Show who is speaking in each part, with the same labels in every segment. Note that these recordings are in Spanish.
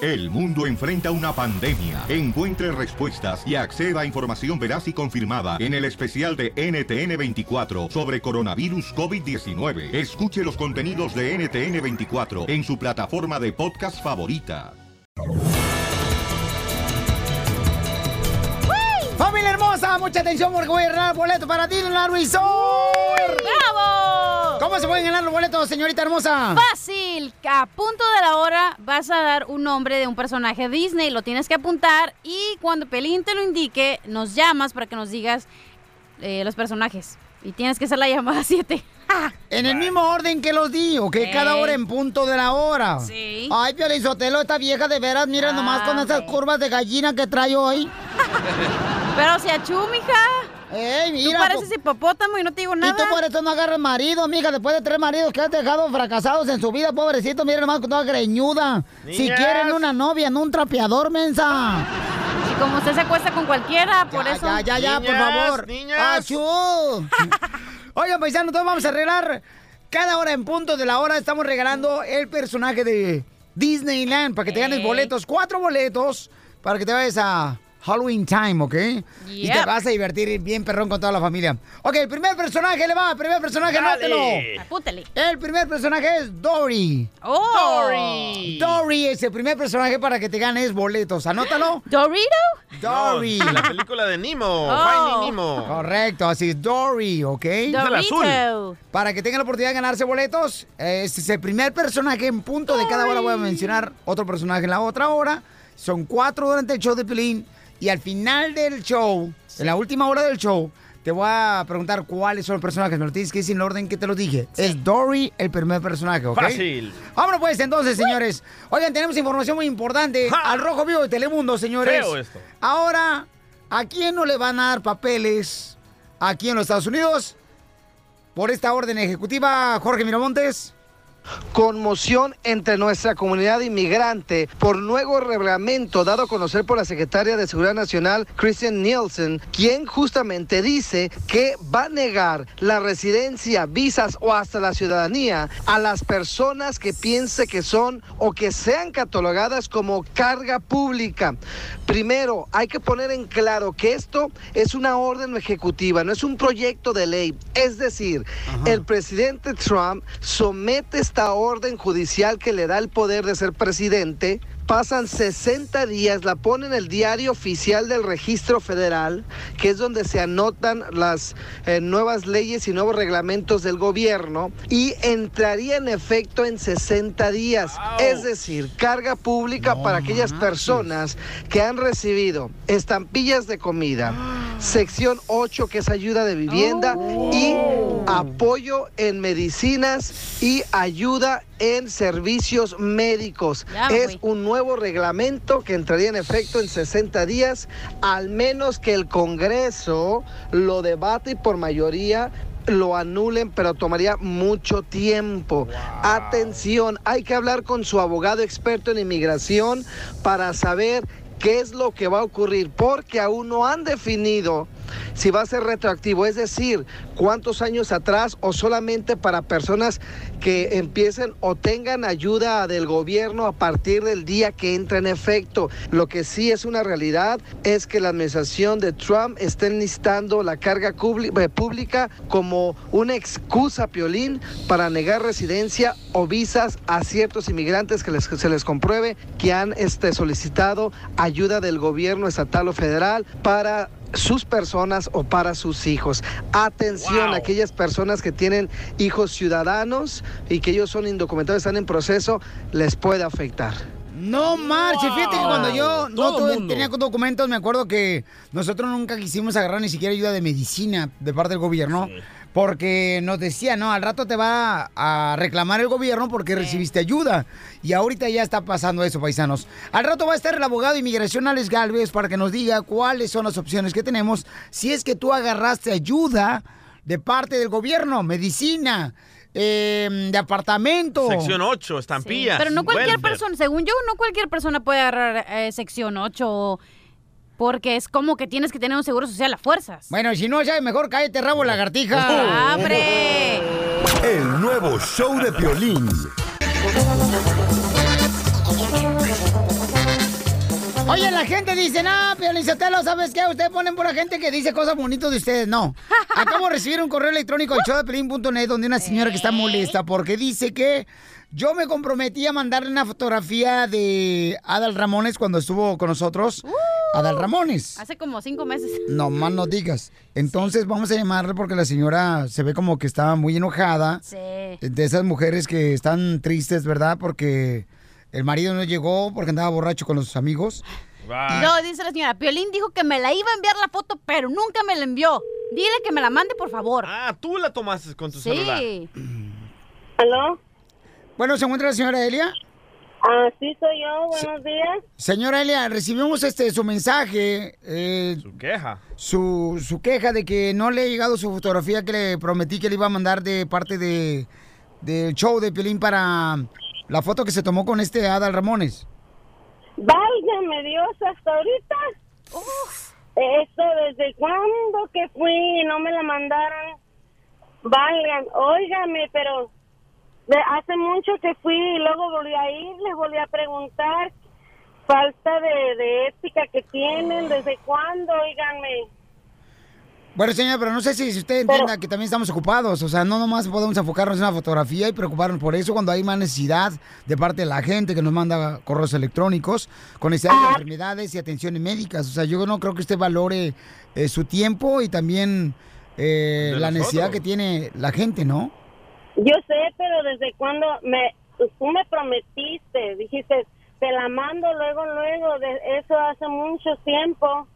Speaker 1: El mundo enfrenta una pandemia. Encuentre respuestas y acceda a información veraz y confirmada en el especial de NTN24 sobre coronavirus COVID-19. Escuche los contenidos de NTN24 en su plataforma de podcast favorita.
Speaker 2: ¡Familia hermosa! Mucha atención porque voy a ganar boleto para Disneyland Resort.
Speaker 3: ¡Bravo!
Speaker 2: ¿Cómo se pueden ganar los boletos, señorita hermosa?
Speaker 3: Fácil. A punto de la hora vas a dar un nombre de un personaje Disney. Lo tienes que apuntar y cuando Pelín te lo indique, nos llamas para que nos digas eh, los personajes. Y tienes que hacer la llamada 7.
Speaker 2: En el mismo orden que los di, ¿ok?
Speaker 3: Ey.
Speaker 2: Cada hora en punto de la hora.
Speaker 3: Sí. Ah,
Speaker 2: Ay, Piolín Sotelo, esta vieja de veras, mira nomás con esas curvas de gallina que trae hoy.
Speaker 3: Pero se achú, mija.
Speaker 2: Ey, mira.
Speaker 3: Tú pareces hipopótamo y no te digo nada.
Speaker 2: Y tú por eso no agarras marido, mija, después de tres maridos que has dejado fracasados en su vida, pobrecito, mira nomás con toda greñuda. Si
Speaker 3: Niñas.
Speaker 2: quieren una novia, no un trapeador, mensa.
Speaker 3: Y como usted se acuesta con cualquiera, por eso.
Speaker 2: Ah, Ya, ya, ya, por favor. ¡Achú! Oigan, paisanos, todos vamos a regalar. Cada hora en punto de la hora estamos regalando el personaje de Disneyland para que te ganes
Speaker 4: Ey.
Speaker 2: boletos. Cuatro boletos para que te vayas a Halloween Time, ¿ok? Y te
Speaker 4: Yep.
Speaker 2: vas a divertir bien perrón con toda la familia. Ok, el primer personaje le va, el primer personaje,
Speaker 4: Dale.
Speaker 2: anótelo.
Speaker 3: Apúntale.
Speaker 2: El primer personaje es Dory.
Speaker 3: ¡Oh!
Speaker 4: Dory.
Speaker 2: Dory es el primer personaje para que te ganes boletos. Anótalo.
Speaker 3: ¿Dorito?
Speaker 2: Dory.
Speaker 5: No, la película de Nimo,
Speaker 2: Oh.
Speaker 5: Finding Nimo.
Speaker 2: Correcto, así es Dory, ¿ok?
Speaker 5: el azul.
Speaker 2: Para que tengan la oportunidad de ganarse boletos, eh, este es el primer personaje en punto de cada hora. Voy a mencionar otro personaje en la otra hora. Son cuatro durante el show de Pelín. Y al final del show, en la última hora del show, te voy a preguntar cuáles son los personajes. Me lo tienes que decir en el orden que te lo dije. Es Dory el primer personaje, ¿ok?
Speaker 5: Fácil.
Speaker 2: Vámonos pues entonces, señores. Oigan, tenemos información muy importante. Al Rojo Vivo de Telemundo, señores.
Speaker 5: Feo esto.
Speaker 2: Ahora, ¿a quién no le van a dar papeles aquí en los Estados Unidos? Por esta orden ejecutiva, Jorge Miramontes.
Speaker 6: conmoción entre nuestra comunidad inmigrante por nuevo reglamento dado a conocer por la secretaria de Seguridad Nacional, Christian Nielsen, quien justamente dice que va a negar la residencia, visas o hasta la ciudadanía a las personas que piense que son o que sean catalogadas como carga pública. Primero, hay que poner en claro que esto es una orden ejecutiva, no es un proyecto de ley. Es decir, el presidente Trump somete esta orden judicial que le da el poder de ser presidente. Pasan 60 días, la pone en el diario oficial del registro federal, que es donde se anotan las eh, nuevas leyes y nuevos reglamentos del gobierno, y entraría en efecto en 60 días. Es decir, carga pública para aquellas personas que han recibido estampillas de comida, sección 8, que es ayuda de vivienda, y apoyo en medicinas y ayuda en servicios médicos.
Speaker 3: Ya me
Speaker 6: es un nuevo reglamento que entraría en efecto en 60 días, al menos que el Congreso lo debate y por mayoría lo anulen, pero tomaría mucho tiempo. Atención, hay que hablar con su abogado experto en inmigración para saber qué es lo que va a ocurrir, porque aún no han definido si va a ser retroactivo, es decir, cuántos años atrás o solamente para personas que empiecen o tengan ayuda del gobierno a partir del día que entra en efecto. Lo que sí es una realidad es que la administración de Trump está enlistando la carga cubli- eh, pública como una excusa, Piolín, para negar residencia o visas a ciertos inmigrantes que les- que se les compruebe que han este, solicitado ayuda del gobierno estatal o federal para sus personas o para sus hijos. Atención, aquellas personas que tienen hijos ciudadanos y que ellos son indocumentados, están en proceso, les puede afectar.
Speaker 2: No marches, fíjate que cuando yo no
Speaker 6: Todo
Speaker 2: tuve-
Speaker 6: mundo.
Speaker 2: tenía documentos, me acuerdo que nosotros nunca quisimos agarrar ni siquiera ayuda de medicina de parte del gobierno, porque nos decía, no, al rato te va a reclamar el gobierno porque recibiste ayuda. Y ahorita ya está pasando eso, paisanos. Al rato va a estar el abogado de inmigración Alex Galvez para que nos diga cuáles son las opciones que tenemos si es que tú agarraste ayuda de parte del gobierno, medicina, eh, de apartamento.
Speaker 5: Sección 8, estampillas.
Speaker 3: Pero no cualquier
Speaker 5: welfare.
Speaker 3: persona, según yo, no cualquier persona puede agarrar eh, sección 8 porque es como que tienes que tener un seguro social a fuerzas.
Speaker 2: Bueno, si no, ya mejor cállate, rabo lagartija.
Speaker 3: ¡Hombre!
Speaker 7: El nuevo show de violín.
Speaker 2: Oye, la gente dice, no, Piolinsotelo, ¿sabes qué? Ustedes ponen por la gente que dice cosas bonitas de ustedes. No. Acabo de recibir un correo electrónico al showdepelín.net donde una señora que está molesta porque dice que yo me comprometí a mandarle una fotografía de Adal Ramones cuando estuvo con nosotros. Adal Ramones.
Speaker 3: Hace como cinco meses.
Speaker 2: No más no digas. Entonces vamos a llamarle porque la señora se ve como que estaba muy enojada.
Speaker 3: Sí.
Speaker 2: De esas mujeres que están tristes, ¿verdad? Porque el marido no llegó porque andaba borracho con los amigos.
Speaker 5: Ah.
Speaker 3: No, dice la señora, Piolín dijo que me la iba a enviar la foto, pero nunca me la envió. Dile que me la mande, por favor.
Speaker 5: Ah, tú la tomaste con tu celular.
Speaker 3: Sí.
Speaker 4: ¿Aló?
Speaker 2: Bueno, ¿se encuentra la señora Elia?
Speaker 4: Ah, sí, soy yo. Buenos días.
Speaker 2: Señora Elia, recibimos este su mensaje, eh,
Speaker 5: Su queja.
Speaker 2: su, su queja de que no le ha llegado su fotografía que le prometí que le iba a mandar de parte de del show de Piolín para la foto que se tomó con este Adal Ramones.
Speaker 4: Válgame Dios, hasta ahorita. Eso desde cuándo que fui y no me la mandaron. Valgan, óigame, pero de hace mucho que fui y luego volví a ir, les volví a preguntar. Falta de, de ética que tienen, desde cuándo, óiganme.
Speaker 2: Bueno, señora, pero no sé si, si usted entienda que también estamos ocupados. O sea, no nomás podemos enfocarnos en una fotografía y preocuparnos por eso cuando hay más necesidad de parte de la gente que nos manda correos electrónicos con necesidades de enfermedades y atenciones médicas. O sea, yo no creo que usted valore eh, su tiempo y también eh,
Speaker 5: De
Speaker 2: la necesidad
Speaker 5: nosotros.
Speaker 2: que tiene la gente, ¿no?
Speaker 4: Yo sé, pero desde cuándo me, pues, tú me prometiste, dijiste, te la mando luego, luego, de eso hace mucho tiempo.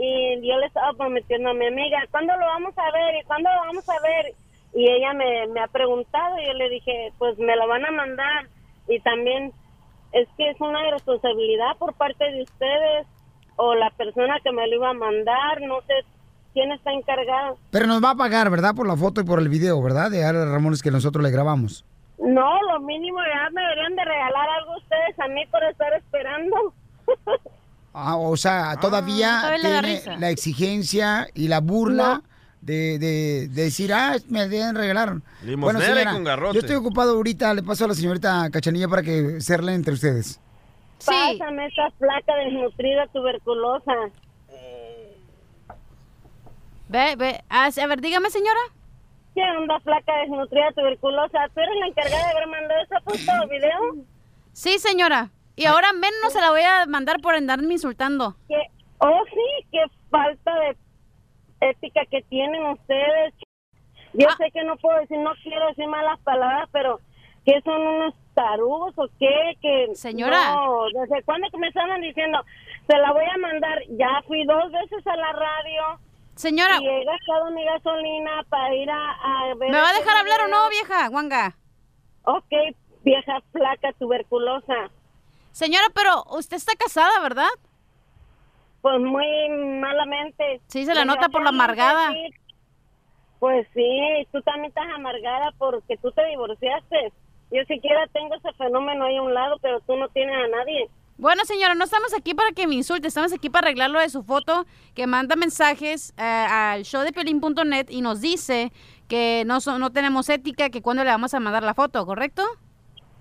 Speaker 4: Y yo le estaba prometiendo a mi amiga, ¿cuándo lo vamos a ver? ¿Y cuándo lo vamos a ver? Y ella me, me ha preguntado y yo le dije, pues me lo van a mandar. Y también es que es una responsabilidad por parte de ustedes o la persona que me lo iba a mandar, no sé quién está encargado.
Speaker 2: Pero nos va a pagar, ¿verdad? Por la foto y por el video, ¿verdad? De Ara Ramones que nosotros le grabamos.
Speaker 4: No, lo mínimo ya me deberían de regalar algo ustedes a mí por estar esperando.
Speaker 2: Ah, o sea, todavía,
Speaker 3: todavía le da
Speaker 2: tiene
Speaker 3: risa.
Speaker 2: la exigencia y la burla de, de- de decir, ah, me deben regalar.
Speaker 5: Limosnera y con garrote.
Speaker 2: yo estoy ocupado ahorita, le paso a la señorita Cachanilla para que cerlen entre ustedes.
Speaker 3: Sí.
Speaker 4: Pásame esa placa desnutrida tuberculosa.
Speaker 3: Ve, ve. Ah, sí, A ver, dígame, señora.
Speaker 4: ¿Qué onda placa desnutrida tuberculosa? ¿Tú eres la encargada de haber mandado esa foto o video?
Speaker 3: Sí, señora. Y ahora menos se la voy a mandar por andarme insultando.
Speaker 4: Que, oh sí, qué falta de ética que tienen ustedes. Yo
Speaker 3: Ah.
Speaker 4: sé que no puedo decir, no quiero decir malas palabras, pero que son unos tarugos o qué, que
Speaker 3: Señora.
Speaker 4: no, desde cuándo que me estaban diciendo, se la voy a mandar, ya fui dos veces a la radio
Speaker 3: Señora,
Speaker 4: y he gastado mi gasolina para ir a, a ver.
Speaker 3: ¿me va a
Speaker 4: ese
Speaker 3: dejar hablar o no,
Speaker 4: video.
Speaker 3: vieja? Wanga.
Speaker 4: Ok, vieja placa tuberculosa.
Speaker 3: Señora, pero usted está casada, ¿verdad?
Speaker 4: Pues muy malamente.
Speaker 3: Sí, se la nota por la amargada.
Speaker 4: Desgraciadamente, sí. Pues sí, tú también estás amargada porque tú te divorciaste. Yo siquiera tengo ese fenómeno ahí a un lado, pero tú no tienes a nadie.
Speaker 3: Bueno, señora, no estamos aquí para que me insulte, estamos aquí para arreglar lo de su foto, que manda mensajes eh, al show de y nos dice que no, so- no tenemos ética, que cuándo le vamos a mandar la foto, ¿correcto?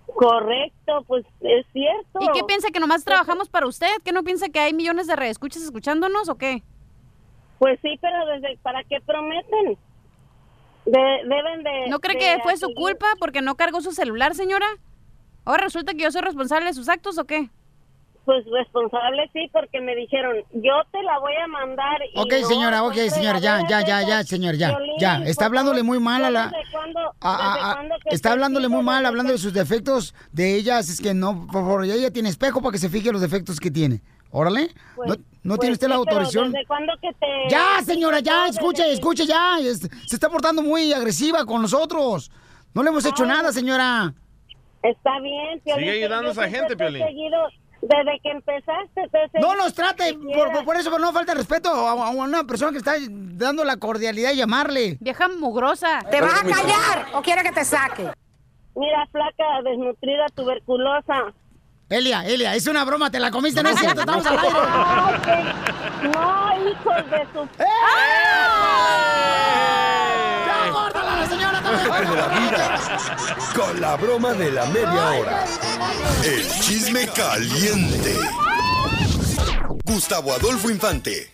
Speaker 4: Correcto, pues es cierto. Pues,
Speaker 3: ¿Y qué piensa que nomás trabajamos para usted? ¿Que no piensa que hay millones de reescuchas escuchándonos o qué?
Speaker 4: Pues sí, pero desde ¿para qué prometen? De- deben de...
Speaker 3: ¿No cree
Speaker 4: de
Speaker 3: que fue su
Speaker 4: asumir-
Speaker 3: culpa porque no cargó su celular, señora? ¿Ahora resulta que yo soy responsable de sus actos o qué?
Speaker 4: Pues responsable sí, porque me dijeron, yo te la voy a mandar. y
Speaker 2: Ok,
Speaker 4: no,
Speaker 2: señora, ok,
Speaker 4: son
Speaker 2: señora, ya, ya, ya, ya,
Speaker 4: regaladas
Speaker 2: señor, ya,
Speaker 4: esas. Violín,
Speaker 2: ya.
Speaker 4: por
Speaker 2: Está hablándole
Speaker 4: favor,
Speaker 2: muy mal a la...
Speaker 4: ¿desde cuándo-
Speaker 2: a-
Speaker 4: desde
Speaker 2: a- a-
Speaker 4: cuándo que
Speaker 2: ah, está
Speaker 4: te
Speaker 2: hablándole muy
Speaker 4: pido,
Speaker 2: mal,
Speaker 4: desde
Speaker 2: hablando de sus defectos de ellas. Es que no, por favor, ella tiene espejo para que se fije los defectos que tiene. Órale,
Speaker 4: Pues-
Speaker 2: no, no
Speaker 4: pues
Speaker 2: tiene usted la
Speaker 4: sí, pero
Speaker 2: autorización.
Speaker 4: ¿Desde cuándo que te.?
Speaker 2: Ya, señora, ya,
Speaker 4: Desde
Speaker 2: escuche,
Speaker 4: que-
Speaker 2: escuche, ya. es- se está portando muy agresiva con nosotros. No le hemos hecho
Speaker 4: Ay.
Speaker 2: nada, señora.
Speaker 4: Está bien, Piolín.
Speaker 5: Sigue
Speaker 4: pero
Speaker 5: ayudando
Speaker 4: yo
Speaker 5: a esa
Speaker 4: siempre
Speaker 5: gente,
Speaker 4: te he
Speaker 5: Piolín.
Speaker 4: seguido, desde que empezaste, te he
Speaker 2: No
Speaker 4: seguido
Speaker 2: nos trate,
Speaker 4: ni
Speaker 2: por,
Speaker 4: siquiera.
Speaker 2: por- por eso, pero no falta de respeto a, a una persona que está dando la cordialidad y llamarle.
Speaker 3: Vieja mugrosa.
Speaker 7: ¿Te vas a callar o quiere que te saque?
Speaker 4: Mira, flaca, desnutrida, tuberculosa.
Speaker 2: Elia, Elia, es una broma, te la comiste, no es cierto, estamos al aire.
Speaker 4: Ay, que- No, hijos de su.
Speaker 2: ¡Eh!
Speaker 4: ¡Ah!
Speaker 2: ¡Ya, córtala, la señora!
Speaker 8: Con la broma de la media hora. El chisme caliente. Gustavo Adolfo Infante.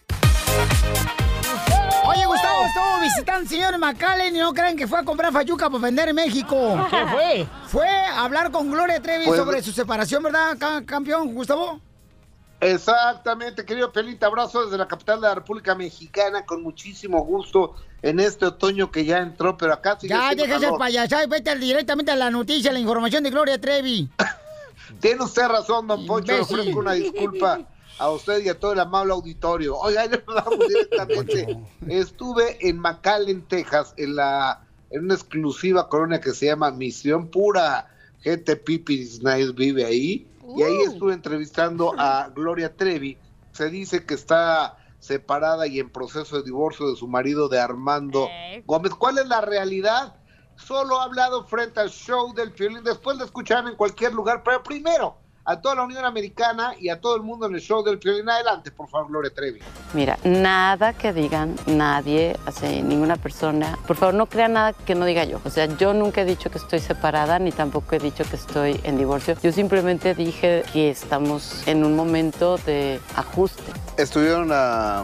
Speaker 2: Oye, Gustavo, estuvo visitando al señor McAllen y no creen que fue a comprar fayuca para vender en México.
Speaker 9: ¿Qué fue?
Speaker 2: Fue a hablar con Gloria Trevi
Speaker 3: Pues,
Speaker 9: Fue-
Speaker 3: eh,
Speaker 2: sobre su separación, ¿verdad, ca- campeón, Gustavo?
Speaker 10: Exactamente, querido Pelita, abrazo desde la capital de la República Mexicana, con muchísimo gusto en este otoño que ya entró, pero acá sigue
Speaker 2: Ya,
Speaker 10: siendo
Speaker 2: deja ese
Speaker 10: calor.
Speaker 2: payasá y vete al- directamente a la noticia, a la información de Gloria Trevi.
Speaker 10: Tiene usted razón, don Poncho, le
Speaker 2: Imbécil.
Speaker 10: ofrezco una disculpa a usted y a todo el amable auditorio. Oiga, le hablamos directamente. Estuve en McAllen, Texas, en la en una exclusiva colonia que se llama Misión Pura. Gente Pipi's Nice vive ahí. Y ahí estuve entrevistando a Gloria Trevi. Se dice que está separada y en proceso de divorcio de su marido de Armando Gómez. ¿Cuál es la realidad? solo ha hablado frente al show del Piolín. Después lo escucharán en cualquier lugar, pero primero a toda la Unión Americana y a todo el mundo en el show del Piolín. Adelante, por favor, Gloria Trevi.
Speaker 11: Mira, nada que digan nadie, así, ninguna persona. Por favor, no crean nada que no diga yo. O sea, yo nunca he dicho que estoy separada ni tampoco he dicho que estoy en divorcio. Yo simplemente dije que estamos en un momento de ajuste.
Speaker 10: ¿Estuvieron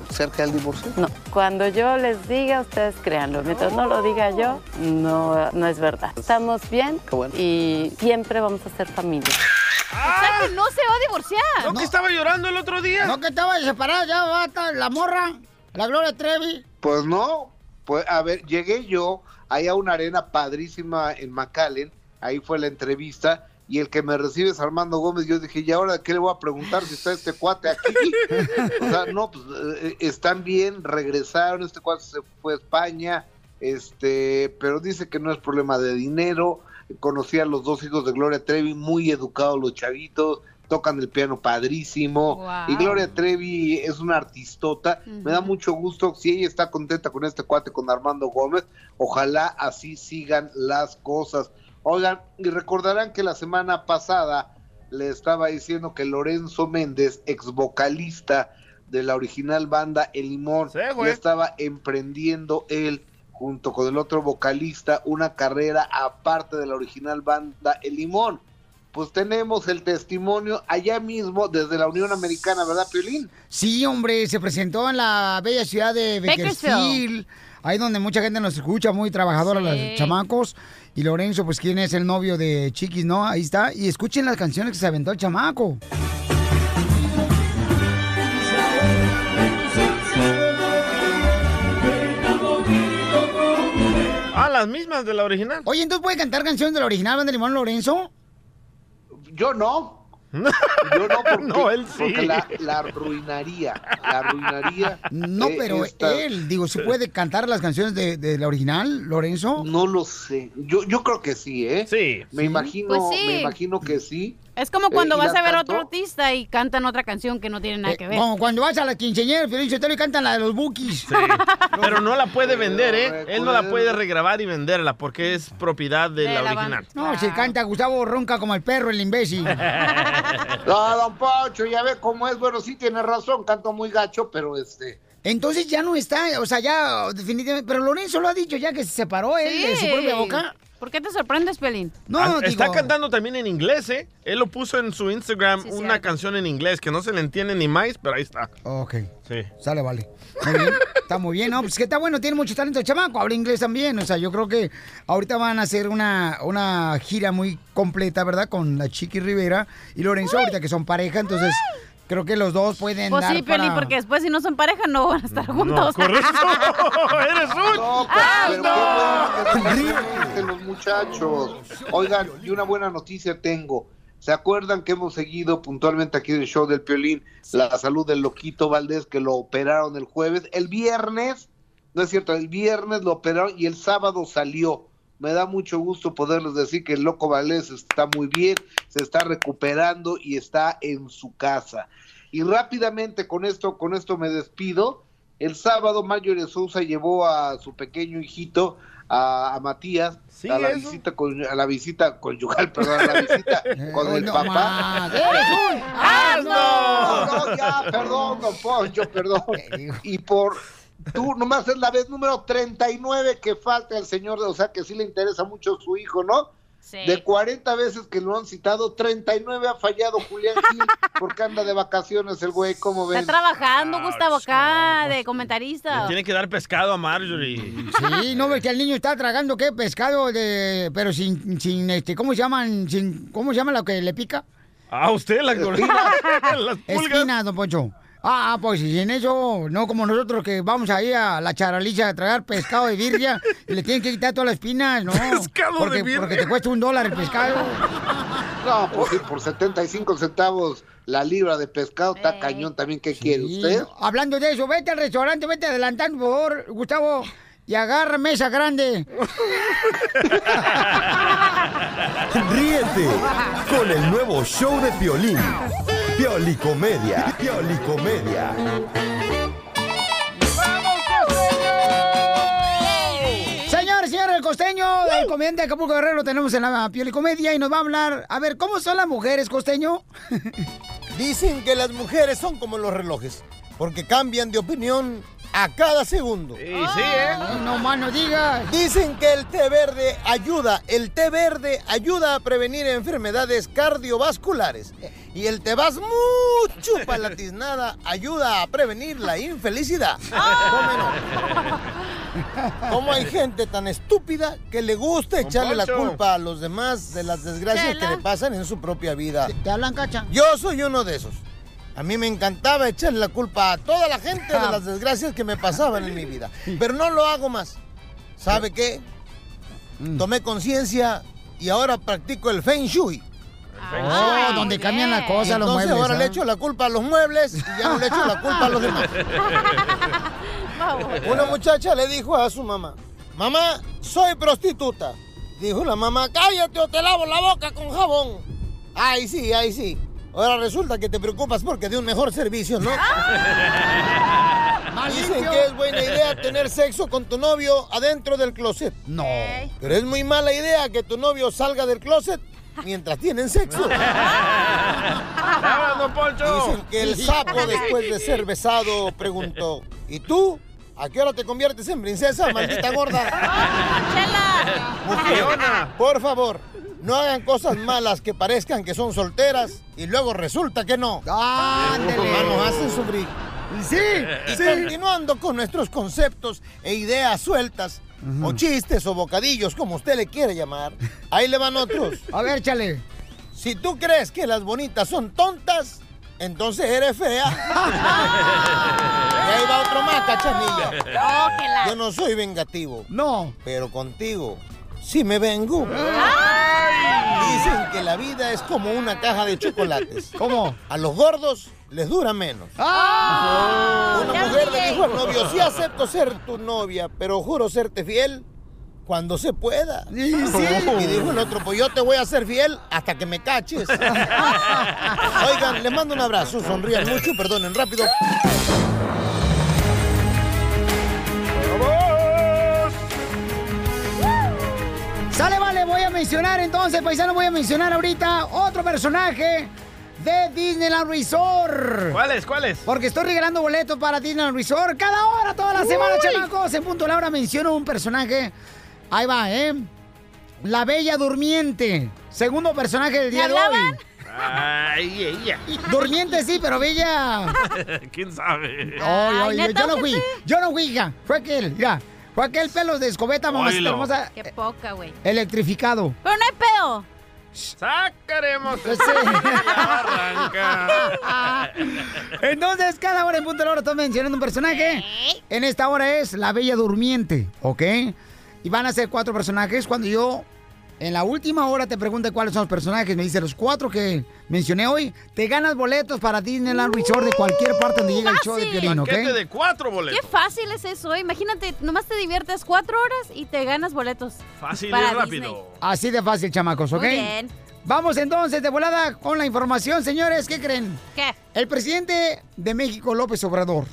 Speaker 10: cerca del divorcio?
Speaker 11: No. Cuando yo les diga, ustedes créanlo. Mientras no lo diga yo, no, no es verdad. Estamos bien y siempre vamos a ser familia.
Speaker 3: O sea, que no se va a divorciar.
Speaker 11: No, que
Speaker 2: estaba llorando el otro día? No, que estaba separada, ya basta, la morra, la Gloria Trevi.
Speaker 10: Pues no, pues a ver, llegué yo ahí a una arena padrísima en McAllen, ahí fue la entrevista, y el que me recibe es Armando Gómez, yo dije, ¿y ahora qué le voy a preguntar si está este cuate aquí? o sea, no, pues eh, están bien, regresaron, este cuate se fue a España, este, pero dice que no es problema de dinero, conocí a los dos hijos de Gloria Trevi, muy educados los chavitos, tocan el piano padrísimo,
Speaker 12: Guau.
Speaker 10: y Gloria Trevi es una artistota, me da
Speaker 12: Ujú.
Speaker 10: mucho gusto, si ella está contenta con este cuate, con Armando Gómez, ojalá así sigan las cosas. Oigan, y recordarán que la semana pasada le estaba diciendo que Lorenzo Méndez, ex vocalista de la original banda El Limón, ya estaba emprendiendo él junto con el otro vocalista una carrera aparte de la original banda El Limón. Pues tenemos el testimonio allá mismo desde la Unión Americana, ¿verdad, Piolín?
Speaker 2: Sí, hombre, se presentó en la bella ciudad de
Speaker 10: Bakersfield.
Speaker 2: Bakersfield, ahí donde mucha gente nos escucha, muy trabajadora,
Speaker 10: Sí.
Speaker 2: los chamacos. Y Lorenzo, pues, quien es el novio de Chiquis, ¿no? Ahí está. Y escuchen las canciones que se aventó el chamaco.
Speaker 5: Ah, las mismas de la original.
Speaker 2: Oye, ¿entonces puede cantar canciones de la original Banda Limón Lorenzo?
Speaker 10: Yo no. Yo no, porque,
Speaker 2: No, él sí.
Speaker 10: porque la, la arruinaría. La arruinaría.
Speaker 2: No,
Speaker 10: Eh,
Speaker 2: pero
Speaker 10: esta-
Speaker 2: él, digo, ¿se puede cantar las canciones de, de la original, Lorenzo?
Speaker 10: No lo sé. Yo, yo creo que sí, ¿eh?
Speaker 5: Sí.
Speaker 10: Me imagino,
Speaker 3: Pues sí.
Speaker 10: me imagino que sí.
Speaker 3: Es como cuando
Speaker 10: Eh, y
Speaker 3: vas
Speaker 10: la
Speaker 3: a ver a
Speaker 10: cantó. Eh,
Speaker 3: otro artista y cantan otra canción que no tiene nada que ver.
Speaker 2: Eh, Como cuando vas a la quinceañera, Feliz Sotelo, y cantan la de los bookies.
Speaker 5: Pero no la puede vender, ¿eh? Él no la puede regrabar y venderla porque es propiedad de, la original.
Speaker 2: No,
Speaker 3: Ah.
Speaker 2: se canta Gustavo Ronca como el perro, el imbécil.
Speaker 10: No, don Pocho, ya ve cómo es. Bueno, sí tiene razón, canto muy gacho, pero este.
Speaker 2: Entonces ya no está, o sea, ya definitivamente. Pero Lorenzo lo ha dicho ya que se separó él de su
Speaker 3: Sí.
Speaker 2: propia boca.
Speaker 3: ¿Por qué te sorprendes, Pelín?
Speaker 5: Ah, está
Speaker 3: digo-
Speaker 5: cantando también en inglés, ¿eh? Él lo puso en su Instagram
Speaker 3: Sí,
Speaker 5: una
Speaker 3: cierto.
Speaker 5: canción en inglés que no se le entiende ni más, pero ahí está.
Speaker 2: Ok.
Speaker 5: Sí.
Speaker 2: Sale, vale. Muy bien. Está muy bien, ¿no? Pues que está bueno, tiene mucho talento el chamaco, habla inglés también. O sea, yo creo que ahorita van a hacer una, una gira muy completa, ¿verdad? Con la Chiqui Rivera y Lorenzo, ahorita que son pareja, entonces creo que los dos pueden
Speaker 3: Pues
Speaker 2: dar
Speaker 3: sí, Pelín,
Speaker 2: para-
Speaker 3: porque después si no son pareja no van a estar juntos. Ah,
Speaker 5: correcto. ¡Eres un
Speaker 10: de los muchachos. Oigan, y una buena noticia tengo. ¿Se acuerdan que hemos seguido puntualmente aquí del show del Piolín la salud del loquito Valdés que lo operaron el jueves? El viernes, no es cierto, el viernes lo operaron y el sábado salió. Me da mucho gusto poderles decir que el loco Valdés está muy bien, se está recuperando y está en su casa. Y rápidamente con esto, con esto me despido. El sábado Mayor Sousa llevó a su pequeño hijito, a, a Matías, a, la
Speaker 5: eso.
Speaker 10: visita con, a la visita conyugal, perdón, a la visita con el papá.
Speaker 2: ¡Eres
Speaker 9: un
Speaker 10: No, no, ya, perdón, don Poncho, perdón. Y por tú nomás es la vez número 39 que falta el señor, o sea que sí le interesa mucho su hijo, ¿no? De 40 veces que lo han citado, 39 ha fallado Julián Gil porque anda de vacaciones el güey, ¿cómo ven?
Speaker 3: Está trabajando Gustavo acá de comentarista.
Speaker 5: Tiene que dar pescado a Marjorie.
Speaker 2: Sí, no ves que el niño está tragando qué pescado de pero sin sin este ¿cómo se llaman? Sin ¿cómo se llama lo que le pica?
Speaker 5: Ah, usted la las pulgas.
Speaker 2: Esquinas, don Poncho. Ah, ah, pues y en eso, no como nosotros que vamos ahí a la charaliza a tragar pescado de birria y le tienen que quitar todas las espinas, ¿no?
Speaker 10: Pescado de
Speaker 2: porque,
Speaker 10: birria.
Speaker 2: Porque te cuesta un dólar el pescado.
Speaker 10: No, pues sí, por 75 centavos la libra de pescado está cañón también, ¿qué quiere usted?
Speaker 2: Hablando de eso, vete al restaurante, vete adelantando, por favor, Gustavo, y agarra mesa grande.
Speaker 9: Ríete con el nuevo show de Piolín. Piolicomedia. Piolicomedia.
Speaker 2: Señor, señor, el costeño, el comediante de Acapulco Guerrero, lo tenemos en la piolicomedia y nos va a hablar. A ver, ¿cómo son las mujeres, costeño?
Speaker 12: Dicen que las mujeres son como los relojes, porque cambian de opinión a cada segundo. Y sí, ¿eh?
Speaker 2: Ah, No más no digas.
Speaker 12: Dicen que el té verde ayuda, el té verde ayuda a prevenir enfermedades cardiovasculares. Y el té vas mucho para la tiznada ayuda a prevenir la infelicidad.
Speaker 2: Ah.
Speaker 12: Cómo no. ¿Cómo hay gente tan estúpida que le gusta echarle la
Speaker 13: Poncho.
Speaker 12: culpa a los demás de las desgracias que
Speaker 13: Chela.
Speaker 12: le pasan en su propia vida?
Speaker 2: ¿Te hablan, cacha?
Speaker 12: Yo soy uno de esos. A mí me encantaba echar la culpa a toda la gente de las desgracias que me pasaban en mi vida. Pero no lo hago más. ¿Sabe qué?
Speaker 2: Mm.
Speaker 12: Tomé conciencia y ahora practico el Feng Shui.
Speaker 2: Oh, donde cambian las cosas, los
Speaker 12: Entonces,
Speaker 2: muebles,
Speaker 12: ahora le
Speaker 2: ¿ah?
Speaker 12: echo la culpa a los muebles y ya no le echo la culpa a los demás. Una muchacha le dijo a su mamá, mamá, soy prostituta. Dijo la mamá, cállate o te lavo la boca con jabón. Ay, sí, ay, sí. Ahora resulta que te preocupas porque de un mejor servicio, ¿no? Dicen que es buena idea tener sexo con tu novio adentro del closet.
Speaker 2: No.
Speaker 12: Pero es muy mala idea que tu novio salga del closet mientras tienen sexo. Dicen que el sapo después de ser besado preguntó, ¿y tú? ¿A qué hora te conviertes en princesa, maldita gorda? Mujer, por favor, no hagan cosas malas que parezcan que son solteras y luego resulta que no.
Speaker 2: ¡Ándele!
Speaker 12: Nos hacen sufrir.
Speaker 2: Sí,
Speaker 12: Y
Speaker 2: sí.
Speaker 12: continuando con nuestros conceptos e ideas sueltas, o chistes o bocadillos, como usted le quiere llamar, ahí le van otros.
Speaker 2: A ver, chale.
Speaker 12: Si tú crees que las bonitas son tontas, entonces eres fea. y ahí va otro más, cachanilla. Yo no soy vengativo.
Speaker 2: No.
Speaker 12: Pero contigo sí me vengo. Dicen que la vida es como una caja de chocolates.
Speaker 2: ¿Cómo?
Speaker 12: A los gordos les dura menos.
Speaker 2: ¡Ah!
Speaker 12: Una mujer le dijo al novio, sí acepto ser tu novia, pero juro serte fiel cuando se pueda. Y, dijo el otro, pues yo te voy a ser fiel hasta que me caches. Oigan, les mando un abrazo, sonrían mucho, perdonen rápido.
Speaker 2: Sale, vale, voy a mencionar entonces, paisano, voy a mencionar ahorita otro personaje de Disneyland Resort.
Speaker 5: ¿Cuáles? ¿Cuáles?
Speaker 2: Porque estoy regalando boletos para Disneyland Resort cada hora, toda la semana,
Speaker 5: Uy.
Speaker 2: chamacos. En punto de la hora menciono un personaje. Ahí va, ¿eh? La Bella Durmiente. Segundo personaje del día de hoy.
Speaker 5: Ay, ella.
Speaker 2: Durmiente sí, pero Bella.
Speaker 5: ¿Quién sabe?
Speaker 2: Ay, ay, yo- yo no fui, yo no fui, hija. Fue aquel, mira. Fue aquel pelos de escobeta, mamacita
Speaker 5: Oilo.
Speaker 2: hermosa, eh,
Speaker 3: Qué poca, güey.
Speaker 2: electrificado.
Speaker 3: Pero no hay pedo.
Speaker 5: Sacaremos.
Speaker 2: Pues Entonces, cada hora en punto de la hora estoy mencionando un personaje. En esta hora es la Bella Durmiente, ¿ok? Y van a ser cuatro personajes. Cuando yo en la última hora te pregunte cuáles son los personajes, me dice los cuatro que mencioné hoy, te ganas boletos para Disneyland Resort de cualquier parte donde llega el show de
Speaker 3: Uh, Fácil.
Speaker 2: Piolín, ¿ok?
Speaker 5: Paquete de cuatro
Speaker 3: Qué
Speaker 5: boletos.
Speaker 3: fácil es eso, eh. imagínate, nomás te diviertes cuatro horas y te ganas boletos.
Speaker 5: Fácil
Speaker 3: Para
Speaker 5: y rápido.
Speaker 2: Así de fácil, chamacos, ¿ok?
Speaker 3: Muy bien.
Speaker 2: Vamos entonces de volada con la información, señores. ¿Qué creen?
Speaker 3: ¿Qué?
Speaker 2: El presidente de México, López Obrador.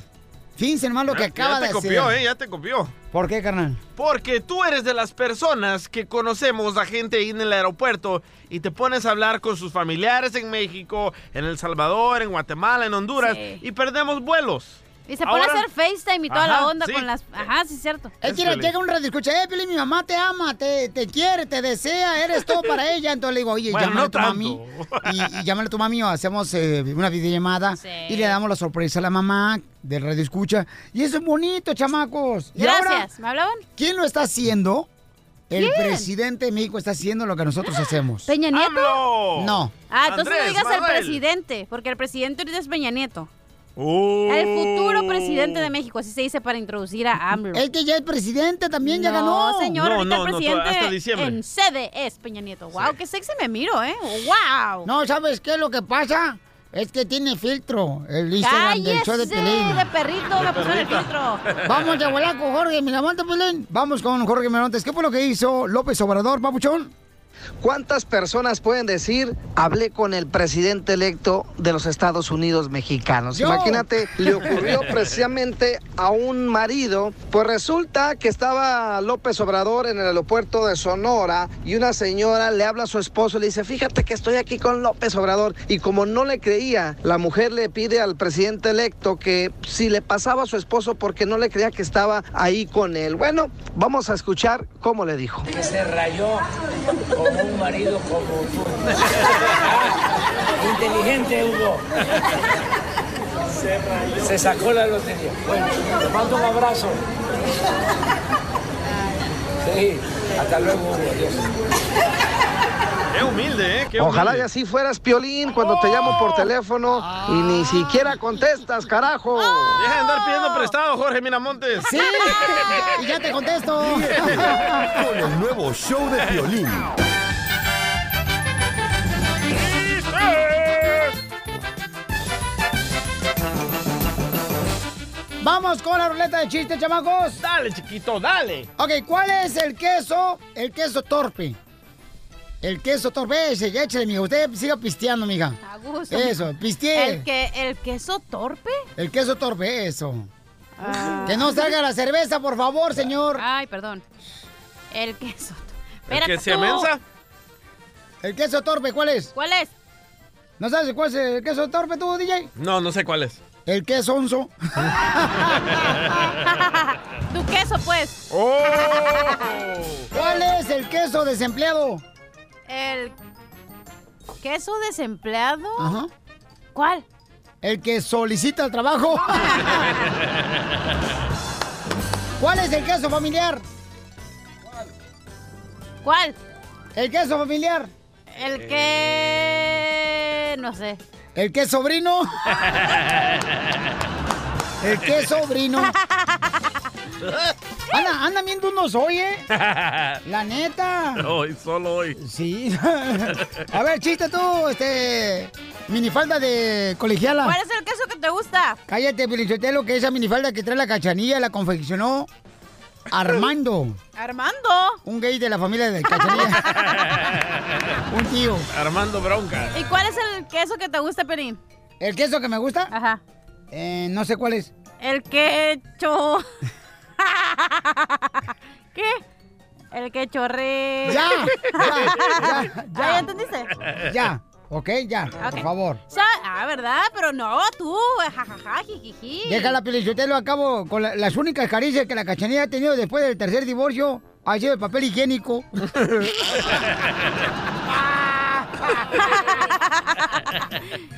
Speaker 2: Fíjense nomás lo que
Speaker 5: Ah, Ya-
Speaker 2: acaba
Speaker 5: ya te
Speaker 2: de
Speaker 5: copió,
Speaker 2: hacer.
Speaker 5: ¿eh? Ya te copió.
Speaker 2: ¿Por qué, carnal?
Speaker 5: Porque tú eres de las personas que conocemos a gente ahí en el aeropuerto y te pones a hablar con sus familiares en México, en El Salvador, en Guatemala, en Honduras y perdemos vuelos.
Speaker 3: Y se pone a
Speaker 2: Ahora-
Speaker 3: hacer FaceTime y toda
Speaker 2: Ajá,
Speaker 3: la onda
Speaker 2: sí.
Speaker 3: con las... Ajá, sí, es cierto.
Speaker 2: Es que le llega un radio escucha, eh, Piolín, mi mamá te ama, te, te quiere, te desea, eres todo para ella. Entonces le digo, oye,
Speaker 13: Bueno,
Speaker 2: llámale
Speaker 13: no
Speaker 2: a tu mami. Y, y llámale a tu mami o hacemos eh, una videollamada y le damos la sorpresa a la mamá del radio escucha. Y eso es bonito, chamacos. Y ahora,
Speaker 3: Gracias. ¿Me hablaban?
Speaker 2: ¿Quién lo está haciendo? El
Speaker 3: ¿Quién?
Speaker 2: presidente de México está haciendo lo que nosotros hacemos.
Speaker 3: ¿Peña Nieto?
Speaker 2: No.
Speaker 3: Ah, entonces
Speaker 2: Andrés
Speaker 3: no digas el
Speaker 2: Manuel.
Speaker 3: presidente, porque el presidente ahorita es Peña Nieto. El futuro presidente de México, así se dice para introducir a AMLO.
Speaker 2: El que ya es presidente también
Speaker 3: ya ganó. No, señor,
Speaker 5: No,
Speaker 3: ahorita
Speaker 5: no,
Speaker 3: el
Speaker 5: no,
Speaker 3: presidente
Speaker 5: hasta diciembre.
Speaker 3: en sede es Peña Nieto. Wow, qué sexy me miro, ¿eh? Wow.
Speaker 2: No, ¿sabes qué? Lo que pasa es que tiene filtro el Instagram del show de
Speaker 3: ¡Cállese!
Speaker 2: Pelín.
Speaker 3: De perrito me pusieron el filtro.
Speaker 2: Vamos de volar con Jorge Miramontes, Pelín. Vamos con Jorge Miramontes. ¿Qué fue lo que hizo López Obrador, papuchón?
Speaker 6: ¿Cuántas personas pueden decir, hablé con el presidente electo de los Estados Unidos mexicanos?
Speaker 14: Yo.
Speaker 6: Imagínate, le ocurrió precisamente a un marido. Pues resulta que estaba López Obrador en el aeropuerto de Sonora y una señora le habla a su esposo y le dice, fíjate que estoy aquí con López Obrador. Y como no le creía, la mujer le pide al presidente electo que si le pasaba a su esposo porque no le creía que estaba ahí con él. Bueno, vamos a escuchar cómo le dijo.
Speaker 15: que se rayó como un marido como tú. Inteligente, Hugo. Se rayó. Se sacó la lotería. Bueno, te mando un abrazo. Sí, hasta luego, Hugo. Adiós.
Speaker 5: Qué humilde, ¿eh? Qué
Speaker 6: Ojalá y
Speaker 5: humilde.
Speaker 6: así fueras, Piolín, cuando te llamo por teléfono y ni siquiera contestas, carajo.
Speaker 5: Deja de andar pidiendo prestado, Jorge Miramontes.
Speaker 2: Sí, y ya te contesto.
Speaker 9: Con el nuevo show de violín.
Speaker 2: Vamos con la ruleta de chistes, chamacos.
Speaker 5: Dale, chiquito, dale.
Speaker 2: Ok, ¿cuál es el queso? El queso torpe. El queso torpe, ese, ya échale, mija. Usted siga pisteando, mija.
Speaker 3: A gusto.
Speaker 2: Eso, pistee.
Speaker 3: ¿El, que, ¿El queso torpe?
Speaker 2: El queso torpe, eso. Que no salga la cerveza, por favor, señor.
Speaker 3: Ay, perdón. El queso torpe.
Speaker 2: ¿El
Speaker 3: Espérate
Speaker 2: que se
Speaker 3: tú.
Speaker 2: amensa? ¿El queso torpe cuál es?
Speaker 3: ¿Cuál es?
Speaker 2: ¿No sabes cuál es el queso torpe tú, DJ?
Speaker 5: No, no sé cuál es.
Speaker 2: El queso onzo.
Speaker 3: Tu queso, pues.
Speaker 2: Oh. ¿Cuál es el queso desempleado?
Speaker 3: El queso desempleado.
Speaker 2: Ajá.
Speaker 3: ¿Cuál?
Speaker 2: El que solicita el trabajo. ¿Cuál es el queso familiar?
Speaker 3: ¿Cuál?
Speaker 2: ¿El queso familiar?
Speaker 3: El que... No sé.
Speaker 2: ¿El que sobrino? ¿El que sobrino? Anda, anda viendo unos hoy, ¿eh? La neta.
Speaker 5: Hoy, solo hoy.
Speaker 2: Sí. A ver, chiste tú, este. Minifalda de colegiala.
Speaker 3: ¿Cuál es el queso que te gusta?
Speaker 2: Cállate, Pelichotelo, que esa minifalda que trae la cachanilla la confeccionó Armando,
Speaker 3: Armando.
Speaker 2: un gay de la familia de cachanilla. Un tío.
Speaker 5: Armando Bronca.
Speaker 3: ¿Y cuál es el queso que te gusta, Perín?
Speaker 2: ¿El queso que me gusta?
Speaker 3: Ajá.
Speaker 2: Eh, no sé cuál es.
Speaker 3: El quecho. ¿Qué? El que chorre.
Speaker 2: Ya, ya, ya, ya.
Speaker 3: Ah, ¿Ya entendiste?
Speaker 2: Ya, ok, ya, por
Speaker 3: Ok.
Speaker 2: favor.
Speaker 3: Sa- Ah, ¿verdad? Pero no, tú. Jajaja, jijiji.
Speaker 2: Déjala, Pelichotelo, acabo con la- las únicas caricias que la cachanilla ha tenido después del tercer divorcio. Ha sido el papel higiénico.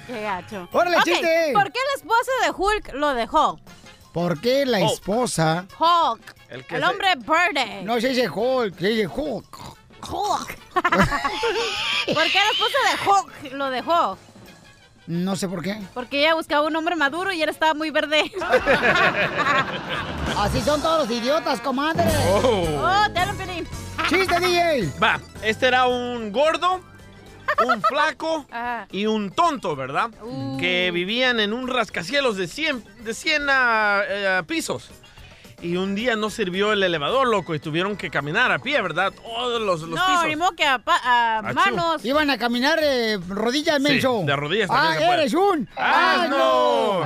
Speaker 3: Qué gacho.
Speaker 2: Órale,
Speaker 3: Ok,
Speaker 2: chiste.
Speaker 3: ¿Por qué la esposa de Hulk lo dejó?
Speaker 2: ¿Por qué la
Speaker 3: Hulk.
Speaker 2: esposa?
Speaker 3: Hulk.
Speaker 5: Oh. El,
Speaker 2: que se-
Speaker 3: hombre verde.
Speaker 2: No se dice Hulk, se dice Hulk.
Speaker 3: Hulk. ¿Por qué la esposa de Hulk lo dejó?
Speaker 2: No sé por qué.
Speaker 3: Porque ella buscaba un hombre maduro y él estaba muy verde.
Speaker 2: Así son todos los idiotas, comadre.
Speaker 5: Oh.
Speaker 3: te hablan, Pelín.
Speaker 2: ¡Chiste, DJ!
Speaker 5: Va, este era un gordo, un flaco
Speaker 3: Ah.
Speaker 5: y un tonto, ¿verdad?
Speaker 3: Uh.
Speaker 5: Que vivían en un rascacielos de 100, de 100 ah, eh, pisos. Y un día no sirvió el elevador, loco, y tuvieron que caminar a pie, ¿verdad? Todos los, los
Speaker 3: No,
Speaker 5: pisos.
Speaker 3: ni modo que a, pa- a
Speaker 5: Achú.
Speaker 3: manos.
Speaker 2: Iban a caminar eh, rodillas,
Speaker 5: Ah, Sí,
Speaker 2: menso.
Speaker 5: de rodillas
Speaker 2: ¡Ah,
Speaker 5: también se puede.
Speaker 2: eres un!
Speaker 5: ¡Ah,
Speaker 2: ¡Ah,
Speaker 5: no!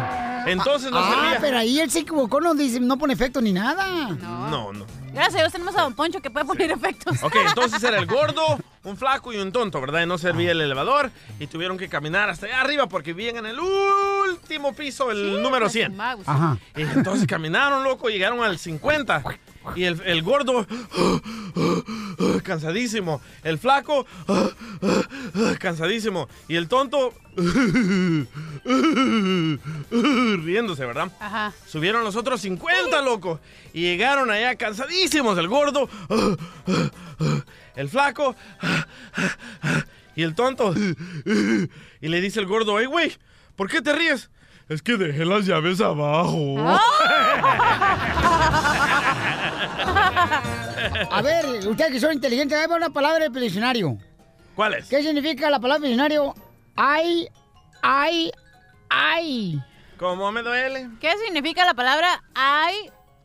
Speaker 5: Entonces no
Speaker 2: ah,
Speaker 5: servía.
Speaker 2: pero ahí él se equivocó, no, dice, no pone efecto ni nada.
Speaker 5: No, no.
Speaker 3: Gracias a Dios tenemos a Don Poncho que puede poner efectos.
Speaker 5: Ok, entonces era el gordo, un flaco y un tonto, ¿verdad? Y no servía el elevador y tuvieron que caminar hasta allá arriba porque vivían en el último piso, el número 100.
Speaker 2: Ajá.
Speaker 5: Y entonces caminaron, loco, llegaron al 50. Y el, el gordo, cansadísimo. El flaco, cansadísimo. Y el tonto, riéndose, ¿verdad?
Speaker 3: Ajá.
Speaker 5: Subieron los otros 50, loco. Y llegaron allá cansadísimos. El gordo, el flaco y el tonto. Y le dice el gordo, hey, güey, ¿por qué te ríes? Es que dejé las llaves abajo.
Speaker 3: Ah.
Speaker 2: A ver, ustedes que son inteligentes, ahí va una palabra del diccionario.
Speaker 5: ¿Cuál es?
Speaker 2: ¿Qué significa la palabra del diccionario? Ay, ay, ay.
Speaker 5: ¿Cómo me duele?
Speaker 3: ¿Qué significa la palabra ay,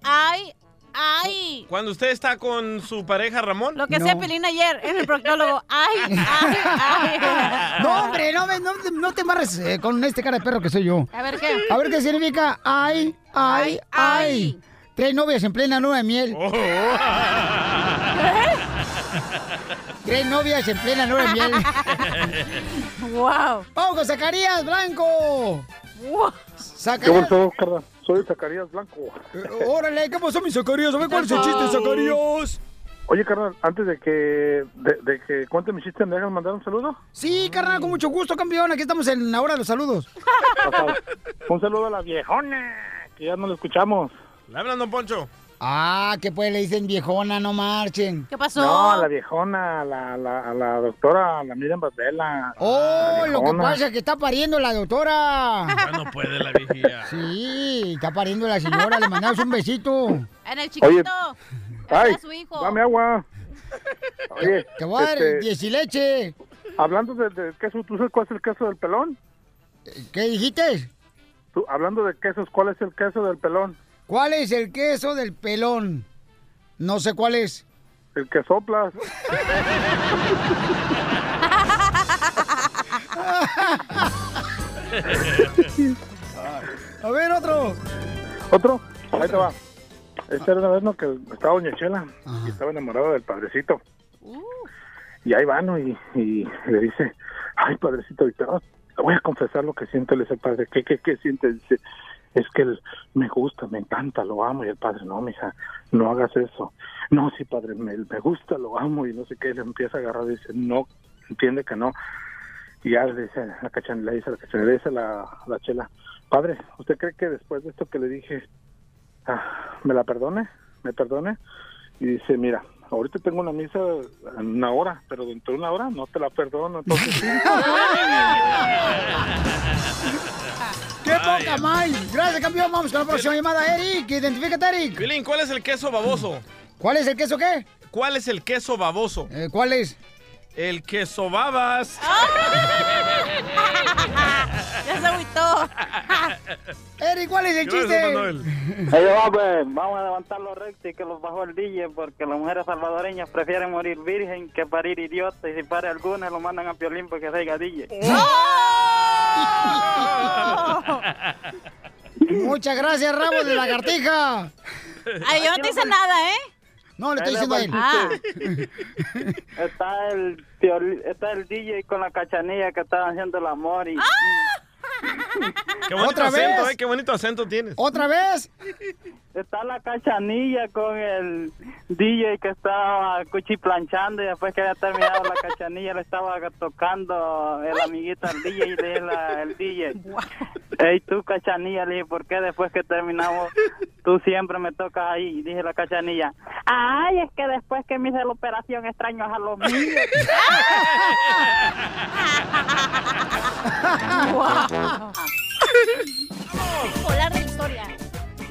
Speaker 3: ay, ay?
Speaker 5: Cuando usted está con su pareja Ramón.
Speaker 3: Lo que hacía Pelín ayer en el proctólogo. Ay, ay, ay.
Speaker 2: No, hombre, no, me- no, no te embarres eh, con este cara de perro que soy yo.
Speaker 3: A ver qué.
Speaker 2: A ver qué significa ay, ay, ay. Tres novias en plena luna de miel.
Speaker 15: oh.
Speaker 2: Tres novias en plena luna de miel.
Speaker 3: ¡Wow!
Speaker 2: ¡Vamos con Zacarías Blanco!
Speaker 13: ¿Qué
Speaker 2: Zacarías.
Speaker 13: pasó, Carla? Soy Zacarías Blanco.
Speaker 2: Órale, ¿qué pasó, mi Zacarías? A ver cuál es el chiste, Zacarías.
Speaker 13: Oye, carnal, antes de que, de, de que cuente mi chiste, ¿me dejan mandar un saludo?
Speaker 2: Sí, carnal, con mucho gusto, campeón. Aquí estamos en la hora de los saludos.
Speaker 13: Un saludo a la viejona, que ya no la escuchamos.
Speaker 5: Le hablan, don Poncho.
Speaker 2: Ah, que pues le dicen viejona, no marchen.
Speaker 3: ¿Qué
Speaker 13: No, a la viejona, a la, a la, a la doctora, a la Miriam Batella.
Speaker 2: Oh, lo que
Speaker 13: viejona.
Speaker 2: pasa es que está pariendo la doctora.
Speaker 5: No puede la viejilla.
Speaker 2: Sí, está pariendo la señora. Le mandamos un besito.
Speaker 3: En el chiquito.
Speaker 13: Ay,
Speaker 3: a su hijo.
Speaker 13: dame agua. Oye,
Speaker 2: Te voy a dar
Speaker 13: este,
Speaker 2: diez y leche.
Speaker 13: hablando del del queso, ¿tú sabes cuál es el queso del pelón?
Speaker 2: Eh, ¿Qué dijiste?
Speaker 13: Tú, hablando de quesos, ¿cuál es el queso del pelón?
Speaker 2: ¿Cuál es el queso del pelón? No sé cuál es.
Speaker 13: El que soplas.
Speaker 2: A ver, otro.
Speaker 13: ¿Otro? Ahí te va. Esta era una vez, ¿no? Que estaba Doña Chela y estaba enamorada del padrecito. Y ahí va, ¿no? Y, y le dice, ay, padrecito, ahorita te voy a confesar lo que siento. Le dice el padre, ¿qué, qué, qué sientes? Dice, es que él me gusta, me encanta, lo amo. Y el padre, no, mija, no hagas eso. No, sí, padre, me, me gusta, lo amo. Y no sé qué, le empieza a agarrar y dice, no, entiende que no. Y ya le dice la cachan, le dice la cachan, le dice la, la chela, padre, ¿usted cree que después de esto que le dije, ah, me la perdone? ¿Me perdone? Y dice, mira, ahorita tengo una misa en una hora, pero dentro de una hora no te la perdono. Entonces, sí.
Speaker 2: ¡Qué poca más! Gracias, campeón. Vamos con la próxima llamada, Eric. Identifícate, Eric.
Speaker 5: Violín, ¿cuál es el queso baboso?
Speaker 2: ¿Cuál es el queso qué? Eh,
Speaker 5: ¿Cuál es el queso baboso?
Speaker 2: ¿Cuál es?
Speaker 5: El queso babas.
Speaker 3: Ah. ya se agüitó.
Speaker 2: Eric, ¿cuál es el chiste?
Speaker 16: Ahí va, pues. Vamos a levantar los rectos y que los bajó el DJ porque las mujeres salvadoreñas prefieren morir virgen que parir idiota y si pare alguna lo mandan a Piolín porque se DJ.
Speaker 2: Muchas gracias, Ramos de Lagartija.
Speaker 3: Ay, yo no te hice nada, ¿eh?
Speaker 2: No, le estoy
Speaker 16: Ahí le
Speaker 2: diciendo a él.
Speaker 16: va el Está el, Piolín- está el DJ con la cachanilla que estaban haciendo el amor y...
Speaker 5: Qué bonito
Speaker 16: ¿Otra
Speaker 5: acento,
Speaker 16: vez?
Speaker 5: eh, qué bonito acento tienes.
Speaker 2: ¿Otra vez?
Speaker 16: Está la cachanilla con el DJ que estaba cuchiplanchando y después que había terminado la cachanilla le estaba tocando el amiguito al DJ y le dice la- el DJ. Ey, tú cachanilla, le dije, ¿por qué después que terminamos tú siempre me tocas ahí? Y dije la cachanilla, ay, es que después que me hice la operación extraño a los míos.
Speaker 3: Polar de historia.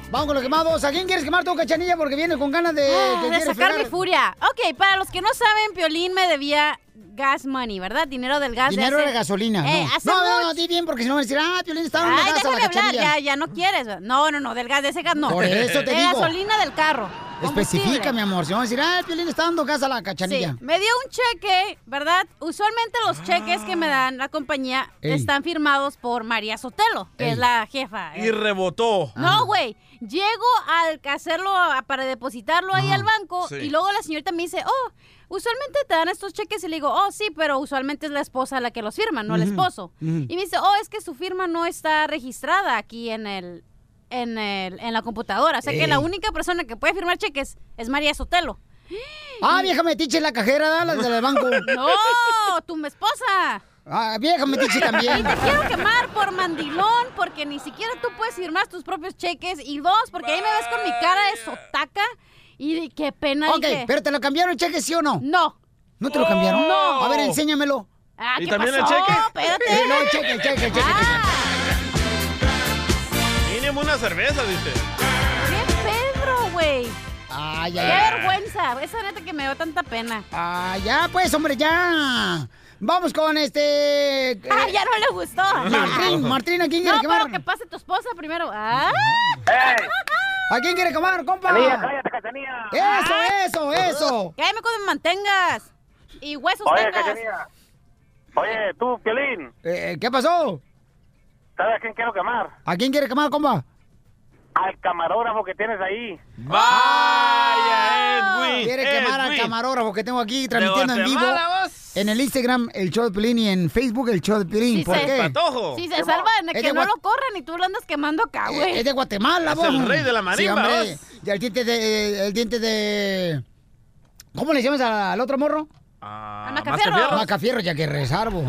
Speaker 2: Vamos con los quemados. ¿A quién quieres quemar tú, cachanilla? Porque viene con ganas de. que
Speaker 3: Ah, de
Speaker 2: quiere
Speaker 3: sacar
Speaker 2: fregar.
Speaker 3: mi furia. Ok, para los que no saben, Piolín me debía gas money, ¿verdad? Dinero del gas.
Speaker 2: Dinero
Speaker 3: de,
Speaker 2: de,
Speaker 3: hace-
Speaker 2: gasolina.
Speaker 3: Eh,
Speaker 2: no.
Speaker 3: hace
Speaker 2: No, no, no,
Speaker 3: mucho-
Speaker 2: di bien, porque si no van a decir, ah, Piolín estaba en
Speaker 3: Ay,
Speaker 2: la casa de
Speaker 3: déjame
Speaker 2: la
Speaker 3: hablar,
Speaker 2: cachanilla.
Speaker 3: ya, ya no quieres. No, no, no, del gas, de ese gas no.
Speaker 2: Por eso te
Speaker 3: de
Speaker 2: digo.
Speaker 3: gasolina del carro.
Speaker 2: Especifica, mi amor. Si vamos a decir, ah, el Piolín está dando gas a la cachanilla.
Speaker 3: Sí, me dio un cheque, ¿verdad? Usualmente los cheques que me dan la compañía
Speaker 5: Ey.
Speaker 3: están firmados por María Sotelo, que
Speaker 5: Ey.
Speaker 3: es la jefa.
Speaker 5: Y rebotó.
Speaker 3: No, güey. Llego al hacerlo a- para depositarlo ahí
Speaker 5: Ah,
Speaker 3: al banco
Speaker 5: sí.
Speaker 3: y luego la señorita me dice, oh, usualmente te dan estos cheques y le digo, oh, sí, pero usualmente es la esposa la que los firma, no el
Speaker 17: Ujú,
Speaker 3: esposo.
Speaker 17: ujú.
Speaker 3: Y me dice, oh, es que su firma no está registrada aquí en el... En, el- en la computadora. O sea que
Speaker 2: Ey.
Speaker 3: la única persona que puede firmar cheques es María Sotelo.
Speaker 2: Ah, vieja metiche la cajera, da las del banco.
Speaker 3: ¡No! ¡Tu esposa!
Speaker 2: Ah, vieja metiche también.
Speaker 3: Y te quiero quemar por mandilón, porque ni siquiera tú puedes firmar tus propios cheques. Y dos, porque ahí me ves con mi cara de sotaca. Y de qué pena
Speaker 2: Ok,
Speaker 3: dije.
Speaker 2: pero ¿te lo cambiaron el cheque, sí o no?
Speaker 3: No.
Speaker 2: ¿No te lo cambiaron?
Speaker 3: No.
Speaker 2: A ver, enséñamelo.
Speaker 3: Ah,
Speaker 2: ¿Y
Speaker 3: ¿qué
Speaker 2: también el
Speaker 3: pasó?
Speaker 2: cheque?
Speaker 3: Espérate.
Speaker 2: Eh, No, el cheque, el cheque, el cheque.
Speaker 5: Mínimo una cerveza, dice.
Speaker 3: ¡Qué Pedro, güey!
Speaker 2: Ay,
Speaker 3: ¡Qué
Speaker 2: ay, ay.
Speaker 3: vergüenza! Esa neta que me dio tanta pena.
Speaker 2: Ah, ya, pues, hombre, ya. Ah, Vamos con este. eh,
Speaker 3: Ah, ya no le gustó.
Speaker 2: Martín, Martín, ¿a quién quiere
Speaker 3: No,
Speaker 2: quemar?
Speaker 3: pero que pase tu esposa primero. ¡Ah!
Speaker 2: ¿A quién quiere quemar, compa?
Speaker 3: Cachanilla,
Speaker 2: Eso, eso, eso.
Speaker 3: Cállame cuando me mantengas. Y huesos
Speaker 13: Oye,
Speaker 3: tengas.
Speaker 13: Cachanilla. Oye, tú, Piolín,
Speaker 2: Eh, ¿Qué pasó?
Speaker 13: ¿sabes a quién quiero quemar?
Speaker 2: ¿A quién quiere quemar, compa?
Speaker 13: Al camarógrafo que tienes ahí.
Speaker 5: ¡Vaya, Edwin!
Speaker 2: Quiere
Speaker 3: Eh,
Speaker 2: quemar al
Speaker 5: Edwin.
Speaker 2: camarógrafo que tengo aquí
Speaker 5: De
Speaker 2: transmitiendo en vivo.
Speaker 5: Guatemala,
Speaker 2: En el Instagram, el show de Pelín, y en Facebook, el show de Pelín.
Speaker 3: Si
Speaker 2: ¿Por
Speaker 3: se-
Speaker 2: qué?
Speaker 3: Si se salva, de
Speaker 2: Es
Speaker 3: que
Speaker 2: de
Speaker 3: no
Speaker 2: Gua- Eh,
Speaker 3: lo corran y tú lo andas quemando acá, güey.
Speaker 2: Es de Guatemala,
Speaker 3: Es
Speaker 2: vos.
Speaker 3: el rey de la marimba,
Speaker 2: Sí, hombre.
Speaker 3: vos.
Speaker 2: Y el diente de. El diente de. ¿Cómo le llamas al, al otro morro?
Speaker 5: Ah,
Speaker 2: Macafierro. Macafierro, ya que resarbo.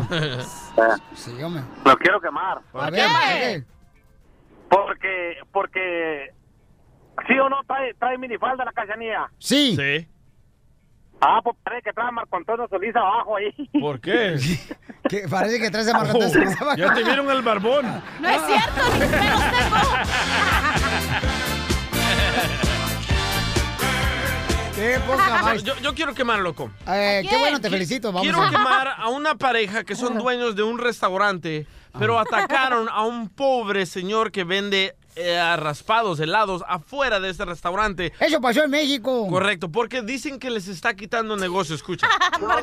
Speaker 2: Sí, hombre.
Speaker 13: Lo quiero quemar.
Speaker 2: A ver, ¿por qué?
Speaker 13: Porque, porque, ¿sí o no trae, trae minifalda la cachanilla?
Speaker 2: Sí.
Speaker 13: Ah, pues parece que trae a Marco Antonio Solís abajo ahí.
Speaker 5: ¿Por qué? Oh,
Speaker 2: Que parece que traes a Marco Antonio Solís abajo.
Speaker 5: ya te vieron el barbón.
Speaker 3: No es cierto,
Speaker 2: Ah.
Speaker 3: ni pelos
Speaker 2: Qué poca más.
Speaker 5: Yo, yo quiero quemar, loco.
Speaker 2: Eh, qué bueno, te felicito. Vamos
Speaker 5: Quiero
Speaker 2: a
Speaker 5: quemar a una pareja que son dueños de un restaurante,
Speaker 2: Ah.
Speaker 5: pero atacaron a un pobre señor que vende eh, raspados, helados, afuera de ese restaurante.
Speaker 2: Eso pasó en México.
Speaker 5: Correcto, porque dicen que les está quitando negocio, escucha.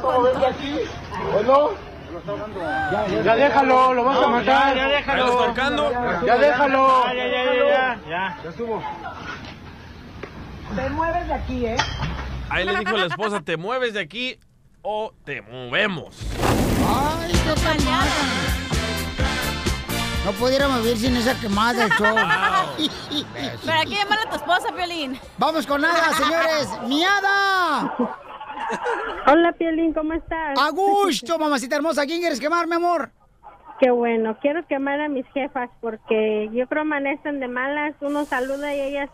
Speaker 15: ¿Cómo ves aquí? ¿O no? Ya,
Speaker 5: ya déjalo, lo vas a matar.
Speaker 15: Ya,
Speaker 5: Ya lo
Speaker 15: déjalo.
Speaker 5: está ahorcando.
Speaker 15: Ya déjalo.
Speaker 5: Ya, ya, ya, ya,
Speaker 15: ya. Ya estuvo.
Speaker 18: Te mueves de aquí, ¿eh?
Speaker 5: Ahí le dijo la esposa, te mueves de aquí o te movemos.
Speaker 2: Ay, qué quemada. No pudiéramos vivir sin esa quemada del show.
Speaker 3: ¿Para qué llamar a tu esposa, Piolín?
Speaker 2: Vamos con nada, señores. ¡Miada!
Speaker 19: Hola, Piolín, ¿cómo estás?
Speaker 2: A gusto, mamacita hermosa. ¿Quién quieres quemar, mi amor?
Speaker 19: Qué bueno, quiero quemar a mis jefas porque yo creo amanecen de malas, uno saluda y ellas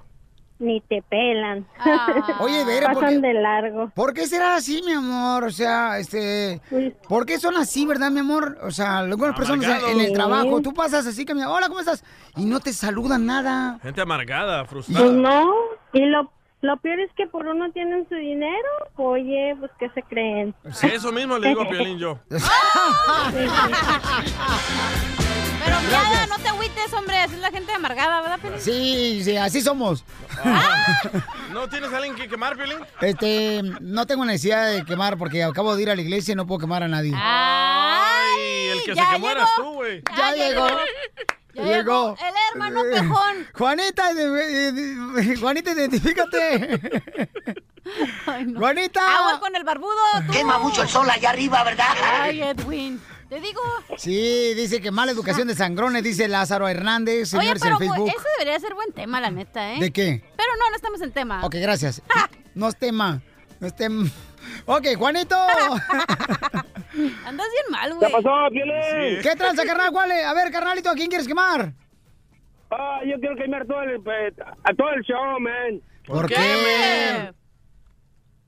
Speaker 19: ni te pelan.
Speaker 2: Ah. Oye, Vera, ¿por
Speaker 19: Pasan
Speaker 2: qué-
Speaker 19: de largo.
Speaker 2: ¿Por qué será así, mi amor? O sea, este... ¿Por qué son así, verdad, mi amor? O sea, algunas personas
Speaker 5: Amargados.
Speaker 2: en el trabajo,
Speaker 5: Sí.
Speaker 2: tú pasas así, que me hola, ¿cómo estás? Y no te saludan nada.
Speaker 5: Gente amargada, frustrada.
Speaker 19: Pues no, y lo, lo peor es que por uno tienen su dinero, oye, pues ¿qué se creen?
Speaker 5: Sí, eso mismo le digo a Piolín yo.
Speaker 3: Pero miada, no te agüites, hombre. Así es la gente amargada, ¿verdad, Piolín?
Speaker 2: Sí, sí, así somos.
Speaker 5: ¿No tienes a alguien que quemar, Piolín?
Speaker 2: Este, no tengo necesidad de quemar porque acabo de ir a la iglesia y no puedo quemar a nadie.
Speaker 15: Ah.
Speaker 5: Ay, el que se
Speaker 2: ya
Speaker 5: quemó eras tú, güey.
Speaker 2: Ya, llegó.
Speaker 3: Ya llegó el hermano
Speaker 2: pejón. Juanita, de- eh, de- Juanita, identifícate. Juanita.
Speaker 3: Agua con el barbudo. Tú.
Speaker 2: Quema mucho el sol allá arriba, ¿verdad?
Speaker 3: Ay, Edwin. Te digo.
Speaker 2: Sí, dice que mala educación de sangrones, dice Lázaro Hernández,
Speaker 3: Oye,
Speaker 2: señores
Speaker 3: pero
Speaker 2: en Facebook.
Speaker 3: pues, ese debería ser buen tema, la neta, ¿eh?
Speaker 2: ¿De qué?
Speaker 3: Pero no, no estamos en tema.
Speaker 2: Ok, gracias. No es tema. No es tema. Ok, Juanito.
Speaker 3: Andas bien mal, güey.
Speaker 2: ¿Qué tranza, carnal? ¿Cuál es? A ver, carnalito, ¿a quién quieres quemar?
Speaker 18: Ah, yo quiero quemar todo el, eh, a todo el show, man.
Speaker 2: ¿Por
Speaker 15: qué,
Speaker 18: man?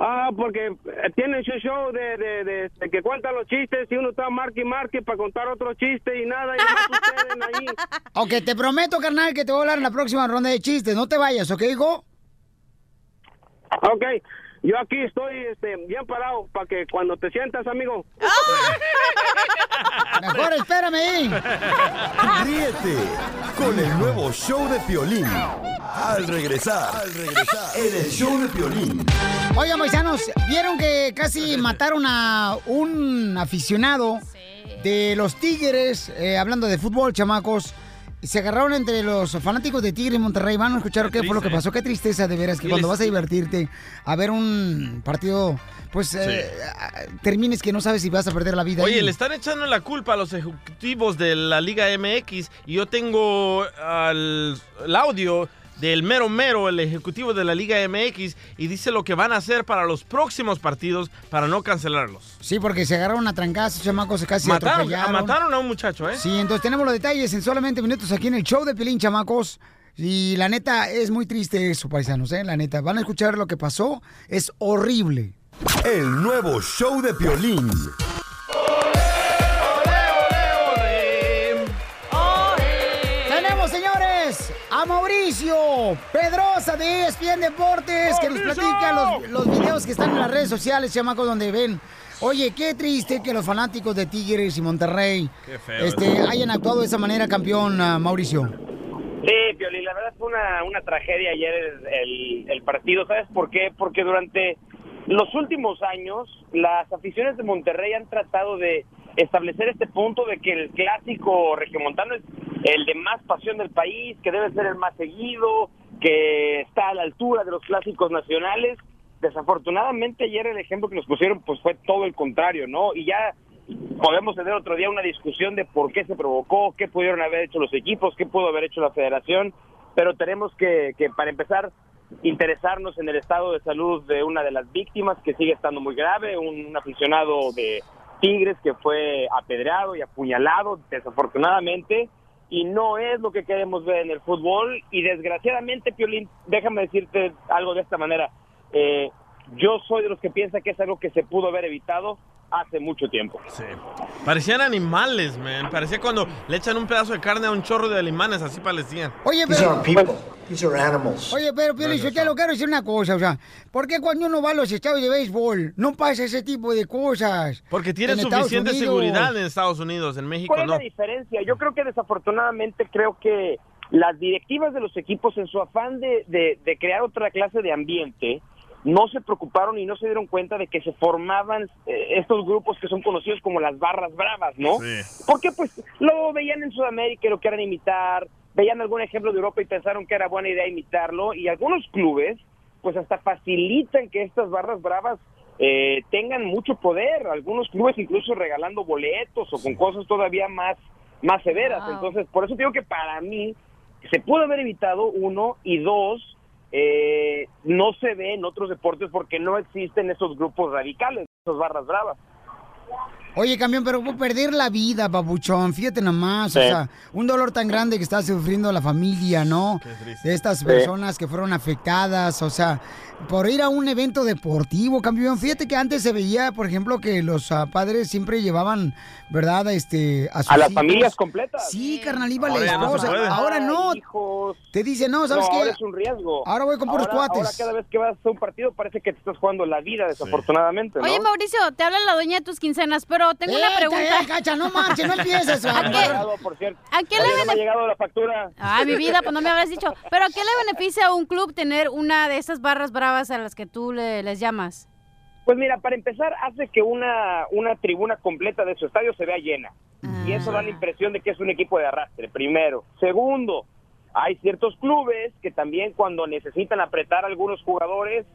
Speaker 18: Ah, porque eh, tienen su show de, de, de- de que cuentan los chistes y uno está marque y marque para contar otro chiste y nada. Y nomás ustedes ahí.
Speaker 2: Ok, te prometo, carnal, que te voy a hablar en la próxima ronda de chistes. No te vayas, ¿ok, hijo?
Speaker 18: Ok, yo aquí estoy este, bien parado para que cuando te sientas, amigo.
Speaker 2: Mejor espérame ahí.
Speaker 9: Ríete con el nuevo show de Piolín. Al regresar, al regresar, en el show de Piolín.
Speaker 2: Oigan, paisanos, ¿vieron que casi mataron a un aficionado de los Tigres? Eh, hablando de fútbol, chamacos. Se agarraron entre los fanáticos de Tigres y Monterrey. Van a escuchar qué, fue lo que pasó. Qué tristeza, de veras, que
Speaker 17: Sí,
Speaker 2: cuando
Speaker 17: les-
Speaker 2: vas a divertirte a ver un partido, pues eh, a- termines que no sabes si vas a perder la vida.
Speaker 5: Oye,
Speaker 2: ahí.
Speaker 5: le están echando la culpa a los ejecutivos de la Liga MX y yo tengo al- el audio del mero mero, el ejecutivo de la Liga MX, y dice lo que van a hacer para los próximos partidos para no cancelarlos.
Speaker 2: Sí, porque se agarraron a trancazos, chamacos, se casi
Speaker 5: Mataron,
Speaker 2: atropellaron.
Speaker 5: mataron a un muchacho, ¿eh?
Speaker 2: Sí, entonces tenemos los detalles en solamente minutos aquí en el show de Pilín, chamacos. Y la neta, es muy triste eso, paisanos, ¿eh? La neta, van a escuchar lo que pasó, es horrible.
Speaker 9: El nuevo show de Piolín.
Speaker 2: Tenemos, señores, a Mauricio Pedrosa de E ESPN Deportes, que nos platica los, los videos que están en las redes sociales, chamacos, donde ven. Oye, qué triste que los fanáticos de Tigres y Monterrey
Speaker 15: Qué feo
Speaker 2: este,
Speaker 15: eso.
Speaker 2: hayan actuado de esa manera, campeón, ah, Mauricio.
Speaker 20: Sí, Pioli, la verdad fue una, una tragedia ayer el, el- el partido. ¿Sabes por qué? Porque durante los últimos años las aficiones de Monterrey han tratado de establecer este punto de que el clásico regiomontano es el de más pasión del país, que debe ser el más seguido, que está a la altura de los clásicos nacionales. Desafortunadamente ayer el ejemplo que nos pusieron pues fue todo el contrario, ¿no? Y ya podemos tener otro día una discusión de por qué se provocó, qué pudieron haber hecho los equipos, qué pudo haber hecho la federación, pero tenemos que, que, para empezar, interesarnos en el estado de salud de una de las víctimas que sigue estando muy grave, un aficionado de Tigres que fue apedreado y apuñalado, desafortunadamente, y no es lo que queremos ver en el fútbol, y desgraciadamente, Piolín, déjame decirte algo de esta manera, eh, yo soy de los que piensa que es algo que se pudo haber evitado hace mucho tiempo.
Speaker 5: Parecían animales, man. Parecía cuando le echan un pedazo de carne a un chorro de alemanes, así parecían.
Speaker 2: Oye, pero- These aren't people.
Speaker 5: These are animals.
Speaker 2: Oye, pero Piolín, yo te lo quiero decir una cosa, o sea, ¿por qué cuando uno va a los estados de béisbol no pasa ese tipo de cosas?
Speaker 5: Porque tienen
Speaker 2: En Estados
Speaker 5: suficiente
Speaker 2: Unidos.
Speaker 5: seguridad en Estados Unidos, en México
Speaker 20: ¿Cuál
Speaker 5: no.
Speaker 20: es la diferencia? Yo creo que desafortunadamente creo que las directivas de los equipos en su afán de, de- de crear otra clase de ambiente no se preocuparon y no se dieron cuenta de que se formaban eh, estos grupos que son conocidos como las barras bravas, ¿no? Porque pues lo veían en Sudamérica y lo querían imitar, veían algún ejemplo de Europa y pensaron que era buena idea imitarlo y algunos clubes pues hasta facilitan que estas barras bravas eh, tengan mucho poder, algunos clubes incluso regalando boletos o con cosas todavía más, más severas.
Speaker 15: Wow.
Speaker 20: Entonces, por eso digo que para mí se pudo haber evitado uno y dos, eh, no se ve en otros deportes porque no existen esos grupos radicales, esas barras bravas.
Speaker 2: Oye, campeón, pero por perder la vida, babuchón, fíjate nomás, o
Speaker 20: Sí.
Speaker 2: sea, un dolor tan grande que está sufriendo la familia, ¿no? De estas
Speaker 20: Sí.
Speaker 2: personas que fueron afectadas, o sea, por ir a un evento deportivo, campeón, fíjate que antes se veía, por ejemplo, que los ah, padres siempre llevaban, ¿verdad? Este, a, sus
Speaker 20: las
Speaker 2: hijos.
Speaker 20: familias completas.
Speaker 2: Sí, carnal, iba la
Speaker 20: Ahora ya no se
Speaker 2: esposa,
Speaker 20: puede.
Speaker 2: ahora no. Te dice, no, ¿sabes
Speaker 20: No,
Speaker 2: qué?
Speaker 20: Ahora es un riesgo.
Speaker 2: Ahora voy con puros
Speaker 20: Ahora-
Speaker 2: cuates.
Speaker 20: Ahora cada vez que vas a un partido parece que te estás jugando la vida, desafortunadamente, ¿no?
Speaker 3: Oye, Mauricio, te habla la dueña de tus quincenas, pero tengo
Speaker 2: Eh,
Speaker 3: una pregunta.
Speaker 2: eh, Cacha, no marches, no empieces,
Speaker 3: ¿A
Speaker 20: No me ha
Speaker 3: qué,
Speaker 20: llegado, por cierto.
Speaker 3: a qué
Speaker 20: Oye,
Speaker 3: le
Speaker 20: no me ha llegado la factura.
Speaker 3: Ay, mi vida, pues no me habrás dicho. ¿Pero a qué le beneficia a un club tener una de esas barras bravas a las que tú le- les llamas?
Speaker 20: Pues mira, para empezar, hace que una, una tribuna completa de su estadio se vea llena. Y
Speaker 3: Ah.
Speaker 20: eso da la impresión de que es un equipo de arrastre, primero. Segundo, hay ciertos clubes que también cuando necesitan apretar a algunos jugadores,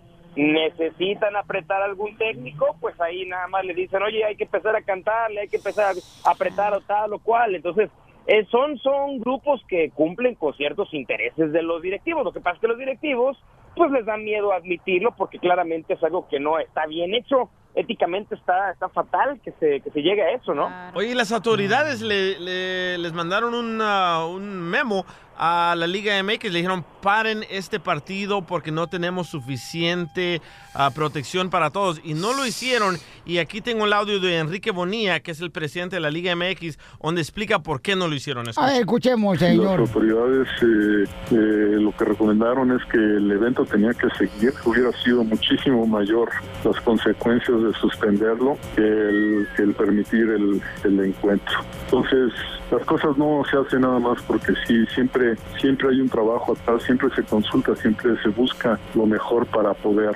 Speaker 20: necesitan apretar a algún técnico, pues ahí nada más le dicen, oye, hay que empezar a cantarle, hay que empezar a apretar o tal o cual. Entonces, eh, son, son grupos que cumplen con ciertos intereses de los directivos. Lo que pasa es que los directivos, pues les da miedo admitirlo porque claramente es algo que no está bien hecho. Éticamente está, está fatal que se, que se llegue a eso, ¿no?
Speaker 2: Ah.
Speaker 5: Oye, las autoridades le, le- les mandaron una- un memo a la Liga MX, le dijeron paren este partido porque no tenemos suficiente ah, protección para todos y no lo hicieron. Y aquí tengo el audio de Enrique Bonilla, que es el presidente de la Liga MX, donde explica por qué no lo hicieron. Eso.
Speaker 2: A ver, Ah, escuchemos,
Speaker 13: Las
Speaker 2: señor.
Speaker 13: autoridades eh, eh, lo que recomendaron es que el evento tenía que seguir. Hubiera sido muchísimo mayor las consecuencias de suspenderlo que el, que el permitir el, el encuentro. Entonces, las cosas no se hacen nada más porque sí, siempre, siempre hay un trabajo atrás, siempre se consulta, siempre se busca lo mejor para poder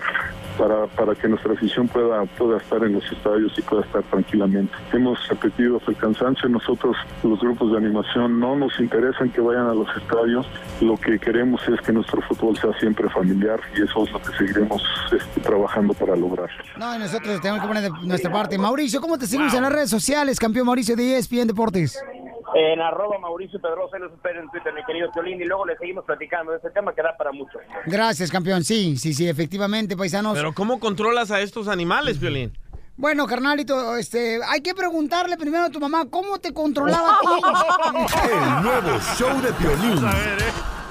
Speaker 13: para, para que nuestra afición pueda, pueda estar en los estadios y pueda estar tranquilamente. Hemos repetido hasta el cansancio, nosotros los grupos de animación no nos interesan que vayan a los estadios, lo que queremos es que nuestro fútbol sea siempre familiar y eso es lo que seguiremos este, trabajando para lograr.
Speaker 2: No, y nosotros tenemos que poner de nuestra parte. Mauricio, ¿cómo te seguimos en las redes sociales, campeón Mauricio de E ESPN Deportes?
Speaker 20: En arroba Mauricio Pedrosa, los espero en Twitter, mi querido Piolín, y luego le seguimos platicando de este tema que da para mucho.
Speaker 2: Gracias, campeón. Sí, sí, sí, efectivamente, paisanos.
Speaker 5: Pero ¿cómo controlas a estos animales, Violín?
Speaker 2: Bueno, carnalito, este, hay que preguntarle primero a tu mamá cómo te controlaba
Speaker 9: El
Speaker 2: tú.
Speaker 9: nuevo show de Piolín. eh.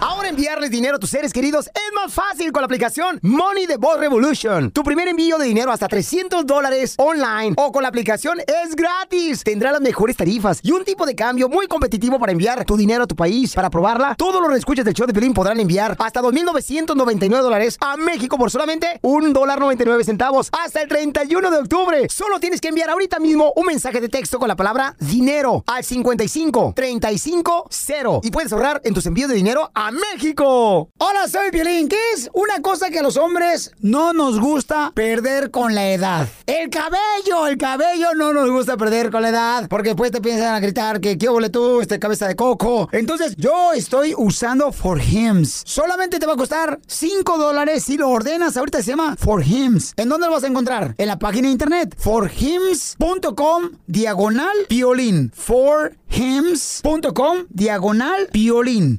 Speaker 17: Ahora enviarles dinero a tus seres queridos es más fácil con la aplicación Money the Ball Revolution. Tu primer envío de dinero hasta 300 dólares online o con la aplicación es gratis. Tendrá las mejores tarifas y un tipo de cambio muy competitivo para enviar tu dinero a tu país. Para probarla, todos los escuchas del show de Pelín podrán enviar hasta 2.999 dólares a México por solamente $1.99 centavos hasta el 31 de octubre. Solo tienes que enviar ahorita mismo un mensaje de texto con la palabra dinero al 55 35 0 y puedes ahorrar en tus envíos de dinero a México.
Speaker 2: Hola, soy Piolín. ¿Qué es una cosa que a los hombres no nos gusta perder con la edad? El cabello, el cabello no nos gusta perder con la edad, porque después te piensan a gritar que qué ole tú, este cabeza de coco. Entonces, yo estoy usando For Hims. Solamente te va a costar 5 dólares si lo ordenas. Ahorita se llama For Hims. ¿En dónde lo vas a encontrar? En la página de internet forhims.com diagonal piolín. forhims.com diagonal piolín.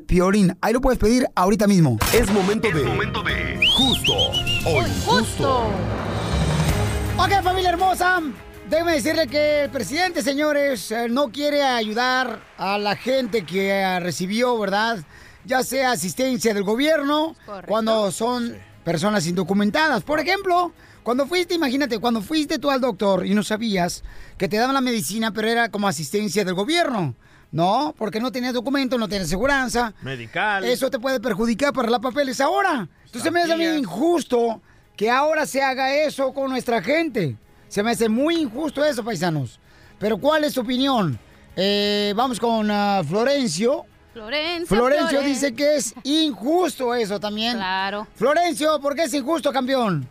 Speaker 2: piolín. Ahí lo puedes pedir ahorita mismo.
Speaker 9: Es momento de. Justo o injusto.
Speaker 2: Ok, familia hermosa. Déjeme decirle que el presidente, señores, eh, no quiere ayudar a la gente que eh, recibió, ¿verdad? Ya sea asistencia del gobierno, cuando son personas indocumentadas. Por ejemplo, cuando fuiste, imagínate, cuando fuiste tú al doctor y no sabías que te daban la medicina, pero era como asistencia del gobierno. No, porque no tenías documento, no tenías seguranza.
Speaker 5: Medical.
Speaker 2: Eso te puede perjudicar para la papeles ahora. Entonces se me hace bien injusto que ahora se haga eso con nuestra gente. Se me hace muy injusto eso, paisanos. Pero ¿cuál es tu opinión? Eh, vamos con ah, Florencio.
Speaker 3: Florencia.
Speaker 2: Florencio
Speaker 3: Flores.
Speaker 2: dice que es injusto eso también.
Speaker 3: Claro.
Speaker 2: Florencio, ¿por qué es injusto, campeón?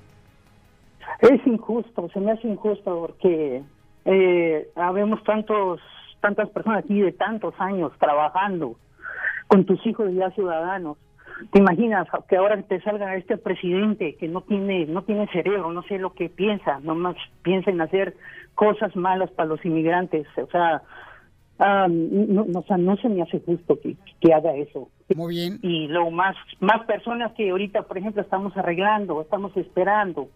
Speaker 21: Es injusto, se me hace injusto porque eh, habemos tantos, tantas personas aquí de tantos años trabajando con tus hijos ya ciudadanos. ¿Te imaginas que ahora te salga este presidente que no tiene, no tiene cerebro, no sé lo que piensa, nomás piensa en hacer cosas malas para los inmigrantes? O sea, ah, no, no, o sea, no se me hace justo que, que haga eso.
Speaker 2: Muy bien.
Speaker 21: Y luego más, más personas que ahorita, por ejemplo, estamos arreglando, estamos esperando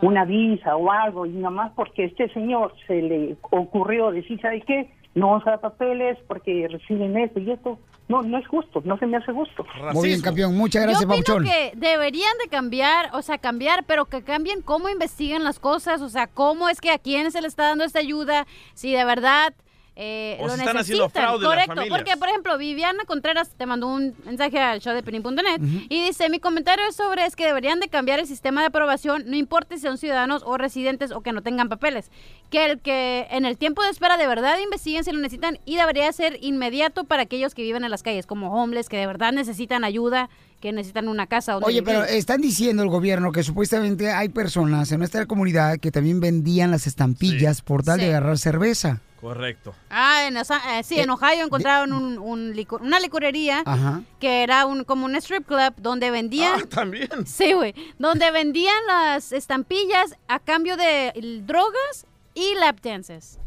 Speaker 21: una visa o algo, y nada más porque este señor se le ocurrió decir, ¿sabes qué? No vamos a dar papeles porque reciben esto y esto. No, no es justo, no se me hace justo.
Speaker 2: Muy bien, campeón. Muchas gracias,
Speaker 3: Yo opino
Speaker 2: Pauchón.
Speaker 3: que deberían de cambiar, o sea, cambiar, pero que cambien cómo investigan las cosas, o sea, cómo es que a quién se le está dando esta ayuda, si de verdad eh,
Speaker 5: O
Speaker 3: lo
Speaker 5: si
Speaker 3: necesitan.
Speaker 5: están haciendo fraude las
Speaker 3: Correcto,
Speaker 5: familias.
Speaker 3: porque por ejemplo, Viviana Contreras te mandó un mensaje al show de Piolín.net y dice, mi comentario es sobre es que deberían de cambiar el sistema de aprobación, no importa si son ciudadanos o residentes o que no tengan papeles, que el que en el tiempo de espera de verdad investiguen si lo necesitan y debería ser inmediato para aquellos que viven en las calles, como homeless, que de verdad necesitan ayuda, que necesitan una casa. donde
Speaker 2: Oye,
Speaker 3: vivir.
Speaker 2: pero están diciendo el gobierno que supuestamente hay personas en nuestra comunidad que también vendían las estampillas por tal de agarrar cerveza.
Speaker 5: Correcto.
Speaker 3: Ah, en Osa- eh, sí, en Ohio encontraron un, un licu- una licorería
Speaker 5: Ajá.
Speaker 3: que era un, como un strip club donde vendían...
Speaker 5: también.
Speaker 3: Sí, güey. Donde vendían las estampillas a cambio de l- drogas y lap dances.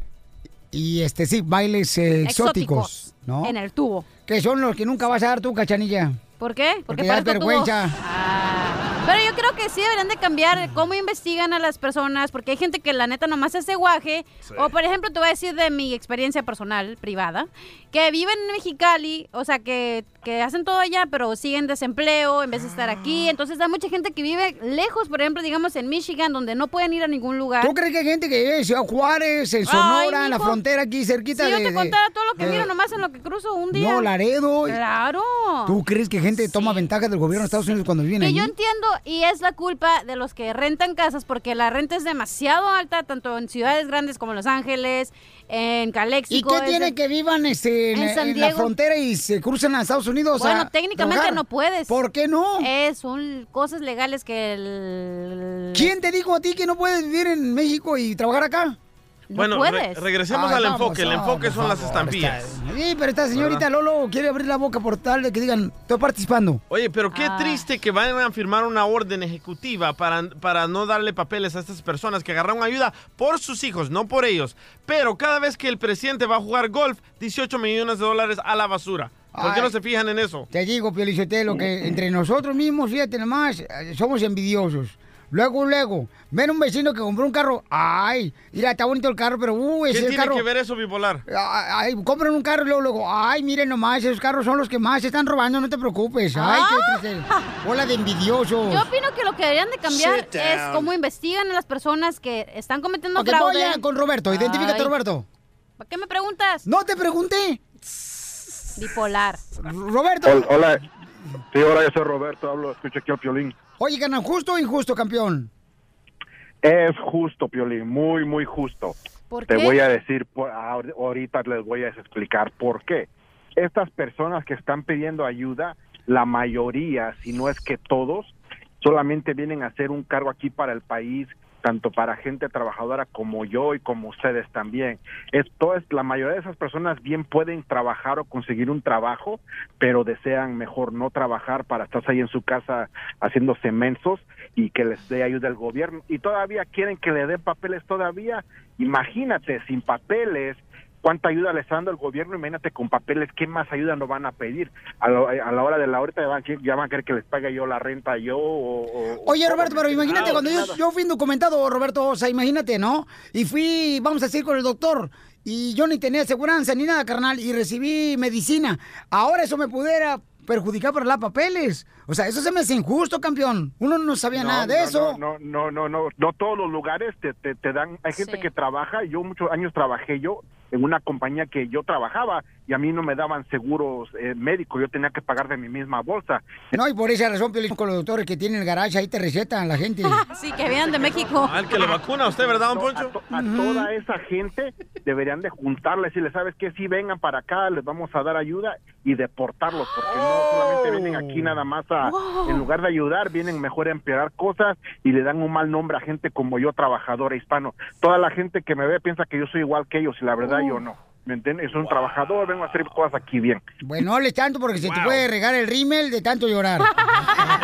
Speaker 2: Y este sí, bailes eh, exóticos,
Speaker 3: Exóticos.
Speaker 2: ¿no?
Speaker 3: En el tubo.
Speaker 2: Que son los que nunca vas a dar tú, cachanilla.
Speaker 3: ¿Por qué?
Speaker 2: Porque das
Speaker 3: parezco tubo.
Speaker 2: vergüenza.
Speaker 3: Ah. Pero yo creo que sí deberían de cambiar cómo investigan a las personas, porque hay gente que la neta nomás hace guaje.
Speaker 11: Sí.
Speaker 3: O por ejemplo, te voy a decir de mi experiencia personal, privada, que viven en Mexicali, o sea, que, que hacen todo allá, pero siguen desempleo en vez de estar
Speaker 2: Ah.
Speaker 3: aquí. Entonces hay mucha gente que vive lejos, por ejemplo, digamos en Michigan, donde no pueden ir a ningún lugar.
Speaker 2: ¿Tú crees que hay gente que vive en Ciudad Juárez, en
Speaker 3: Ah. Ay,
Speaker 2: Sonora, en la
Speaker 3: mijo.
Speaker 2: frontera aquí cerquita
Speaker 3: Si yo
Speaker 2: de-
Speaker 3: te
Speaker 2: de-
Speaker 3: contara todo lo que
Speaker 2: de-
Speaker 3: miro nomás en lo que cruzo un día.
Speaker 2: No, Laredo.
Speaker 3: Claro.
Speaker 2: ¿Tú crees que gente toma ventaja del gobierno de Estados Unidos cuando viven
Speaker 3: Que
Speaker 2: allí?
Speaker 3: yo entiendo y es la culpa de los que rentan casas porque la renta es demasiado alta tanto en ciudades grandes como Los Ángeles, en
Speaker 2: ¿Y
Speaker 3: Calexico.
Speaker 2: qué tiene que vivan este, en,
Speaker 3: en San
Speaker 2: en la
Speaker 3: Diego.
Speaker 2: frontera y se cruzan a Estados Unidos? a
Speaker 3: Bueno, técnicamente
Speaker 2: trabajar?
Speaker 3: no puedes.
Speaker 2: ¿Por qué no?
Speaker 3: Es son cosas legales que el...
Speaker 2: ¿Quién te dijo a ti que no puedes vivir en México y trabajar acá?
Speaker 5: Bueno, re- regresemos
Speaker 2: Ay,
Speaker 5: al
Speaker 2: no,
Speaker 5: enfoque. El
Speaker 2: pues, no,
Speaker 5: enfoque
Speaker 2: por
Speaker 5: son las
Speaker 2: favor,
Speaker 5: estampillas.
Speaker 2: está- Sí, pero esta señorita Lolo quiere abrir la boca por tal de que digan, estoy participando.
Speaker 5: Oye, pero qué triste que van a firmar una orden ejecutiva para, para no darle papeles a estas personas que agarraron ayuda por sus hijos, no por ellos. Pero cada vez que el presidente va a jugar golf, 18 millones de dólares a la basura. ¿Por qué
Speaker 2: Ay.
Speaker 5: no se fijan en eso?
Speaker 2: Te digo, lo
Speaker 5: Oh.
Speaker 2: que entre nosotros mismos, fíjate nomás, eh, somos envidiosos. Luego, luego, ven un vecino que compró un carro. Ay, mira, está bonito el carro, pero uh,
Speaker 5: ¿Qué
Speaker 2: ese
Speaker 5: tiene
Speaker 2: carro.
Speaker 5: que ver eso bipolar?
Speaker 2: Eh, Ay, ay, compran un carro y luego, luego, ay, miren nomás, esos carros son los que más se están robando, no te preocupes. Ay,
Speaker 3: Ah.
Speaker 2: qué triste. Hola de envidiosos.
Speaker 3: Yo opino que lo que deberían de cambiar
Speaker 2: Sit down.
Speaker 3: es cómo investigan a las personas que están cometiendo
Speaker 2: Ok, voy
Speaker 3: fraude.
Speaker 2: ya con Roberto, identifícate,
Speaker 3: Ay,
Speaker 2: Roberto.
Speaker 3: ¿Para qué me preguntas?
Speaker 2: No te pregunté.
Speaker 3: Bipolar.
Speaker 2: Roberto.
Speaker 22: Hol- Hola, sí, hola, yo soy Roberto, hablo, escucho aquí al Piolín.
Speaker 2: Oye, ganan justo o injusto, campeón.
Speaker 22: Es justo, Piolín, muy, muy justo.
Speaker 2: ¿Por
Speaker 22: Te
Speaker 2: qué?
Speaker 22: voy a decir, por, ahor- ahorita les voy a explicar por qué. Estas personas que están pidiendo ayuda, la mayoría, si no es que todos, solamente vienen a hacer un cargo aquí para el país, tanto para gente trabajadora como yo y como ustedes también. Esto es, la mayoría de esas personas bien pueden trabajar o conseguir un trabajo, pero desean mejor no trabajar para estar ahí en su casa haciéndose mensos y que les dé ayuda el gobierno. Y todavía quieren que le den papeles todavía. Imagínate, sin papeles, cuánta ayuda le está dando el gobierno, imagínate con papeles, ¿qué más ayuda nos van a pedir? A, lo- a la hora de la ahorita ya van, a querer- ya van a querer que les pague yo la renta yo o... o-
Speaker 2: Oye,
Speaker 22: o-
Speaker 2: Roberto, pero imagínate,
Speaker 22: nada,
Speaker 2: cuando yo,
Speaker 22: nada.
Speaker 2: yo fui indocumentado, Roberto, o sea, imagínate, ¿no? Y fui, vamos a decir, con el doctor, y yo ni tenía aseguranza ni nada, carnal, y recibí medicina. Ahora eso me pudiera perjudicar para la papeles. O sea, eso se me hace injusto, campeón. Uno no sabía nada de
Speaker 22: no,
Speaker 2: eso.
Speaker 22: No, no, no, no, no, no todos los lugares te, te, te dan. Hay gente que trabaja, yo muchos años trabajé yo en una compañía que yo trabajaba y a mí no me daban seguros eh, médicos, yo tenía que pagar de mi misma bolsa.
Speaker 2: No, y por esa razón, Piolín, con los doctores que tienen el garage, ahí te recetan la gente.
Speaker 3: Sí, que vienen de México.
Speaker 5: Al que le vacuna a usted, ¿verdad, don Poncho?
Speaker 22: A toda esa gente deberían de juntarles y decirles, ¿sabes qué? Si vengan para acá, les vamos a dar ayuda y deportarlos, porque
Speaker 5: Oh.
Speaker 22: no solamente vienen aquí nada más a, en lugar de ayudar, vienen mejor a empeorar cosas y le dan un mal nombre a gente como yo, trabajadora hispano. Toda la gente que me ve piensa que yo soy igual que ellos y la
Speaker 5: Oh.
Speaker 22: verdad yo no. ¿Me entiendes? Soy un trabajador, vengo a hacer cosas aquí bien.
Speaker 2: Bueno, no hables tanto porque se te puede regar el rímel de tanto llorar.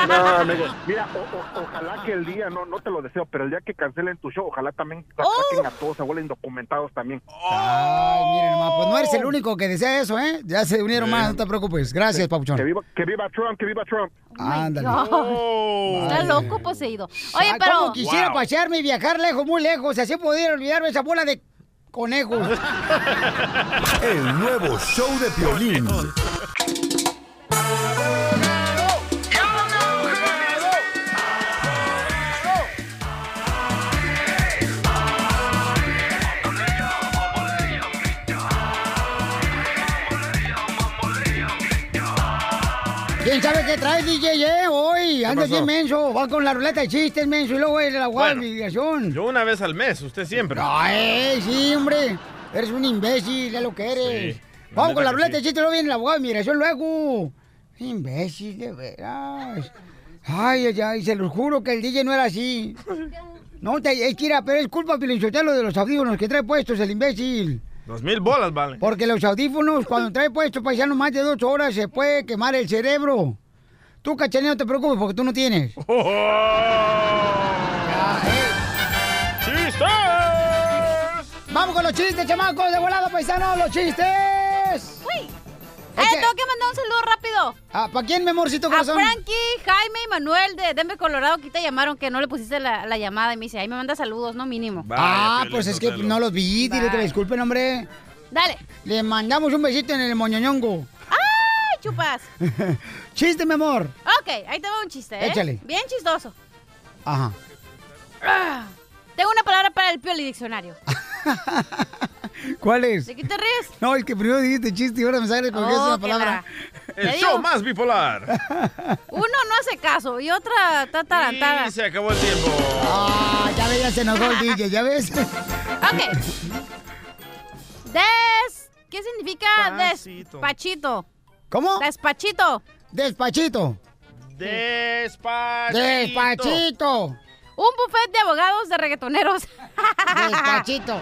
Speaker 22: No, amigo, mira, o- o- ojalá que el día, no no te lo deseo, pero el día que cancelen tu show, ojalá también sa- saquen a todos, se vuelven documentados también.
Speaker 2: Ay, miren, nomás, pues no eres el único que desea eso, ¿eh? Ya se unieron más, no te preocupes. Gracias, Papuchón.
Speaker 22: Que viva, que viva Trump, que viva Trump. Oh.
Speaker 2: Ándale.
Speaker 3: Oh Está
Speaker 2: Ay.
Speaker 3: loco poseído. Oye,
Speaker 2: Ay,
Speaker 3: pero...
Speaker 2: cómo quisiera pasearme y viajar lejos, muy lejos. Así pudiera olvidarme esa bola de conejos.
Speaker 9: El nuevo show de Piolín.
Speaker 2: ¿Quién sabe qué trae, DJ, eh? Hoy, andas
Speaker 5: pasó?
Speaker 2: bien menso. Va con la ruleta de chistes, menso, y luego el agua de
Speaker 5: Bueno.
Speaker 2: obligación.
Speaker 5: Yo una vez al mes, usted siempre.
Speaker 2: Ay, sí, hombre. Eres un imbécil, ya lo que eres.
Speaker 5: Sí, la
Speaker 2: Vamos
Speaker 5: neta
Speaker 2: con la
Speaker 5: que
Speaker 2: ruleta
Speaker 5: sí.
Speaker 2: de chistes, luego viene el abogado de migración, luego. Imbécil, de veras. Ay, ay, ay, se los juro que el DJ no era así. No, te, es que era, pero es culpa, Pilinchotelo, de los audífonos que trae puestos el imbécil.
Speaker 5: Dos mil bolas, vale.
Speaker 2: Porque los audífonos, cuando trae puesto paisano más de dos horas, se puede quemar el cerebro. Tú, cachaneo, no te preocupes porque tú no tienes.
Speaker 5: Oh,
Speaker 2: ¡Chistes! Vamos con los chistes, chamacos, de volada, paisano, los chistes.
Speaker 3: ¡Uy! Eh, tengo que mandar un saludo rápido.
Speaker 2: Ah, ¿Para quién, mi amorcito corazón?
Speaker 3: A Frankie, Jaime y Manuel de Denver, Colorado, que te llamaron que no le pusiste la, la llamada y me dice, ahí me manda saludos, no mínimo.
Speaker 2: ah, pues es que no los vi, dile que disculpen, hombre.
Speaker 3: Dale.
Speaker 2: Le mandamos un besito en el moñoñongo.
Speaker 3: ¡Ay, chupas!
Speaker 2: Chiste, mi amor.
Speaker 3: Ok, ahí te va un chiste, ¿eh?
Speaker 2: Échale.
Speaker 3: Bien chistoso.
Speaker 2: Ajá.
Speaker 3: Ah, tengo una palabra para el pioli diccionario.
Speaker 2: ¿Cuál es?
Speaker 3: ¿De qué te ríes?
Speaker 2: No, el que primero dijiste chiste y ahora me sale porque
Speaker 3: Oh,
Speaker 2: es una
Speaker 3: qué
Speaker 2: palabra.
Speaker 5: El show más bipolar.
Speaker 3: Uno no hace caso y otra está atarantada.
Speaker 5: Y se acabó el tiempo.
Speaker 2: Ah, ya ves, ya se enojó el DJ, ya ves.
Speaker 3: Ok. Des... ¿Qué significa
Speaker 5: Despacito.
Speaker 3: despachito?
Speaker 2: ¿Cómo?
Speaker 3: Despachito.
Speaker 2: Despachito.
Speaker 5: Despachito.
Speaker 2: Despachito.
Speaker 3: Un buffet de abogados de reggaetoneros.
Speaker 2: Despachito.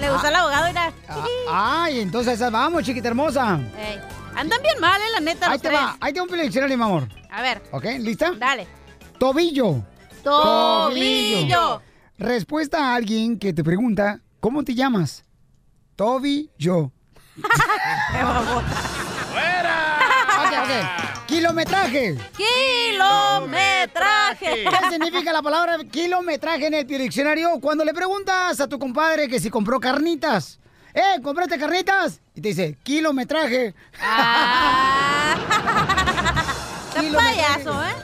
Speaker 3: Le gusta el abogado, mira.
Speaker 2: Ah, Ay, entonces vamos, chiquita hermosa.
Speaker 3: Ey, Andan bien mal, eh, la neta,
Speaker 2: Ahí
Speaker 3: los
Speaker 2: te
Speaker 3: tres.
Speaker 2: va, ahí te va un diccionario, mi amor.
Speaker 3: A ver.
Speaker 2: ¿Ok? ¿Lista?
Speaker 3: Dale.
Speaker 2: Tobillo.
Speaker 3: Tobillo.
Speaker 2: Respuesta a alguien que te pregunta, ¿cómo te llamas? Tobillo.
Speaker 3: Ah.
Speaker 2: Kilometraje.
Speaker 3: Kilometraje.
Speaker 2: ¿Qué significa la palabra kilometraje en el diccionario? Cuando le preguntas a tu compadre que si compró carnitas. ¿Eh? ¿Compraste carnitas? Y te dice, kilometraje.
Speaker 3: Ah. Está payaso, ¿eh?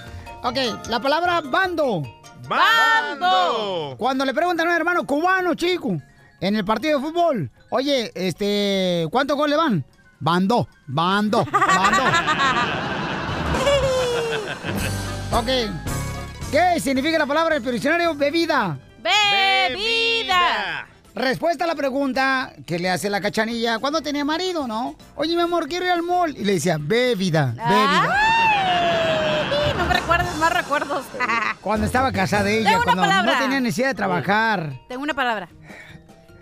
Speaker 2: Ok, la palabra bando.
Speaker 5: ¡Bando!
Speaker 2: Cuando le preguntan a un hermano cubano, chico, en el partido de fútbol, oye, este, ¿cuántos goles van? Bando, bando, bando. ok. ¿Qué significa la palabra del diccionario? Bebida.
Speaker 3: Bebida.
Speaker 2: Respuesta a la pregunta que le hace la cachanilla, ¿cuándo tenía marido, no? Oye, mi amor, quiero ir al mall. Y le decía, bebida, bebida.
Speaker 3: Ay, No me recuerdas más recuerdos.
Speaker 2: Cuando estaba casada
Speaker 3: Ah. Tengo
Speaker 2: ella,
Speaker 3: una
Speaker 2: cuando
Speaker 3: palabra.
Speaker 2: no tenía necesidad de trabajar.
Speaker 3: Tengo una palabra.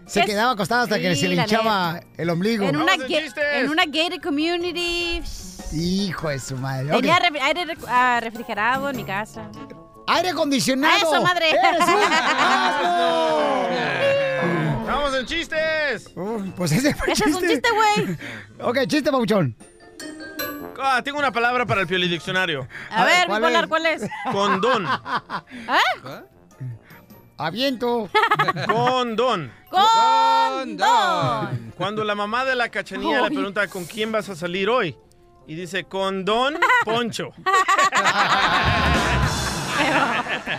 Speaker 2: Se
Speaker 3: Es-
Speaker 2: quedaba acostada hasta que
Speaker 3: Sí,
Speaker 2: se le
Speaker 3: la
Speaker 2: hinchaba
Speaker 3: neta.
Speaker 2: el ombligo.
Speaker 3: En una, ga- en una gated community.
Speaker 2: Hijo de su madre. Ok.
Speaker 3: Tenía re- aire re- ah, refrigerado en mi casa.
Speaker 2: ¡Aire acondicionado!
Speaker 3: ¡Eso, madre!
Speaker 2: ¡Eres un
Speaker 5: ¡Vamos en chistes!
Speaker 2: Uy, Pues ese fue
Speaker 3: Ese es un chiste, güey.
Speaker 2: ok, chiste, Pauchón.
Speaker 5: Ah, tengo una palabra para el pioli diccionario.
Speaker 3: A, ver,
Speaker 5: ¿cuál
Speaker 3: bipolar,
Speaker 5: es?
Speaker 3: ¿cuál es?
Speaker 5: Condón.
Speaker 2: ¿Ah?
Speaker 3: ¿Eh?
Speaker 2: Aviento.
Speaker 5: Condón.
Speaker 3: Condón.
Speaker 5: Cuando la mamá de la cachanilla le
Speaker 3: Ay.
Speaker 5: pregunta con quién vas a salir hoy y dice condón poncho.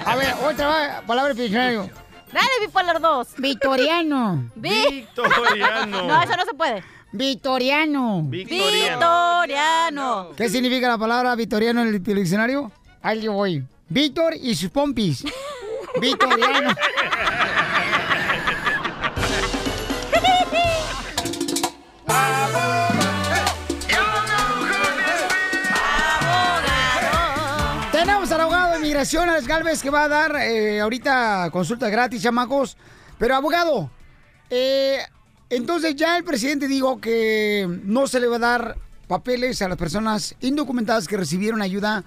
Speaker 2: A ver, otra palabra del diccionario.
Speaker 3: Dale, bipolar 2.
Speaker 2: Victoriano.
Speaker 3: Victoriano. No, eso no se puede.
Speaker 2: Victoriano.
Speaker 3: Victoriano.
Speaker 2: ¿Qué significa la palabra victoriano en el diccionario? Ahí yo voy. Víctor y sus pompis. Victoriano. Tenemos al abogado de migración, Alex Galvez, que va a dar eh, ahorita consulta gratis, chamacos. Pero, abogado, eh, entonces ya el presidente dijo que no se le va a dar papeles a las personas indocumentadas que recibieron ayuda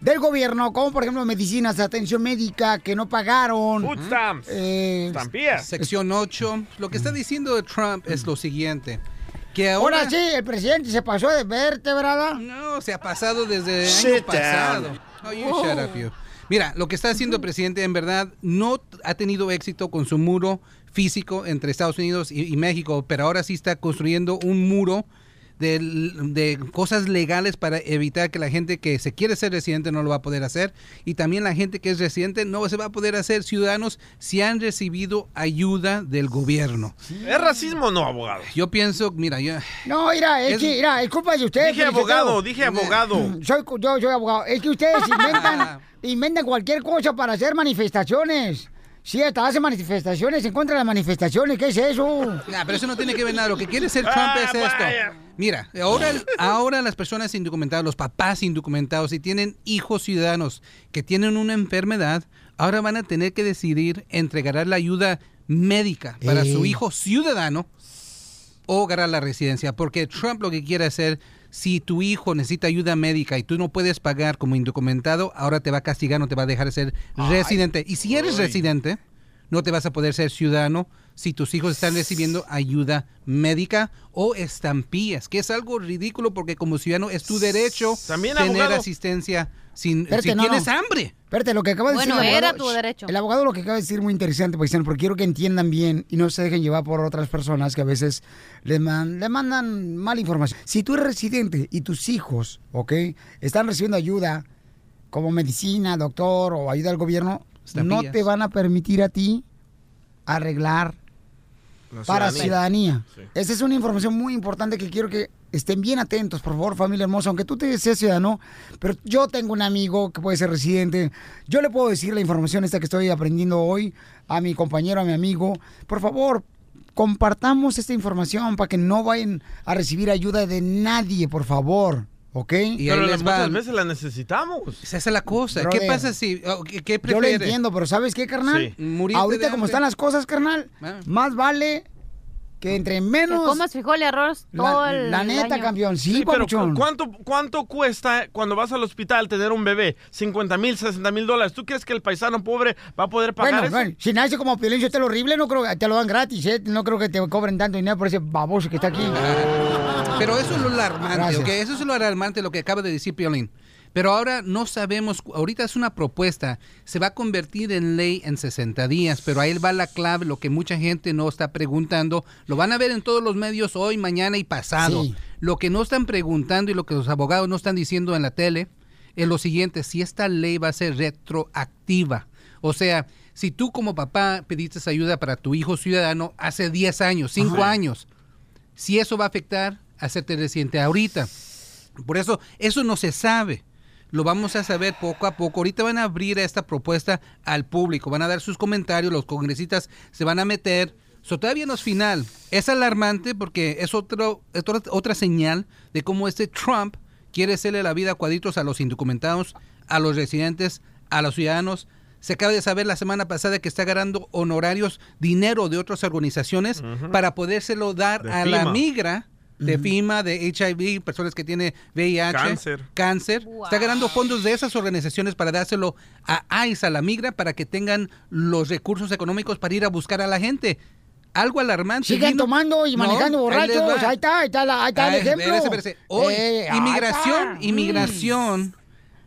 Speaker 2: del gobierno, como por ejemplo medicinas, atención médica, que no pagaron.
Speaker 5: Food stamps.
Speaker 2: Eh,
Speaker 1: Sección 8. Lo que está diciendo Trump es lo siguiente. Que ahora,
Speaker 2: Ahora sí, el presidente se pasó de vértebra.
Speaker 1: No, se ha pasado desde el
Speaker 2: Sit
Speaker 1: año pasado.
Speaker 2: down.
Speaker 1: No, you shut up, you. Oh. Mira, lo que está haciendo el presidente en verdad no t- ha tenido éxito con su muro físico entre Estados Unidos y, y México, pero ahora sí está construyendo un muro de, de cosas legales para evitar que la gente que se quiere ser residente no lo va a poder hacer y también la gente que es residente no se va a poder hacer ciudadanos si han recibido ayuda del gobierno.
Speaker 5: ¿Es racismo o no, abogado?
Speaker 1: Yo pienso, mira, yo...
Speaker 2: No, mira, es,
Speaker 1: Es-
Speaker 2: que, mira, es culpa de ustedes.
Speaker 1: Dije
Speaker 2: felicitado.
Speaker 1: abogado, dije abogado.
Speaker 2: Mm, Soy, cu- yo soy abogado. Es que ustedes inventan, inventan cualquier cosa para hacer manifestaciones. Sí, hasta hacen manifestaciones en contra de las manifestaciones. ¿Qué es eso?
Speaker 1: Nah, pero eso no tiene que ver nada. Lo que quiere ser Trump es esto. Mira, ahora, ahora las personas indocumentadas, los papás indocumentados, si tienen hijos ciudadanos que tienen una enfermedad, ahora van a tener que decidir entre ganar la ayuda médica para su
Speaker 17: Ey.
Speaker 1: hijo ciudadano o ganar la residencia, porque Trump lo que quiere hacer, si tu hijo necesita ayuda médica y tú no puedes pagar como indocumentado, ahora te va a castigar, no te va a dejar ser residente. Y si eres residente, no te vas a poder ser ciudadano si tus hijos están recibiendo ayuda médica o estampillas, que es algo ridículo porque como ciudadano es tu derecho
Speaker 5: También,
Speaker 1: tener
Speaker 5: abogado.
Speaker 1: asistencia sin,
Speaker 2: Espérate,
Speaker 1: si
Speaker 2: no,
Speaker 1: tienes
Speaker 2: no.
Speaker 1: hambre.
Speaker 2: Espérate, lo que acaba de
Speaker 1: Bueno,
Speaker 2: decir. el
Speaker 1: era
Speaker 2: abogado-
Speaker 1: tu derecho.
Speaker 2: El abogado lo que acaba de decir muy interesante, paisano, porque quiero que entiendan bien y no se dejen llevar por otras personas que a veces le, man- le mandan mala información. Si tú eres residente y tus hijos, ¿ok? Están recibiendo ayuda como medicina, doctor o ayuda del gobierno, no
Speaker 17: Estampillas.
Speaker 2: te van a permitir a ti arreglar
Speaker 17: La
Speaker 2: para
Speaker 17: ciudadanía.
Speaker 2: ciudadanía. Eh.
Speaker 17: Sí.
Speaker 2: Esa es una información muy importante que quiero que estén bien atentos, por favor, familia hermosa, aunque tú te seas ciudadano, pero yo tengo un amigo que puede ser residente, yo le puedo decir la información esta que estoy aprendiendo hoy a mi compañero, a mi amigo, por favor, compartamos esta información para que no vayan a recibir ayuda de nadie, por favor, ¿ok?
Speaker 5: Pero las muchas veces la necesitamos.
Speaker 1: Esa es la cosa.
Speaker 2: Brother.
Speaker 1: ¿Qué pasa si... o qué- qué
Speaker 2: Yo lo
Speaker 1: prefieres?
Speaker 2: entiendo, pero ¿sabes qué, carnal?
Speaker 1: Sí. Morirte de
Speaker 2: Ahorita como
Speaker 1: hambre.
Speaker 2: están las cosas, carnal, más vale que entre menos...
Speaker 3: comas frijoles, arroz,
Speaker 2: La-
Speaker 3: todo el
Speaker 2: la neta,
Speaker 3: año.
Speaker 2: campeón, sí,
Speaker 5: Sí, pero
Speaker 2: papuchón.
Speaker 5: ¿cu- ¿cuánto, ¿cuánto cuesta cuando vas al hospital tener un bebé? 50 mil, 60 mil dólares. ¿Tú crees que el paisano pobre va a poder pagar
Speaker 2: Bueno,
Speaker 5: eso?
Speaker 2: bueno, si nace como Piolín Sotelo horrible, no creo que te lo dan gratis, ¿eh? No creo que te cobren tanto dinero por ese baboso que está aquí.
Speaker 1: Pero eso es lo alarmante,
Speaker 2: Gracias.
Speaker 1: ¿ok? Eso es lo alarmante, lo que acaba de decir Piolín. Pero ahora no sabemos, cu- ahorita es una propuesta, se va a convertir en ley en 60 días, pero ahí va la clave, lo que mucha gente no está preguntando, lo van a ver en todos los medios hoy, mañana y pasado.
Speaker 2: Sí.
Speaker 1: Lo que no están preguntando y lo que los abogados no están diciendo en la tele es lo siguiente, si esta ley va a ser retroactiva. O sea, si tú como papá pediste ayuda para tu hijo ciudadano hace 10 años, 5
Speaker 7: Ajá.
Speaker 1: años, si eso va a afectar a hacerte reciente ahorita. Por eso, eso no se sabe. Lo vamos a saber poco a poco. Ahorita van a abrir esta propuesta al público, van a dar sus comentarios, los congresistas se van a meter. So, todavía no es final. Es alarmante porque es, otro, es otra- otra señal de cómo este Trump quiere hacerle la vida a cuadritos a los indocumentados, a los residentes, a los ciudadanos. Se acaba de saber la semana pasada que está ganando honorarios, dinero de otras organizaciones para podérselo dar
Speaker 5: De
Speaker 1: a la
Speaker 5: FEMA.
Speaker 1: migra de FIMA, de HIV, personas que tienen VIH,
Speaker 5: Cáncer.
Speaker 1: cáncer. Está ganando fondos de esas organizaciones para dárselo a ICE, a la migra, para que tengan los recursos económicos para ir a buscar a la gente. Algo alarmante.
Speaker 2: Siguen
Speaker 1: Vino-
Speaker 2: tomando y
Speaker 1: No,
Speaker 2: manejando
Speaker 1: ahí les
Speaker 2: borrachos.
Speaker 1: va.
Speaker 2: Ahí está, ahí está, la- ahí está
Speaker 1: Ay,
Speaker 2: el ejemplo.
Speaker 1: espérese, espérese. Hoy,
Speaker 2: Eh, ahí
Speaker 1: inmigración,
Speaker 2: está. Mm.
Speaker 1: inmigración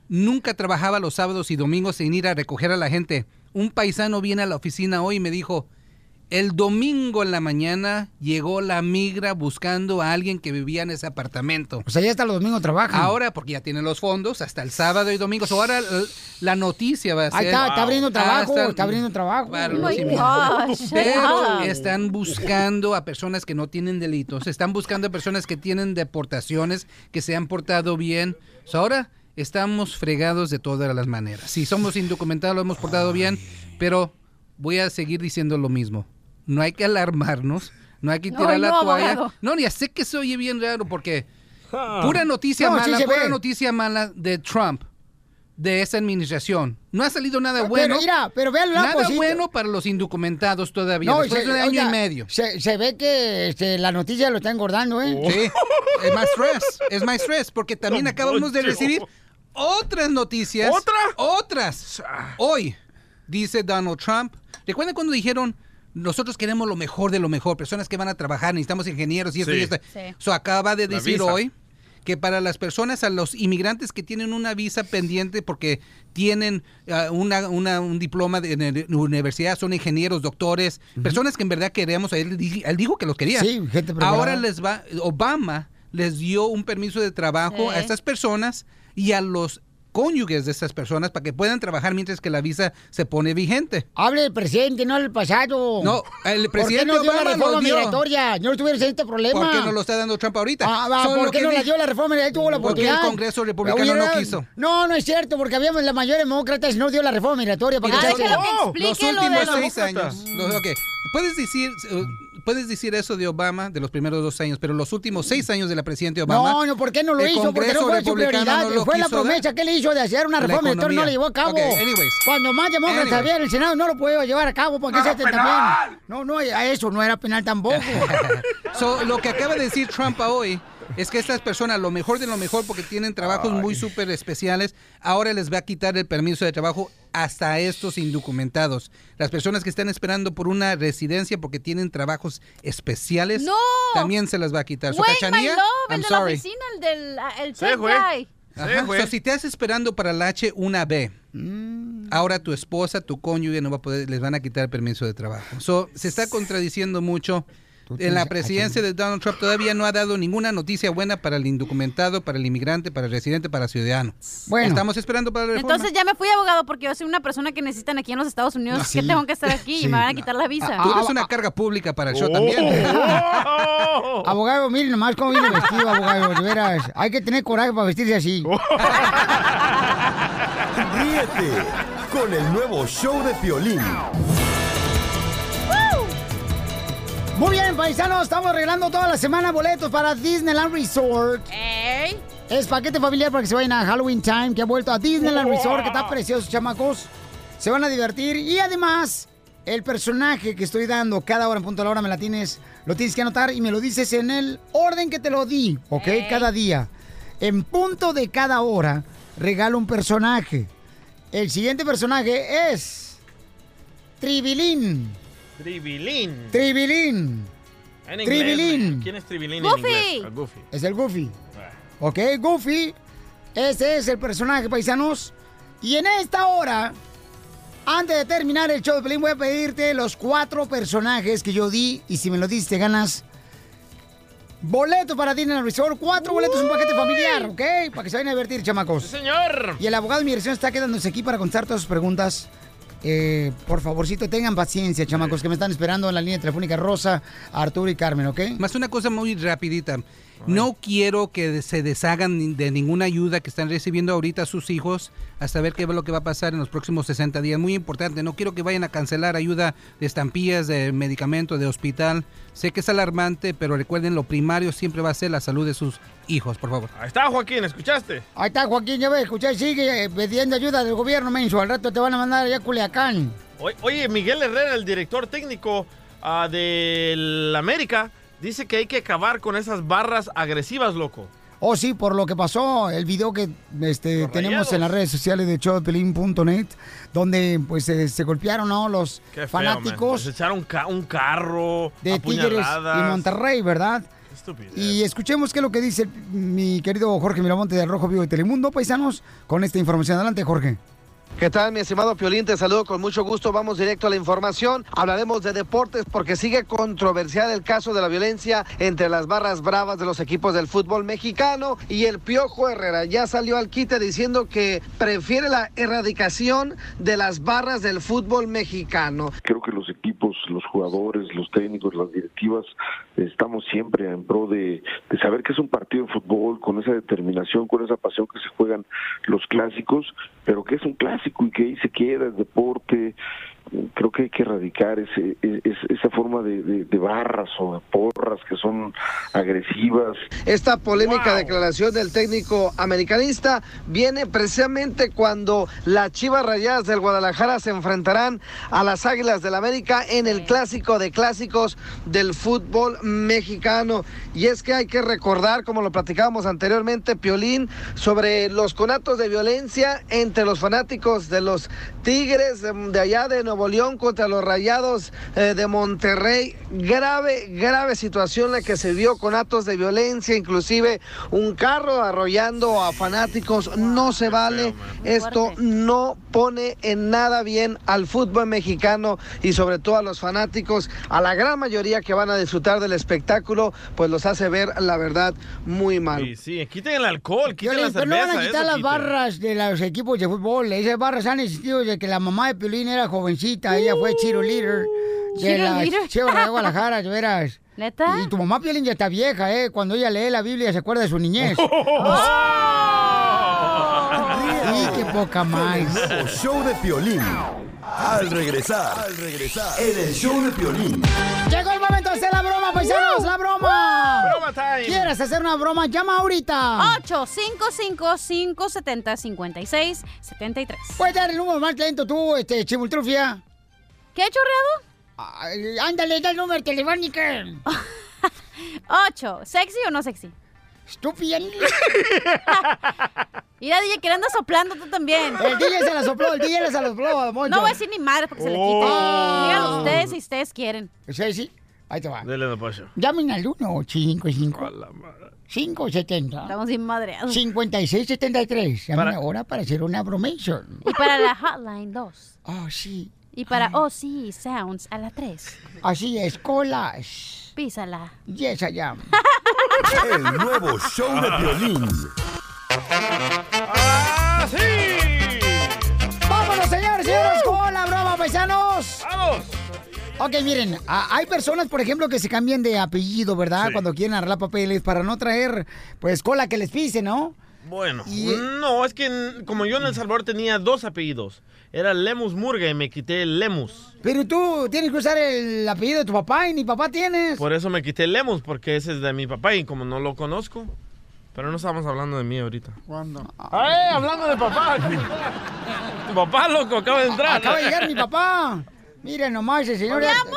Speaker 1: nunca trabajaba los sábados y domingos sin ir a recoger a la gente. Un paisano viene a la oficina hoy y me dijo, el domingo en la mañana llegó la migra buscando a alguien que vivía en ese apartamento.
Speaker 2: O sea, ya Pues hasta los domingos trabajan.
Speaker 1: Ahora, porque ya tienen los fondos, hasta el sábado y domingo. So, Ahora l- la noticia va a ser...
Speaker 2: Ahí está, está abriendo trabajo,
Speaker 1: Hasta-
Speaker 2: está abriendo trabajo.
Speaker 1: para los inmigrantes. Pero están buscando a personas que no tienen delitos, están buscando a personas que tienen deportaciones, que se han portado bien. So, ahora estamos fregados de todas las maneras. Si somos indocumentados, lo hemos portado bien, pero voy a seguir diciendo lo mismo. No hay que alarmarnos, no hay que
Speaker 5: No,
Speaker 1: tirar la
Speaker 5: no,
Speaker 1: toalla.
Speaker 5: abogado.
Speaker 1: No, ya sé que se oye bien raro porque pura noticia
Speaker 5: No, sí
Speaker 1: mala,
Speaker 5: se
Speaker 1: pura
Speaker 5: ve.
Speaker 1: noticia mala de Trump, de esa administración. No ha salido
Speaker 2: Ah,
Speaker 1: nada
Speaker 2: Pero
Speaker 1: bueno.
Speaker 2: mira, pero ve al lado
Speaker 1: Nada
Speaker 2: positivo.
Speaker 1: bueno para los indocumentados todavía.
Speaker 2: No, y
Speaker 1: después
Speaker 2: se-
Speaker 1: de un año
Speaker 2: oiga,
Speaker 1: y medio.
Speaker 2: Se, se ve que este, la noticia lo está engordando, ¿eh?
Speaker 1: Sí, es más stress, es más stress, porque también
Speaker 2: Don
Speaker 1: acabamos de
Speaker 2: Poncho.
Speaker 1: recibir otras noticias.
Speaker 2: ¿Otra?
Speaker 1: Otras. Hoy, dice Donald Trump. ¿Recuerdan cuando dijeron, nosotros queremos lo mejor de lo mejor, personas que van a trabajar, necesitamos ingenieros y esto
Speaker 5: Sí.
Speaker 1: y esto?
Speaker 5: Sí.
Speaker 1: So, acaba de
Speaker 5: La
Speaker 1: decir
Speaker 5: visa.
Speaker 1: hoy que para las personas, a los inmigrantes que tienen una visa pendiente porque tienen ah, una, una- un diploma de, en el- universidad, son ingenieros, doctores, personas que en verdad queremos, él, di- él dijo que los quería.
Speaker 2: Sí, gente preparada.
Speaker 1: Ahora les va, Obama les dio un permiso de trabajo
Speaker 2: Sí.
Speaker 1: a estas personas y a los cónyuges de estas personas para que puedan trabajar mientras que la visa se pone vigente.
Speaker 2: Hable del presidente, no del pasado.
Speaker 1: No, el presidente
Speaker 2: ¿Por qué no dio
Speaker 1: Obama
Speaker 2: la
Speaker 1: lo
Speaker 2: reforma
Speaker 1: dio.
Speaker 2: migratoria? Yo no estuviera en este problema.
Speaker 1: ¿Por qué no lo está dando Trump ahorita?
Speaker 2: Ah, va,
Speaker 1: Son
Speaker 2: ¿Por
Speaker 1: lo
Speaker 2: qué
Speaker 1: que
Speaker 2: no la
Speaker 1: di-
Speaker 2: dio la reforma? Él tuvo la
Speaker 1: Porque el
Speaker 2: oportunidad.
Speaker 1: Congreso republicano no
Speaker 2: Hubiera-
Speaker 1: quiso.
Speaker 2: No, no es cierto, porque habíamos la mayoría demócratas y no dio la reforma migratoria. Para
Speaker 1: Mira,
Speaker 2: que
Speaker 1: los últimos seis
Speaker 2: demócratas.
Speaker 1: años. Los- ok, Puedes decir, eh, puedes decir eso de Obama de los primeros dos años, pero los últimos seis años de la presidenta Obama.
Speaker 2: No, no, ¿por qué no lo
Speaker 1: el
Speaker 2: hizo? Porque no
Speaker 1: Congreso
Speaker 2: fue su
Speaker 1: Republicano
Speaker 2: prioridad.
Speaker 1: no lo
Speaker 2: fue la
Speaker 1: quiso dar.
Speaker 2: promesa que él hizo de hacer una
Speaker 1: La
Speaker 2: reforma electoral, no
Speaker 1: economía.
Speaker 2: la llevó a cabo.
Speaker 1: Ok, anyways.
Speaker 2: Cuando más demócratas
Speaker 1: Anyways.
Speaker 2: había en el Senado, no lo pudo llevar a cabo porque
Speaker 1: ¡No
Speaker 2: ese
Speaker 1: era penal!
Speaker 2: también. No, no, a eso no era penal tampoco.
Speaker 1: So, lo que acaba de decir Trump a hoy es que estas personas, lo mejor de lo mejor, porque tienen trabajos muy súper especiales, ahora les va a quitar el permiso de trabajo hasta a estos indocumentados. Las personas que están esperando por una residencia porque tienen trabajos especiales,
Speaker 3: ¡No!
Speaker 1: también se las va a quitar. So,
Speaker 3: Güey, my
Speaker 1: Cachanilla,
Speaker 3: love, el
Speaker 1: I'm
Speaker 3: de la
Speaker 1: sorry.
Speaker 3: oficina, el del ah, el
Speaker 1: Sí,
Speaker 3: tech
Speaker 1: güey.
Speaker 3: guy.
Speaker 1: Ajá. So, si te has esperando para la H1B, ahora tu esposa, tu cónyuge no va a poder, les van a quitar el permiso de trabajo. So, se está contradiciendo mucho. En
Speaker 2: tienes
Speaker 1: la presidencia de Donald Trump todavía no ha dado ninguna noticia buena para el indocumentado, para el inmigrante, para el residente, para el ciudadano.
Speaker 2: Bueno.
Speaker 1: Estamos esperando para la reforma.
Speaker 3: Entonces ya me fui abogado porque yo soy una persona que necesitan aquí en los Estados Unidos.
Speaker 1: Ah, sí.
Speaker 3: que tengo que estar aquí?
Speaker 1: Sí.
Speaker 3: Y
Speaker 1: Ah,
Speaker 3: me van a quitar la visa. Ah.
Speaker 1: Tú eres una carga pública para el show
Speaker 2: Oh.
Speaker 1: también. Oh.
Speaker 2: Abogado, miren nomás cómo viene vestido, abogado, de veras. Hay que tener coraje para vestirse así.
Speaker 1: Oh.
Speaker 9: Ríete con el nuevo show de Piolín.
Speaker 2: Muy bien, paisanos, estamos arreglando toda la semana boletos para Disneyland Resort. Es paquete familiar para que se vayan a Halloween Time, que ha vuelto a Disneyland Resort, que está precioso, chamacos. Se van a divertir y además, el personaje que estoy dando cada hora en punto de la hora me la tienes, lo tienes que anotar y me lo dices en el orden que te lo di, ¿ok? Cada día. En punto de cada hora, regalo un personaje. El siguiente personaje es. Tribilín.
Speaker 5: Tribilín.
Speaker 2: Tribilín.
Speaker 5: En inglés,
Speaker 2: Tribilín.
Speaker 5: güey. ¿Quién es Tribilín
Speaker 2: Goofy.
Speaker 5: en inglés? Ah, Goofy.
Speaker 2: Es el Goofy. Ok, Goofy. Este es el personaje, paisanos. Y en esta hora, antes de terminar el show de Pelín, voy a pedirte los cuatro personajes que yo di. Y si me lo diste, ganas boleto para Disneyland Resort. Cuatro boletos, un paquete familiar, ¿ok? Para que se vayan a divertir, chamacos.
Speaker 5: señor.
Speaker 2: Y el abogado de migración está quedándose aquí para contestar todas sus preguntas. Eh, por favorcito, tengan paciencia, chamacos, que me están esperando en la línea telefónica Rosa, Arturo y Carmen, ¿ok?
Speaker 1: Más una cosa muy rapidita. No quiero que se deshagan ni- de ninguna ayuda que están recibiendo ahorita sus hijos hasta ver qué es lo que va a pasar en los próximos 60 días. Muy importante, no quiero que vayan a cancelar ayuda de estampillas, de medicamentos, de hospital. Sé que es alarmante, pero recuerden, lo primario siempre va a ser la salud de sus hijos, por favor.
Speaker 5: Ahí está, Joaquín, ¿escuchaste?
Speaker 2: Ahí está, Joaquín, ya ves, escuché, sigue eh, pidiendo ayuda del gobierno, menso. Al rato te van a mandar allá a Culiacán.
Speaker 5: Oye, Oye, Miguel Herrera, el director técnico ah, del América, dice que hay que acabar con esas barras agresivas, loco.
Speaker 2: Oh, sí, por lo que pasó, el video que este, tenemos en las redes sociales de showpelín.net, donde pues eh, se golpearon ¿no? los
Speaker 5: Qué feo,
Speaker 2: fanáticos
Speaker 5: man. Les echaron ca- un carro,
Speaker 2: de Tigres y
Speaker 5: apuñaladas.
Speaker 2: Monterrey, ¿verdad?
Speaker 5: Estúpido.
Speaker 2: Y escuchemos qué es lo que dice mi querido Jorge Miramonte del Rojo Vivo de Telemundo, paisanos, con esta información. Adelante, Jorge.
Speaker 6: ¿Qué tal, mi estimado Piolín? Te saludo con mucho gusto. Vamos directo a la información. Hablaremos de deportes porque sigue controversial el caso de la violencia entre las barras bravas de los equipos del fútbol mexicano y el Piojo Herrera. Ya salió al quite diciendo que prefiere la erradicación de las barras del fútbol mexicano.
Speaker 7: Pues Creo que los equipos, los jugadores, los técnicos, las directivas, estamos siempre en pro de, de saber que es un partido de fútbol, con esa determinación, con esa pasión que se juegan los clásicos, pero que es un clásico y que ahí se queda, es deporte. Creo que hay que erradicar ese, e, es- esa forma de, de- de barras o de porras que son agresivas.
Speaker 6: Esta polémica declaración del técnico americanista viene precisamente cuando las Chivas Rayadas del Guadalajara se enfrentarán a las Águilas del América en el clásico de clásicos del fútbol mexicano. Y es que hay que recordar, como lo platicábamos anteriormente, Piolín, sobre los conatos de violencia entre los fanáticos de los Tigres de, de allá de Nuevo León contra los Rayados eh, de Monterrey. Grave, grave situación la que se vio con actos de violencia, inclusive un carro arrollando a fanáticos. No se vale. Esto no pone en nada bien al fútbol mexicano y sobre todo a los fanáticos, a la gran mayoría que van a disfrutar del espectáculo, pues los hace ver la verdad muy mal.
Speaker 5: Sí, sí, quiten el alcohol, quiten la
Speaker 2: Piolín, pero no
Speaker 5: cerveza.
Speaker 2: van a quitar
Speaker 5: eso
Speaker 2: las
Speaker 5: quiten.
Speaker 2: barras de los equipos de fútbol. Esas barras han existido desde que la mamá de Piolín era jovencita. Ella fue cheerleader de la
Speaker 3: Cheerleader.
Speaker 2: Chivas de Guadalajara, de veras.
Speaker 3: ¿Neta?
Speaker 2: Y tu mamá Piolín ya está vieja, ¿eh? Cuando ella lee la Biblia se acuerda de su niñez.
Speaker 3: Oh.
Speaker 2: Y qué poca
Speaker 9: El
Speaker 2: más.
Speaker 9: nuevo show de Piolín. Al regresar, al regresar, en el show de Piolín.
Speaker 2: Llegó el momento ¡Vamos a la broma, paisanos!
Speaker 3: Woo.
Speaker 2: ¡La broma!
Speaker 3: Woo. Broma time. Ah.
Speaker 2: ¿Quieres hacer una broma? Llama ahorita.
Speaker 3: 855-570-5673.
Speaker 2: Puedes dar el número más lento tú, este, Chimultrufia.
Speaker 3: ¿Qué ha chorreado?
Speaker 2: Ay, ándale, da el número telefónico.
Speaker 3: 8. ¿Sexy o no sexy?
Speaker 2: Estúpida.
Speaker 3: Mira, DJ, que le andas soplando tú también.
Speaker 2: El DJ se la sopló, el DJ se la sopló, Moncho.
Speaker 3: No voy a decir ni madre porque se le quite.
Speaker 2: Oh.
Speaker 3: Díganlo ustedes si ustedes quieren.
Speaker 2: Sí, sí. Ahí te va.
Speaker 5: Dele de paso.
Speaker 2: Llamen al 1-855-570.
Speaker 3: Estamos sin madreados.
Speaker 2: 5673. Llamen ahora para hacer una bromation.
Speaker 3: Y para la Hotline 2.
Speaker 2: Oh, sí.
Speaker 3: Y para Oh, sí, Sounds a la 3.
Speaker 2: Así es, colas.
Speaker 3: Písala.
Speaker 2: Yes, I am.
Speaker 9: El nuevo show de violín.
Speaker 2: ¡Vámonos, señores, señores! ¡Con la broma, paisanos! ¡Vamos! Ok, miren, a- hay personas, por ejemplo, que se cambian de apellido, ¿verdad? Cuando quieren arreglar papeles para no traer, pues, cola que les pise, ¿no?
Speaker 5: Bueno,
Speaker 2: Y- eh,
Speaker 5: no, es que en- como yo en El Salvador tenía dos apellidos. Era Lemus Murga y me quité el Lemus.
Speaker 2: Pero tú tienes que usar el apellido de tu papá y ni papá tienes.
Speaker 5: Por eso me quité el Lemus, porque ese es de mi papá y como no lo conozco. Pero no estamos hablando de mí ahorita.
Speaker 2: ¿Cuándo?
Speaker 5: ¡Ay, hablando de papá! tu papá, loco, acaba de entrar.
Speaker 2: Acaba de llegar mi papá. Mira nomás el señor.
Speaker 5: ¡Mi
Speaker 2: amor!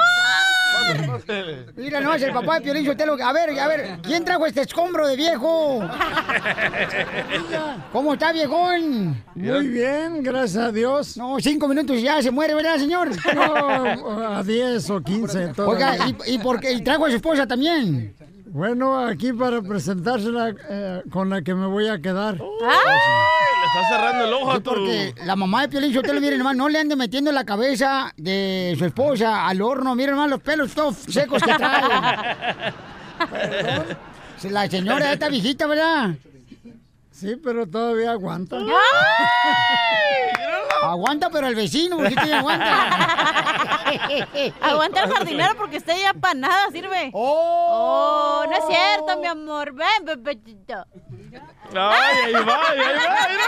Speaker 2: Mira nomás el papá de Piolín Sotelo. A ver, a ver, ¿quién trajo este escombro de viejo? ¿Cómo está, viejón?
Speaker 4: Muy bien, gracias a Dios.
Speaker 2: No, cinco minutos ya se muere, ¿verdad, señor?
Speaker 4: No, a 10 o 15.
Speaker 2: Oiga, ¿y, y por qué? ¿Y trajo a su esposa también?
Speaker 4: Bueno, aquí para presentársela eh, con la que me voy a quedar.
Speaker 5: Le está cerrando el ojo a
Speaker 2: Sí,
Speaker 5: tu...
Speaker 2: porque la mamá de Piolín Sotelo, miren nomás, no le ande metiendo la cabeza de su esposa al horno. Miren nomás los pelos todos secos que trae. Si La señora esta viejita, ¿verdad?
Speaker 4: Sí, pero todavía aguanta.
Speaker 2: Aguanta, pero el vecino, porque te aguanta.
Speaker 3: Aguanta el jardinero porque usted ya para nada sirve.
Speaker 2: ¡Oh!
Speaker 3: no es cierto, mi amor. Ven, bebecito.
Speaker 5: ¡Ay, ahí va, ahí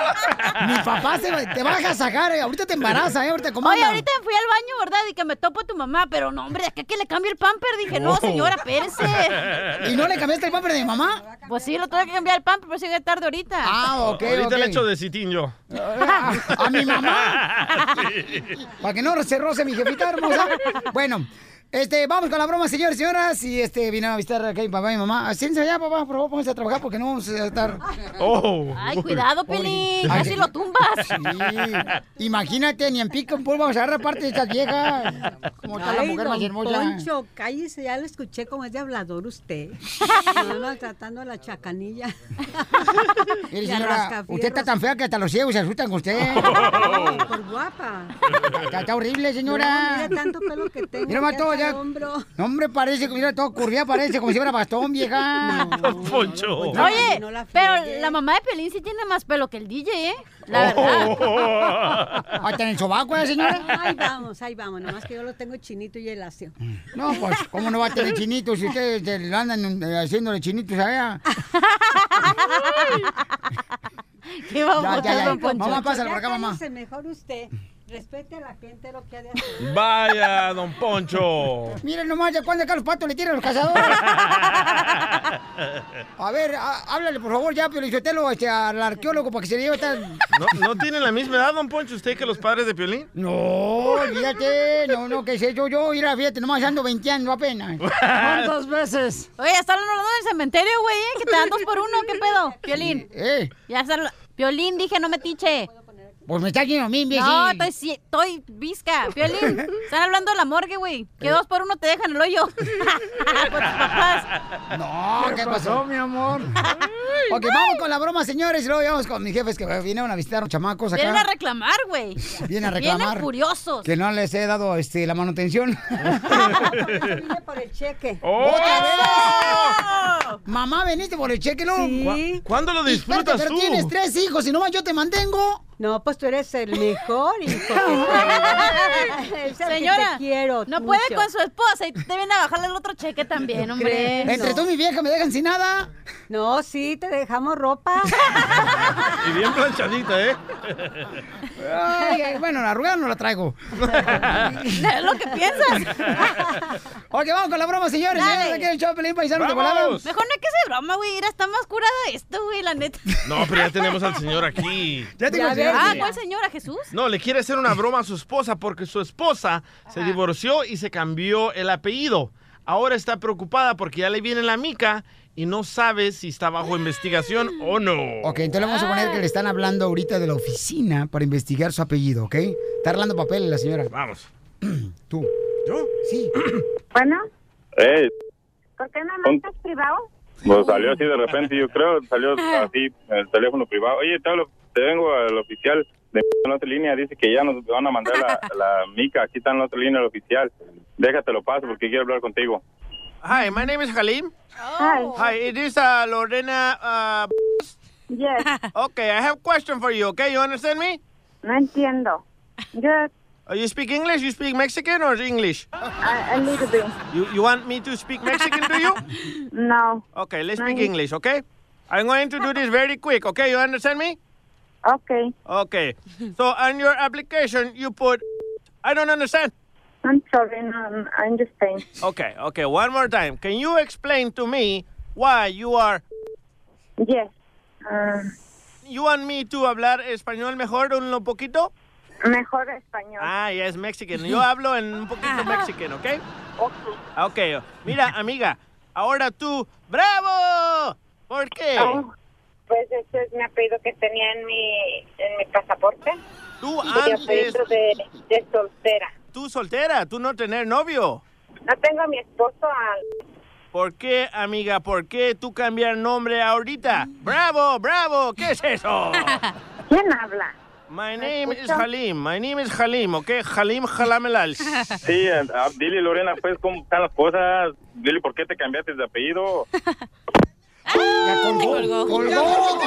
Speaker 5: va!
Speaker 2: Mi papá se va- te va a sacar, ahorita te embaraza, ¿eh? Ahorita, ¿cómo
Speaker 3: Oye,
Speaker 2: anda?
Speaker 3: ahorita fui al baño, ¿verdad? Y que me topo a tu mamá, pero no, hombre, de acá que le cambie el pamper. Dije, no,
Speaker 2: Wow.
Speaker 3: señora, espérese.
Speaker 2: Oh. ¿Y no le cambiaste el pamper de mamá?
Speaker 3: Pues sí, lo tuve que cambiar el pamper, pero llegué tarde ahorita.
Speaker 2: Ah, ok,
Speaker 5: ahorita
Speaker 2: ok. Ah,
Speaker 5: le echo de citín yo.
Speaker 2: A mi mamá. Para que no se roce mi jefita hermosa. Bueno, este, vamos con la broma, señores y señoras. Y este, vino a visitar acá mi papá y mi mamá. Siéntense allá, papá, por favor, pónganse a trabajar porque no vamos a estar.
Speaker 5: Oh.
Speaker 3: Ay, cuidado, Pelín.
Speaker 2: Ay,
Speaker 3: Casi lo tumbas.
Speaker 2: Sí. Imagínate, ni en pico en polvo vamos a agarrar parte de estas viejas. Como está la
Speaker 23: Ay,
Speaker 2: mujer
Speaker 23: don
Speaker 2: más hermosa.
Speaker 23: Poncho, cállese, ya lo escuché como es de hablador usted. Anda tratando a la chacanilla.
Speaker 2: Mire,
Speaker 23: Y
Speaker 2: señora,
Speaker 23: arrascafierros.
Speaker 2: usted está tan fea que hasta los ciegos se asustan con usted.
Speaker 23: Ay, por guapa.
Speaker 2: Está, está horrible, señora.
Speaker 23: No, mira tanto pelo que tengo.
Speaker 2: Mira,
Speaker 23: Mira,
Speaker 2: va todo ya.
Speaker 23: Hombro.
Speaker 2: No, hombre, parece, mira, todo curvía, parece como si fuera bastón, vieja.
Speaker 5: Poncho.
Speaker 3: Oye, pero la mamá de Pelín sí tiene más pelo que el DJ, ¿eh?
Speaker 2: Oh.
Speaker 3: La verdad.
Speaker 2: Hasta en el sobaco, ¿eh, señora?
Speaker 23: Ahí vamos, ahí vamos. Nomás que yo lo tengo chinito y elástico.
Speaker 2: No, pues, ¿cómo no va a tener chinitos si ustedes eh, le andan eh, haciéndole chinitos allá?
Speaker 3: Qué
Speaker 2: ya, ya, ya. Mamá, pásale
Speaker 23: Ya
Speaker 2: por acá, mamá.
Speaker 23: cállese mejor usted. Respete a la gente lo que ha de hacer.
Speaker 5: Vaya, don Poncho.
Speaker 2: Miren nomás de cuándo acá los patos le tiran a los cazadores. A ver, a- háblale, por favor, ya, Piolichotelo, este, al arqueólogo para que se le lleve esta...
Speaker 5: ¿No, ¿No tiene la misma edad, don Poncho, usted que los padres de Piolín?
Speaker 2: No, olvídate, no, no, qué sé yo, yo, mira, fíjate, nomás ando 20 años apenas.
Speaker 5: ¿Cuántas
Speaker 2: veces?
Speaker 3: Oye, ya están hablando del cementerio, güey, ¿eh? Que te dan dos por uno, ¿qué pedo? Piolín.
Speaker 2: ¿Eh?
Speaker 3: Ya están... Piolín, dije, no me tiche.
Speaker 2: Pues me está yendo a mí, imbécil.
Speaker 3: No, estoy, sí- estoy visca. Piolín, están hablando de la morgue, güey. Que
Speaker 2: Eh.
Speaker 3: dos por uno te dejan el hoyo.
Speaker 2: No, Ah, ¿qué, pasó? mi amor? ok, vamos con la broma, señores, y luego vamos con mis jefes que vinieron a visitar a los chamacos acá.
Speaker 3: Vienen a reclamar, güey.
Speaker 2: Vienen a reclamar.
Speaker 3: Vienen furiosos.
Speaker 2: Que no les he dado este, la manutención.
Speaker 23: Por el cheque.
Speaker 5: ¡Oh!
Speaker 2: ¡Otra vez! Mamá, veniste por el cheque, ¿no?
Speaker 23: Sí.
Speaker 5: ¿Cuándo lo
Speaker 2: Espérate,
Speaker 5: disfrutas
Speaker 2: pero
Speaker 5: tú?
Speaker 2: tienes tres hijos y nomás yo te mantengo.
Speaker 23: No, pues tú eres el mejor hijo. Es el que
Speaker 3: Señora,
Speaker 23: te quiero.
Speaker 3: no puede
Speaker 23: mucho.
Speaker 3: con su esposa y te viene a bajarle el otro cheque también, hombre.
Speaker 23: Entre tú
Speaker 2: y mi vieja me dejan sin nada.
Speaker 23: No, sí, te dejamos ropa.
Speaker 5: Y bien planchadita, ¿eh?
Speaker 15: Ay, ay, bueno, la arrugada no la traigo.
Speaker 3: Es lo que piensas.
Speaker 15: ok, vamos con la broma, señores.
Speaker 3: Dale.
Speaker 2: ¿eh?
Speaker 15: Señores, aquí en el show de Pelín, Paisanos de volada.
Speaker 3: Mejor no hay que hacer broma, güey. Mira, está más curada esto, güey, la neta.
Speaker 5: No, pero ya tenemos al señor aquí.
Speaker 3: Ah, ¿cuál señora? ¿Jesús?
Speaker 5: No, le quiere hacer una broma a su esposa porque su esposa se divorció y se cambió el apellido. Ahora está preocupada porque ya le viene la mica y no sabe si está bajo investigación o no.
Speaker 15: Ok, entonces le vamos a poner que le están hablando ahorita de la oficina para investigar su apellido, ¿ok? Está arreglando papeles la señora.
Speaker 5: Vamos.
Speaker 15: ¿Tú? ¿Yo? Sí.
Speaker 4: Bueno,
Speaker 8: Eh,
Speaker 4: ¿por qué no mandas privado?
Speaker 8: pues salió así de repente, yo creo, salió
Speaker 15: Ah.
Speaker 8: así en el teléfono privado. Oye, te, hablo- te vengo al oficial de la otra línea, dice que ya nos van a mandar la, la mica, aquí está en la otra línea el oficial. Déjatelo paso porque quiero hablar contigo.
Speaker 5: Hi, my name is Halim. Hi, it is uh, Lorena. Uh,
Speaker 4: yes.
Speaker 5: Okay, I have a question for you. Okay, you understand me?
Speaker 4: No entiendo. Yo,
Speaker 5: Uh, you speak English? You speak Mexican or English?
Speaker 4: a, a little bit.
Speaker 5: You, you want me to speak Mexican to you?
Speaker 4: No.
Speaker 5: Okay, let's
Speaker 4: No,
Speaker 5: speak
Speaker 4: you-
Speaker 5: English, okay? I'm going to do this very quick, okay? You understand me?
Speaker 4: Okay.
Speaker 5: Okay. So on your application, you put. I don't understand.
Speaker 4: I'm sorry, no, I understand.
Speaker 5: Okay, okay, one more time. Can you explain to me why you are. Um,
Speaker 4: Yes. Uh,
Speaker 5: You want me to hablar español mejor un lo poquito?
Speaker 4: mejor español.
Speaker 5: Ah, ya es mexicano. Yo hablo en un poquito mexicano, ¿ok? Ok. Mira, amiga, ahora tú, ¡bravo! ¿Por qué?
Speaker 4: Oh, pues ese es mi apellido que tenía en mi, en mi pasaporte.
Speaker 5: Tú
Speaker 4: Mi
Speaker 5: antes-
Speaker 4: apellido de, de soltera.
Speaker 5: Tú soltera, tú no tener novio.
Speaker 4: No tengo a mi esposo al...
Speaker 5: ¿Por qué, amiga? ¿Por qué tú cambiar nombre ahorita? ¡Bravo, bravo! ¿Qué es eso?
Speaker 4: ¿Quién habla?
Speaker 5: My name is Halim. My name is Halim, ¿ok? Halim Jalamelal.
Speaker 8: Sí, eh, ah, dile Lorena, pues, cómo están las cosas. Dile por qué te cambiaste de apellido.
Speaker 15: Ya colgó. Colgó.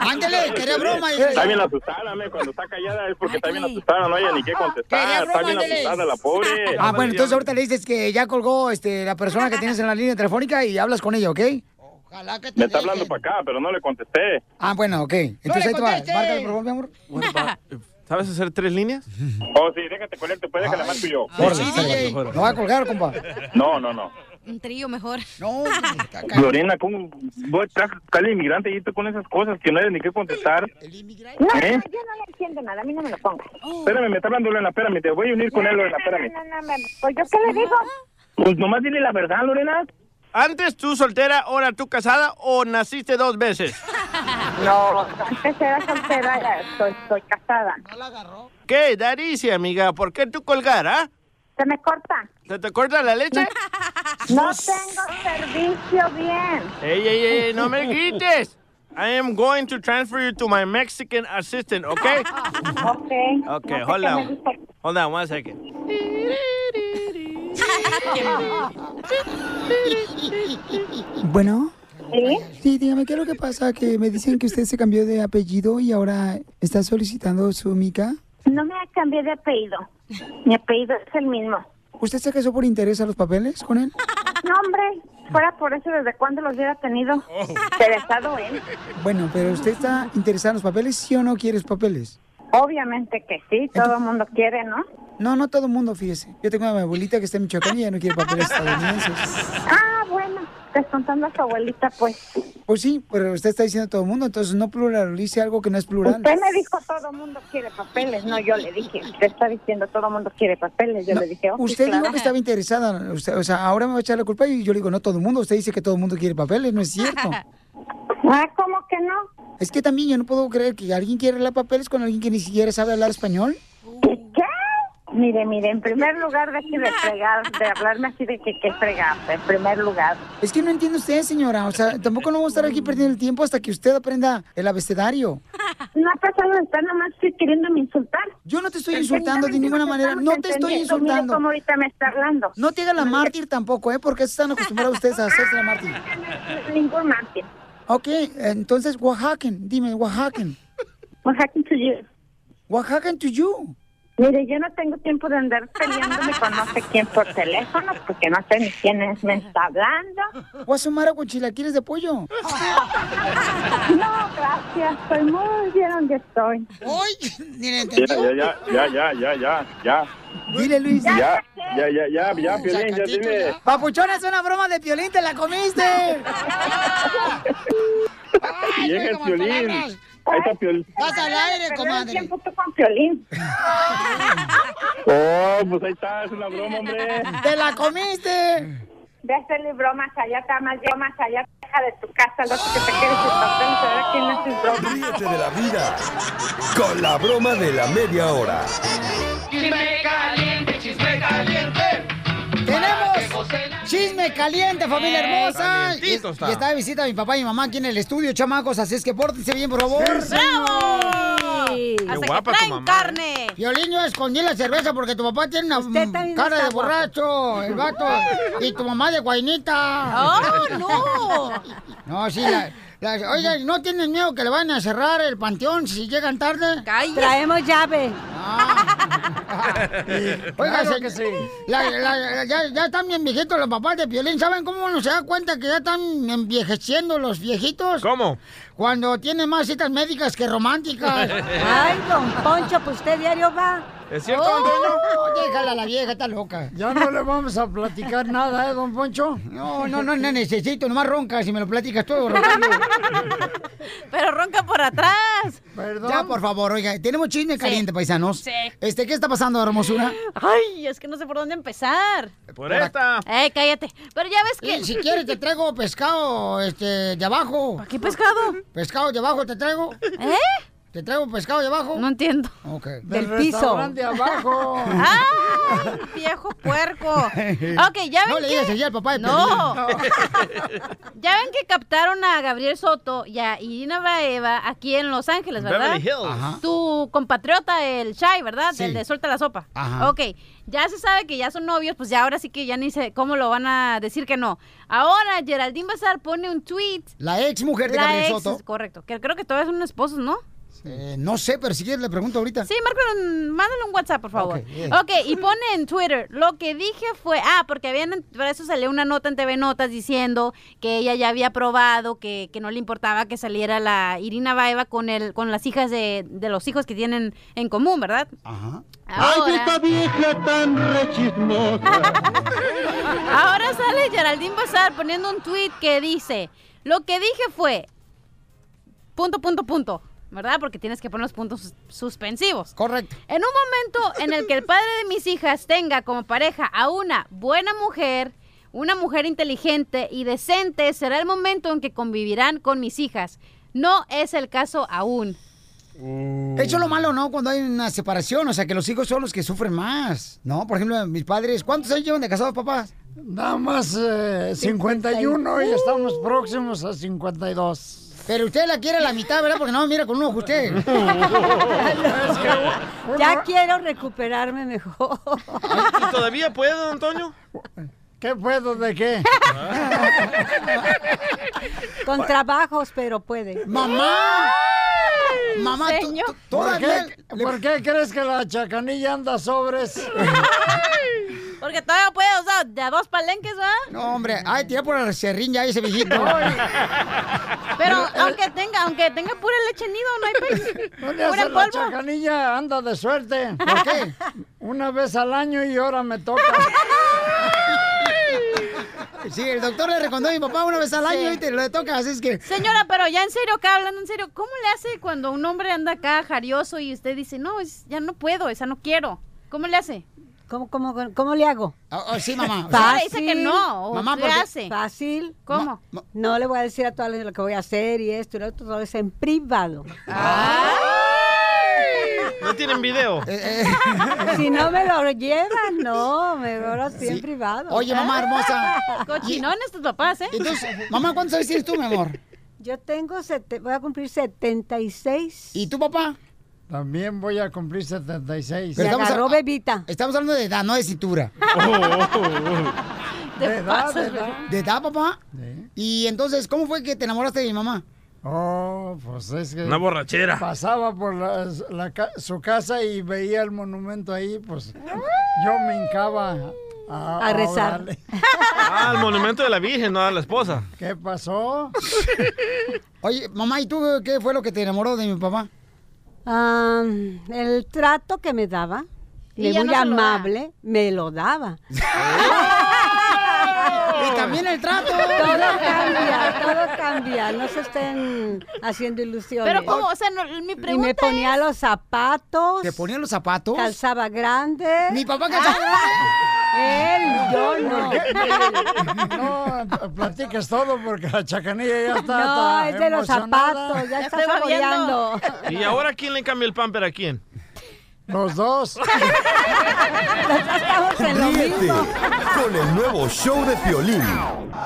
Speaker 15: Ándale, quería broma. dice.
Speaker 8: Está bien asustada, me, cuando está callada es porque está bien asustada, no hay ni qué
Speaker 15: Quería
Speaker 8: contestar.
Speaker 15: broma,
Speaker 8: Está bien
Speaker 15: ándale.
Speaker 8: asustada la pobre.
Speaker 15: Ah, bueno, entonces ahorita le dices que ya colgó este, la persona que tienes en la línea telefónica y hablas con ella, ¿ok?
Speaker 8: Me está hablando para acá, pero no le contesté.
Speaker 15: Ah, bueno, ok. Entonces ahí te va. Márcale, por favor, mi amor.
Speaker 5: ¿Sabes hacer tres líneas?
Speaker 8: Oh, sí, déjate conectar, pues déjala más yo.
Speaker 15: Sí, DJ. Lo va a colgar, compa.
Speaker 8: No, no, no.
Speaker 3: Un trío mejor.
Speaker 15: No,
Speaker 8: Lorena, ¿cómo vos estás tal inmigrante y tú con esas cosas que no hay ni qué contestar?
Speaker 4: No, no,
Speaker 8: ¿Eh?
Speaker 4: yo no le entiendo nada, a mí no me lo pongas.
Speaker 8: Espérame, me está hablando Lorena, espérame, te voy a unir con él, Lorena, espérame.
Speaker 4: No, no, no, pues yo qué le digo.
Speaker 8: Pues nomás dile la verdad, Lorena.
Speaker 5: ¿Antes tú soltera, ahora tú casada o naciste dos veces?
Speaker 4: No, antes era soltera, ya estoy, estoy casada.
Speaker 5: ¿Qué, Daricia, amiga? ¿Por qué tú colgar, ah?
Speaker 4: Se me corta.
Speaker 5: ¿Se te corta la leche?
Speaker 4: No tengo servicio bien.
Speaker 5: Ey, ey, ey, no me grites. I am going to transfer you to my Mexican assistant, okay?
Speaker 4: Ok.
Speaker 5: Okay,
Speaker 4: No sé
Speaker 5: hold
Speaker 4: qué me
Speaker 5: on. Hold on one second.
Speaker 2: Bueno.
Speaker 4: ¿Sí?
Speaker 2: dígame, ¿qué es lo que pasa? Que me dicen que usted se cambió de apellido y ahora está solicitando su mica.
Speaker 4: No me cambié de apellido. Mi apellido es el mismo.
Speaker 2: ¿Usted se casó por interés a los papeles con él?
Speaker 4: No, hombre, fuera por eso, ¿desde cuándo los hubiera tenido? Interesado en.
Speaker 2: Bueno, pero usted está interesada en los papeles, ¿sí o no quiere los papeles?
Speaker 4: Obviamente que sí, todo el mundo quiere, ¿no?
Speaker 2: No, no todo el mundo, fíjese. Yo tengo a mi abuelita que está en Michoacán y ella no quiere papeles estadounidenses.
Speaker 4: Ah, bueno, descontando a su abuelita, pues.
Speaker 2: Pues sí, pero usted está diciendo todo el mundo, entonces no pluralice algo que no es plural.
Speaker 4: Usted me dijo todo el mundo quiere papeles, no yo le dije. Usted está diciendo todo el mundo quiere papeles, yo le dije. oh, sí,
Speaker 2: Usted
Speaker 4: claro.
Speaker 2: dijo que estaba interesada, usted- o sea, ahora me va a echar la culpa y yo le digo, no todo el mundo, usted dice que todo el mundo quiere papeles, no es cierto.
Speaker 4: Ah, ¿cómo que no?
Speaker 2: Es que también yo no puedo creer que alguien quiere arreglar papeles con alguien que ni siquiera sabe hablar español.
Speaker 4: Mire, mire, en primer lugar de que de fregar, de hablarme así de que, que fregar, en primer lugar.
Speaker 2: Es que no entiende usted, señora, o sea, tampoco no vamos a estar aquí perdiendo el tiempo hasta que usted aprenda el abecedario.
Speaker 4: No ha pasado, está nomás queriendo me insultar.
Speaker 2: Yo no te estoy insultando de ninguna manera, no te estoy
Speaker 4: Mire cómo
Speaker 2: insultando.
Speaker 4: ahorita me está hablando.
Speaker 2: No te haga la mártir tampoco, ¿eh? Porque están acostumbrados ustedes a hacerse la mártir.
Speaker 4: Ningún mártir.
Speaker 2: Ok, entonces, Oaxacan, dime, Oaxacan.
Speaker 4: Oaxacan to you.
Speaker 2: Oaxacan to you.
Speaker 4: Mire, yo no tengo tiempo de andar peleándome con no sé quién por teléfono, porque no sé ni quién es, me está hablando.
Speaker 2: Guasumara con chilaquiles de pollo.
Speaker 4: No, gracias.
Speaker 19: gracias. Estoy muy bien donde estoy.
Speaker 8: Ya, ya, ya, ya, ya, ya, ya.
Speaker 2: Dile, Luis.
Speaker 8: Ya, ya, ya, ya, ya, Piolín, ya dime.
Speaker 2: Papuchón, es una broma de Piolín, te la comiste.
Speaker 8: Y llega el Piolín. Ahí está Piolín.
Speaker 2: Vas al aire, comadre.
Speaker 19: Piolín.
Speaker 8: Oh, pues ahí está, es una broma, hombre.
Speaker 2: ¡Te la comiste!
Speaker 19: Ve a hacerle bromas allá, está más bromas allá, deja de tu casa, loco, que te quieres estorbar y saber quién hace bromas.
Speaker 9: Ríete de la vida con la broma de la media hora.
Speaker 15: Chisme caliente, chisme caliente.
Speaker 2: Tenemos chisme caliente, familia
Speaker 15: Eh,
Speaker 2: hermosa. Y,
Speaker 15: calientito está.
Speaker 2: y está de visita mi papá y mi mamá aquí en el estudio, chamacos. Así es que pórtense bien, por favor.
Speaker 3: ¡Bravo! Hasta que guapa tu traen mamá. carne.
Speaker 2: Violín, yo escondí la cerveza porque tu papá tiene una mm, cara de
Speaker 3: también está guapo.
Speaker 2: borracho, el vato. y tu mamá de guainita.
Speaker 3: ¡Oh, no!
Speaker 2: No, sí, la- la- oigan, ¿no tienen miedo que le van a cerrar el panteón si llegan tarde? Traemos llave. Oiga,
Speaker 15: Claro
Speaker 2: se-
Speaker 15: que sí.
Speaker 2: la- la- la- ya, ya están bien viejitos los papás de Piolín. ¿Saben cómo uno se da cuenta que ya están envejeciendo los viejitos? ¿Cómo? Cuando tienen más citas médicas que románticas.
Speaker 5: Ay,
Speaker 2: don Poncho, pues usted diario va.
Speaker 5: ¿Es cierto, don Toño?
Speaker 2: Oh, déjala, la vieja está loca.
Speaker 4: Ya no le vamos a platicar nada, ¿eh, don Poncho?
Speaker 2: No, no, no, no necesito, nomás ronca, si me lo platicas todo, Rogelio.
Speaker 3: Pero ronca por atrás.
Speaker 2: Perdón. Ya, por favor, oiga, tenemos chisme caliente, paisanos.
Speaker 3: Sí.
Speaker 2: Este, ¿qué está pasando, hermosura?
Speaker 3: Ay, es que no sé por dónde empezar.
Speaker 2: Por esta.
Speaker 3: Eh, cállate. Pero ya ves que.
Speaker 2: Y si quieres te traigo pescado este de abajo.
Speaker 3: ¿Qué pescado?
Speaker 2: Pescado de abajo te traigo.
Speaker 3: ¿Eh?
Speaker 2: Te traigo pescado de abajo.
Speaker 3: No entiendo.
Speaker 2: Ok.
Speaker 3: Del Del piso. restaurante abajo. ¡Ay, viejo puerco! Ok, ya ven
Speaker 2: No le
Speaker 3: que-
Speaker 2: digas así al papá de
Speaker 3: No.
Speaker 2: Piolín.
Speaker 3: Ya ven que captaron a Gabriel Soto y a Irina Baeva aquí en Los Ángeles, ¿verdad?
Speaker 15: Beverly Hills. Ajá.
Speaker 3: Tu compatriota, el Shai, ¿verdad?
Speaker 15: Sí.
Speaker 3: El de Suelta la Sopa.
Speaker 15: Ajá.
Speaker 3: Ok, ya se sabe que ya son novios, pues ya ahora sí que ya ni sé cómo lo van a decir que no. Ahora Geraldine Bazar pone un tweet.
Speaker 2: La ex mujer de
Speaker 3: La ex-
Speaker 2: Gabriel Soto.
Speaker 3: Correcto, que creo que todavía son esposos, ¿no?
Speaker 2: Eh, no sé, pero si quieres le pregunto ahorita.
Speaker 3: Sí, Marco, mándale un WhatsApp, por favor.
Speaker 2: Ok, bien.
Speaker 3: ok, y pone en Twitter, lo que dije fue, ah, porque habían, para eso salió una nota en TV Notas diciendo que ella ya había probado, que, que no le importaba que saliera la Irina Baeva con el, con las hijas de, de los hijos que tienen en común, ¿verdad?
Speaker 2: Ajá.
Speaker 3: Ahora-
Speaker 15: vieja tan rechismosa.
Speaker 3: Ahora sale Geraldine Bazar poniendo un tweet que dice, lo que dije fue, punto, punto, punto, ¿verdad? Porque tienes que poner los puntos sus- suspensivos.
Speaker 2: Correcto.
Speaker 3: En un momento en el que el padre de mis hijas tenga como pareja a una buena mujer, una mujer inteligente y decente, será el momento en que convivirán con mis hijas. No es el caso aún.
Speaker 4: Oh.
Speaker 2: Eso es lo malo, ¿no? Cuando hay una separación, o sea, que los hijos son los que sufren más, ¿no? Por ejemplo, mis padres, ¿cuántos años llevan de casados, papás?
Speaker 4: Nada más eh, 51 y estamos próximos a 52.
Speaker 2: Pero usted la quiere a la mitad, ¿verdad? Porque no me mira con un ojo usted.
Speaker 23: Ya quiero recuperarme mejor.
Speaker 5: ¿Y todavía puede, don Antonio?
Speaker 4: ¿Qué puedo de qué?
Speaker 23: Con trabajos, pero puede.
Speaker 4: ¡Mamá!
Speaker 2: Mamá, tú-
Speaker 4: tú,
Speaker 2: todavía
Speaker 4: ¿Por qué, por qué crees que la chacanilla anda sobres?
Speaker 3: Porque todavía puede usar de a dos palenques, ¿verdad?
Speaker 2: No, hombre, ay, tira por el serrín ya ese viejito.
Speaker 3: Pero
Speaker 2: eh,
Speaker 3: aunque tenga, aunque tenga pura leche nido, no hay pez.
Speaker 4: ¿Dónde
Speaker 3: Pura
Speaker 4: hace
Speaker 3: en
Speaker 4: la
Speaker 3: polvo.
Speaker 4: chacanilla? Anda de suerte.
Speaker 2: ¿Por qué?
Speaker 4: Una vez al año y ahora me toca.
Speaker 2: Sí, el doctor le recomendó a mi papá una vez al año y te lo toca, así es que...
Speaker 3: Señora, pero ya en serio, acá hablando en serio, ¿cómo le hace cuando un hombre anda acá jarioso y usted dice, no, es- ya no puedo, esa no quiero? ¿Cómo le hace?
Speaker 23: ¿Cómo, cómo, cómo le hago?
Speaker 2: Ah, Oh, sí, mamá.
Speaker 3: Ahora dice que no, o
Speaker 23: Mamá,
Speaker 3: ¿qué
Speaker 23: ¿por qué?
Speaker 3: hace?
Speaker 23: Fácil.
Speaker 3: ¿Cómo?
Speaker 23: No le voy a decir a todas lo que voy a hacer y esto y lo otro, todo eso en privado.
Speaker 5: ¿No tienen video?
Speaker 2: Eh,
Speaker 23: Si no me lo llevan, no, mejor así en privado.
Speaker 2: Oye, mamá hermosa.
Speaker 3: Cochinones tus papás, ¿eh?
Speaker 2: Entonces, mamá, ¿cuántos años tienes tú, mi amor?
Speaker 23: Yo tengo, sete- voy a cumplir 76.
Speaker 2: ¿Y tu papá?
Speaker 4: También voy a cumplir 76.
Speaker 2: Pero estamos a-
Speaker 4: a...
Speaker 23: bebita.
Speaker 2: Estamos hablando de edad, no de cintura.
Speaker 4: Te De edad, pasas, de edad. güey.
Speaker 2: ¿De edad, papá? Y entonces, ¿cómo fue que te enamoraste de mi mamá?
Speaker 4: Oh, pues es que...
Speaker 5: Una borrachera.
Speaker 4: Pasaba por la- la ca- su casa y veía el monumento ahí, pues yo me hincaba
Speaker 23: a rezar.
Speaker 4: órale.
Speaker 5: Ah, el monumento de la Virgen, no a la esposa.
Speaker 4: ¿Qué pasó?
Speaker 2: Oye, mamá, ¿y tú qué fue lo que te enamoró de mi papá?
Speaker 23: Ah, el trato que me daba,
Speaker 2: Y
Speaker 23: de
Speaker 2: ya
Speaker 23: muy
Speaker 2: no se lo da.
Speaker 23: amable, me lo daba.
Speaker 2: ¡Oh! Y también el trato.
Speaker 23: Todo cambia, todo cambia. No se estén haciendo ilusiones.
Speaker 3: Pero cómo, o sea, no- mi
Speaker 23: Y
Speaker 3: pregunta
Speaker 23: me ponía
Speaker 3: es-
Speaker 23: los zapatos.
Speaker 2: ¿Te ponía los zapatos?
Speaker 23: Calzaba grande. Ah,
Speaker 2: Mi papá calzaba
Speaker 23: Él, yo no.
Speaker 4: No, platiques todo porque la chacanilla ya está.
Speaker 23: No,
Speaker 4: tan
Speaker 23: es de los
Speaker 4: emocionada.
Speaker 23: zapatos, ya está
Speaker 3: estoy
Speaker 23: saboreando.
Speaker 5: ¿Y ahora quién le cambia el pamper a quién?
Speaker 4: Los dos.
Speaker 23: Estamos en lo
Speaker 9: Ríete
Speaker 23: mismo.
Speaker 9: con el nuevo show de Piolín.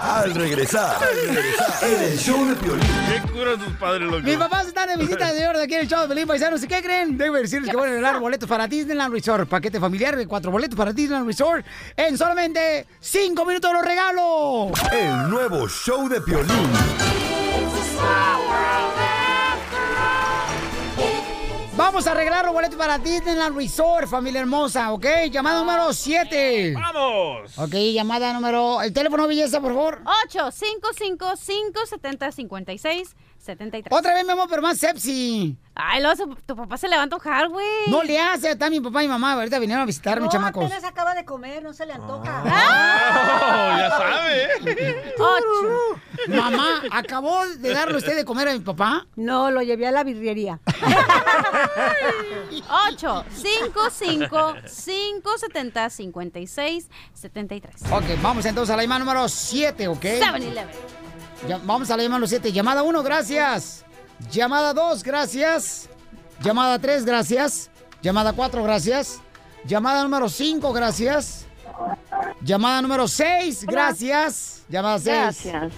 Speaker 9: Al regresar, al regresar, en el show de Piolín.
Speaker 5: ¿Qué cura tus padres, loco?
Speaker 2: Mis papás están de visita de oro de aquí en el show de Pelín Paisanos. ¿Y qué creen? Debo decirles que van a regalar boletos para Disneyland Resort. Paquete familiar de cuatro boletos para Disneyland Resort. En solamente cinco minutos los regalo.
Speaker 9: El nuevo show de Piolín.
Speaker 2: Vamos a arreglar los boletos para Disneyland Resort, familia hermosa, ¿ok? Llamada número 7.
Speaker 5: ¡Vamos!
Speaker 2: Ok, llamada número... El teléfono, belleza, por favor.
Speaker 3: 855-570-5673.
Speaker 2: Otra vez, mi amor, pero más sepsi.
Speaker 3: Ay, luego su- tu papá se levanta a enojar, güey.
Speaker 2: No le hace, está mi papá y mi mamá. Ahorita vinieron a visitarme,
Speaker 23: No,
Speaker 2: chamacos.
Speaker 23: apenas acaba de comer, no se le antoja.
Speaker 5: ya sabe.
Speaker 23: Ocho.
Speaker 2: Mamá, ¿acabó de darle usted de comer a mi papá?
Speaker 23: No, lo llevé a la birrería.
Speaker 3: 855-570-5673.
Speaker 2: Ok, vamos entonces a la llamada número 7, ¿ok?
Speaker 3: 7-Eleven.
Speaker 2: Ya- vamos a la llamada número 7. Llamada 1, gracias. Llamada 2, gracias. Llamada 3, gracias. Llamada 4, gracias. Llamada número 5, gracias. Llamada número 6, gracias. Llamada 6.
Speaker 11: Gracias.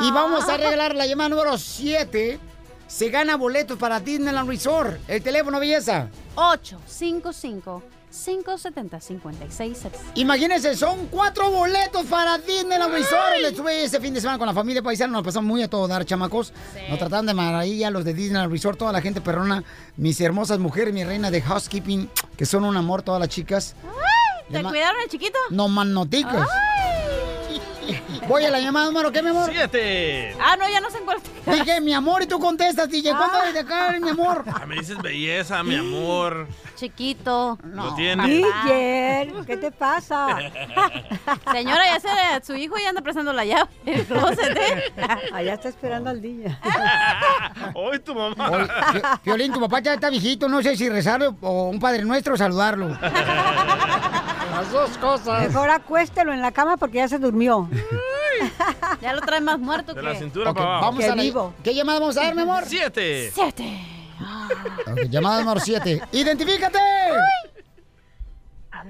Speaker 2: Y vamos a arreglar la llamada número 7. Se gana boletos para Disneyland Resort. El teléfono, belleza.
Speaker 3: 855-570-5673.
Speaker 2: Imagínense, son cuatro boletos para Disneyland Resort. Le estuve ese fin de semana con la familia paisana, nos pasamos muy a todo dar, chamacos. Nos trataron de maravilla los de Disneyland Resort, toda la gente perrona, mis hermosas mujeres, mi reina de housekeeping, que son un amor todas las chicas.
Speaker 3: ¿Te
Speaker 2: Llama-
Speaker 3: cuidaron el chiquito?
Speaker 2: No más noticas. Voy a la llamada número, ¿qué, mi amor?
Speaker 5: Siete.
Speaker 3: Ah, no, ya no se encuentra.
Speaker 2: Dije, mi amor, y tú contestas, DJ, ¿cuándo
Speaker 3: Ah.
Speaker 2: hay de acá, mi amor?
Speaker 5: Ah, me dices belleza, mi amor.
Speaker 3: Chiquito. No.
Speaker 5: Lo tiene.
Speaker 23: Guiller, ¿qué te pasa?
Speaker 4: Ah.
Speaker 3: Señora, ya se, su hijo ya anda prestando la llave. del closet, ¿eh?
Speaker 23: Allá está esperando al día.
Speaker 5: Hoy tu mamá.
Speaker 2: Violín, tu papá ya está viejito, no sé si rezarlo o un padre nuestro saludarlo.
Speaker 4: Las dos cosas.
Speaker 23: Mejor acuéstelo en la cama porque ya se durmió.
Speaker 3: Ya lo trae más muerto
Speaker 5: De
Speaker 3: que...
Speaker 5: la cintura
Speaker 2: Ok,
Speaker 5: para abajo.
Speaker 2: vamos a la- ¿Qué llamada vamos a dar, mi amor?
Speaker 5: Siete.
Speaker 3: Siete.
Speaker 2: Ok, llamada número 7. ¡Identifícate!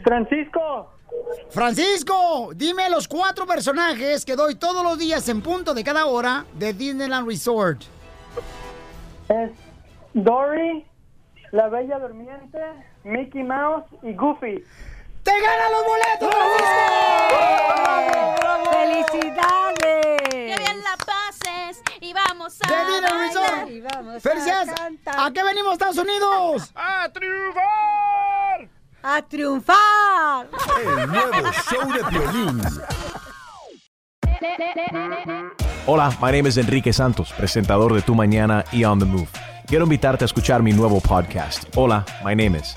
Speaker 2: ¡Francisco! Francisco, dime los cuatro personajes que doy todos los días en punto de cada hora de Disneyland Resort.
Speaker 12: Es Dory, la Bella Durmiente, Mickey Mouse y Goofy.
Speaker 2: ¡Te ganan los boletos, Francisco!
Speaker 23: ¡Felicidades!
Speaker 3: Que bien la pases y vamos a
Speaker 2: ¡De Disneyland
Speaker 3: bailar.
Speaker 2: Resort! ¡Felicidades! ¿A qué venimos, Estados Unidos?
Speaker 5: ¡A triunfar!
Speaker 23: ¡A triunfar!
Speaker 9: El nuevo show de Piolín.
Speaker 14: Hola, my name is Enrique Santos, presentador de Tu Mañana y On the Move. Quiero invitarte a escuchar mi nuevo podcast, Hola, my name is,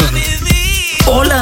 Speaker 24: Hola,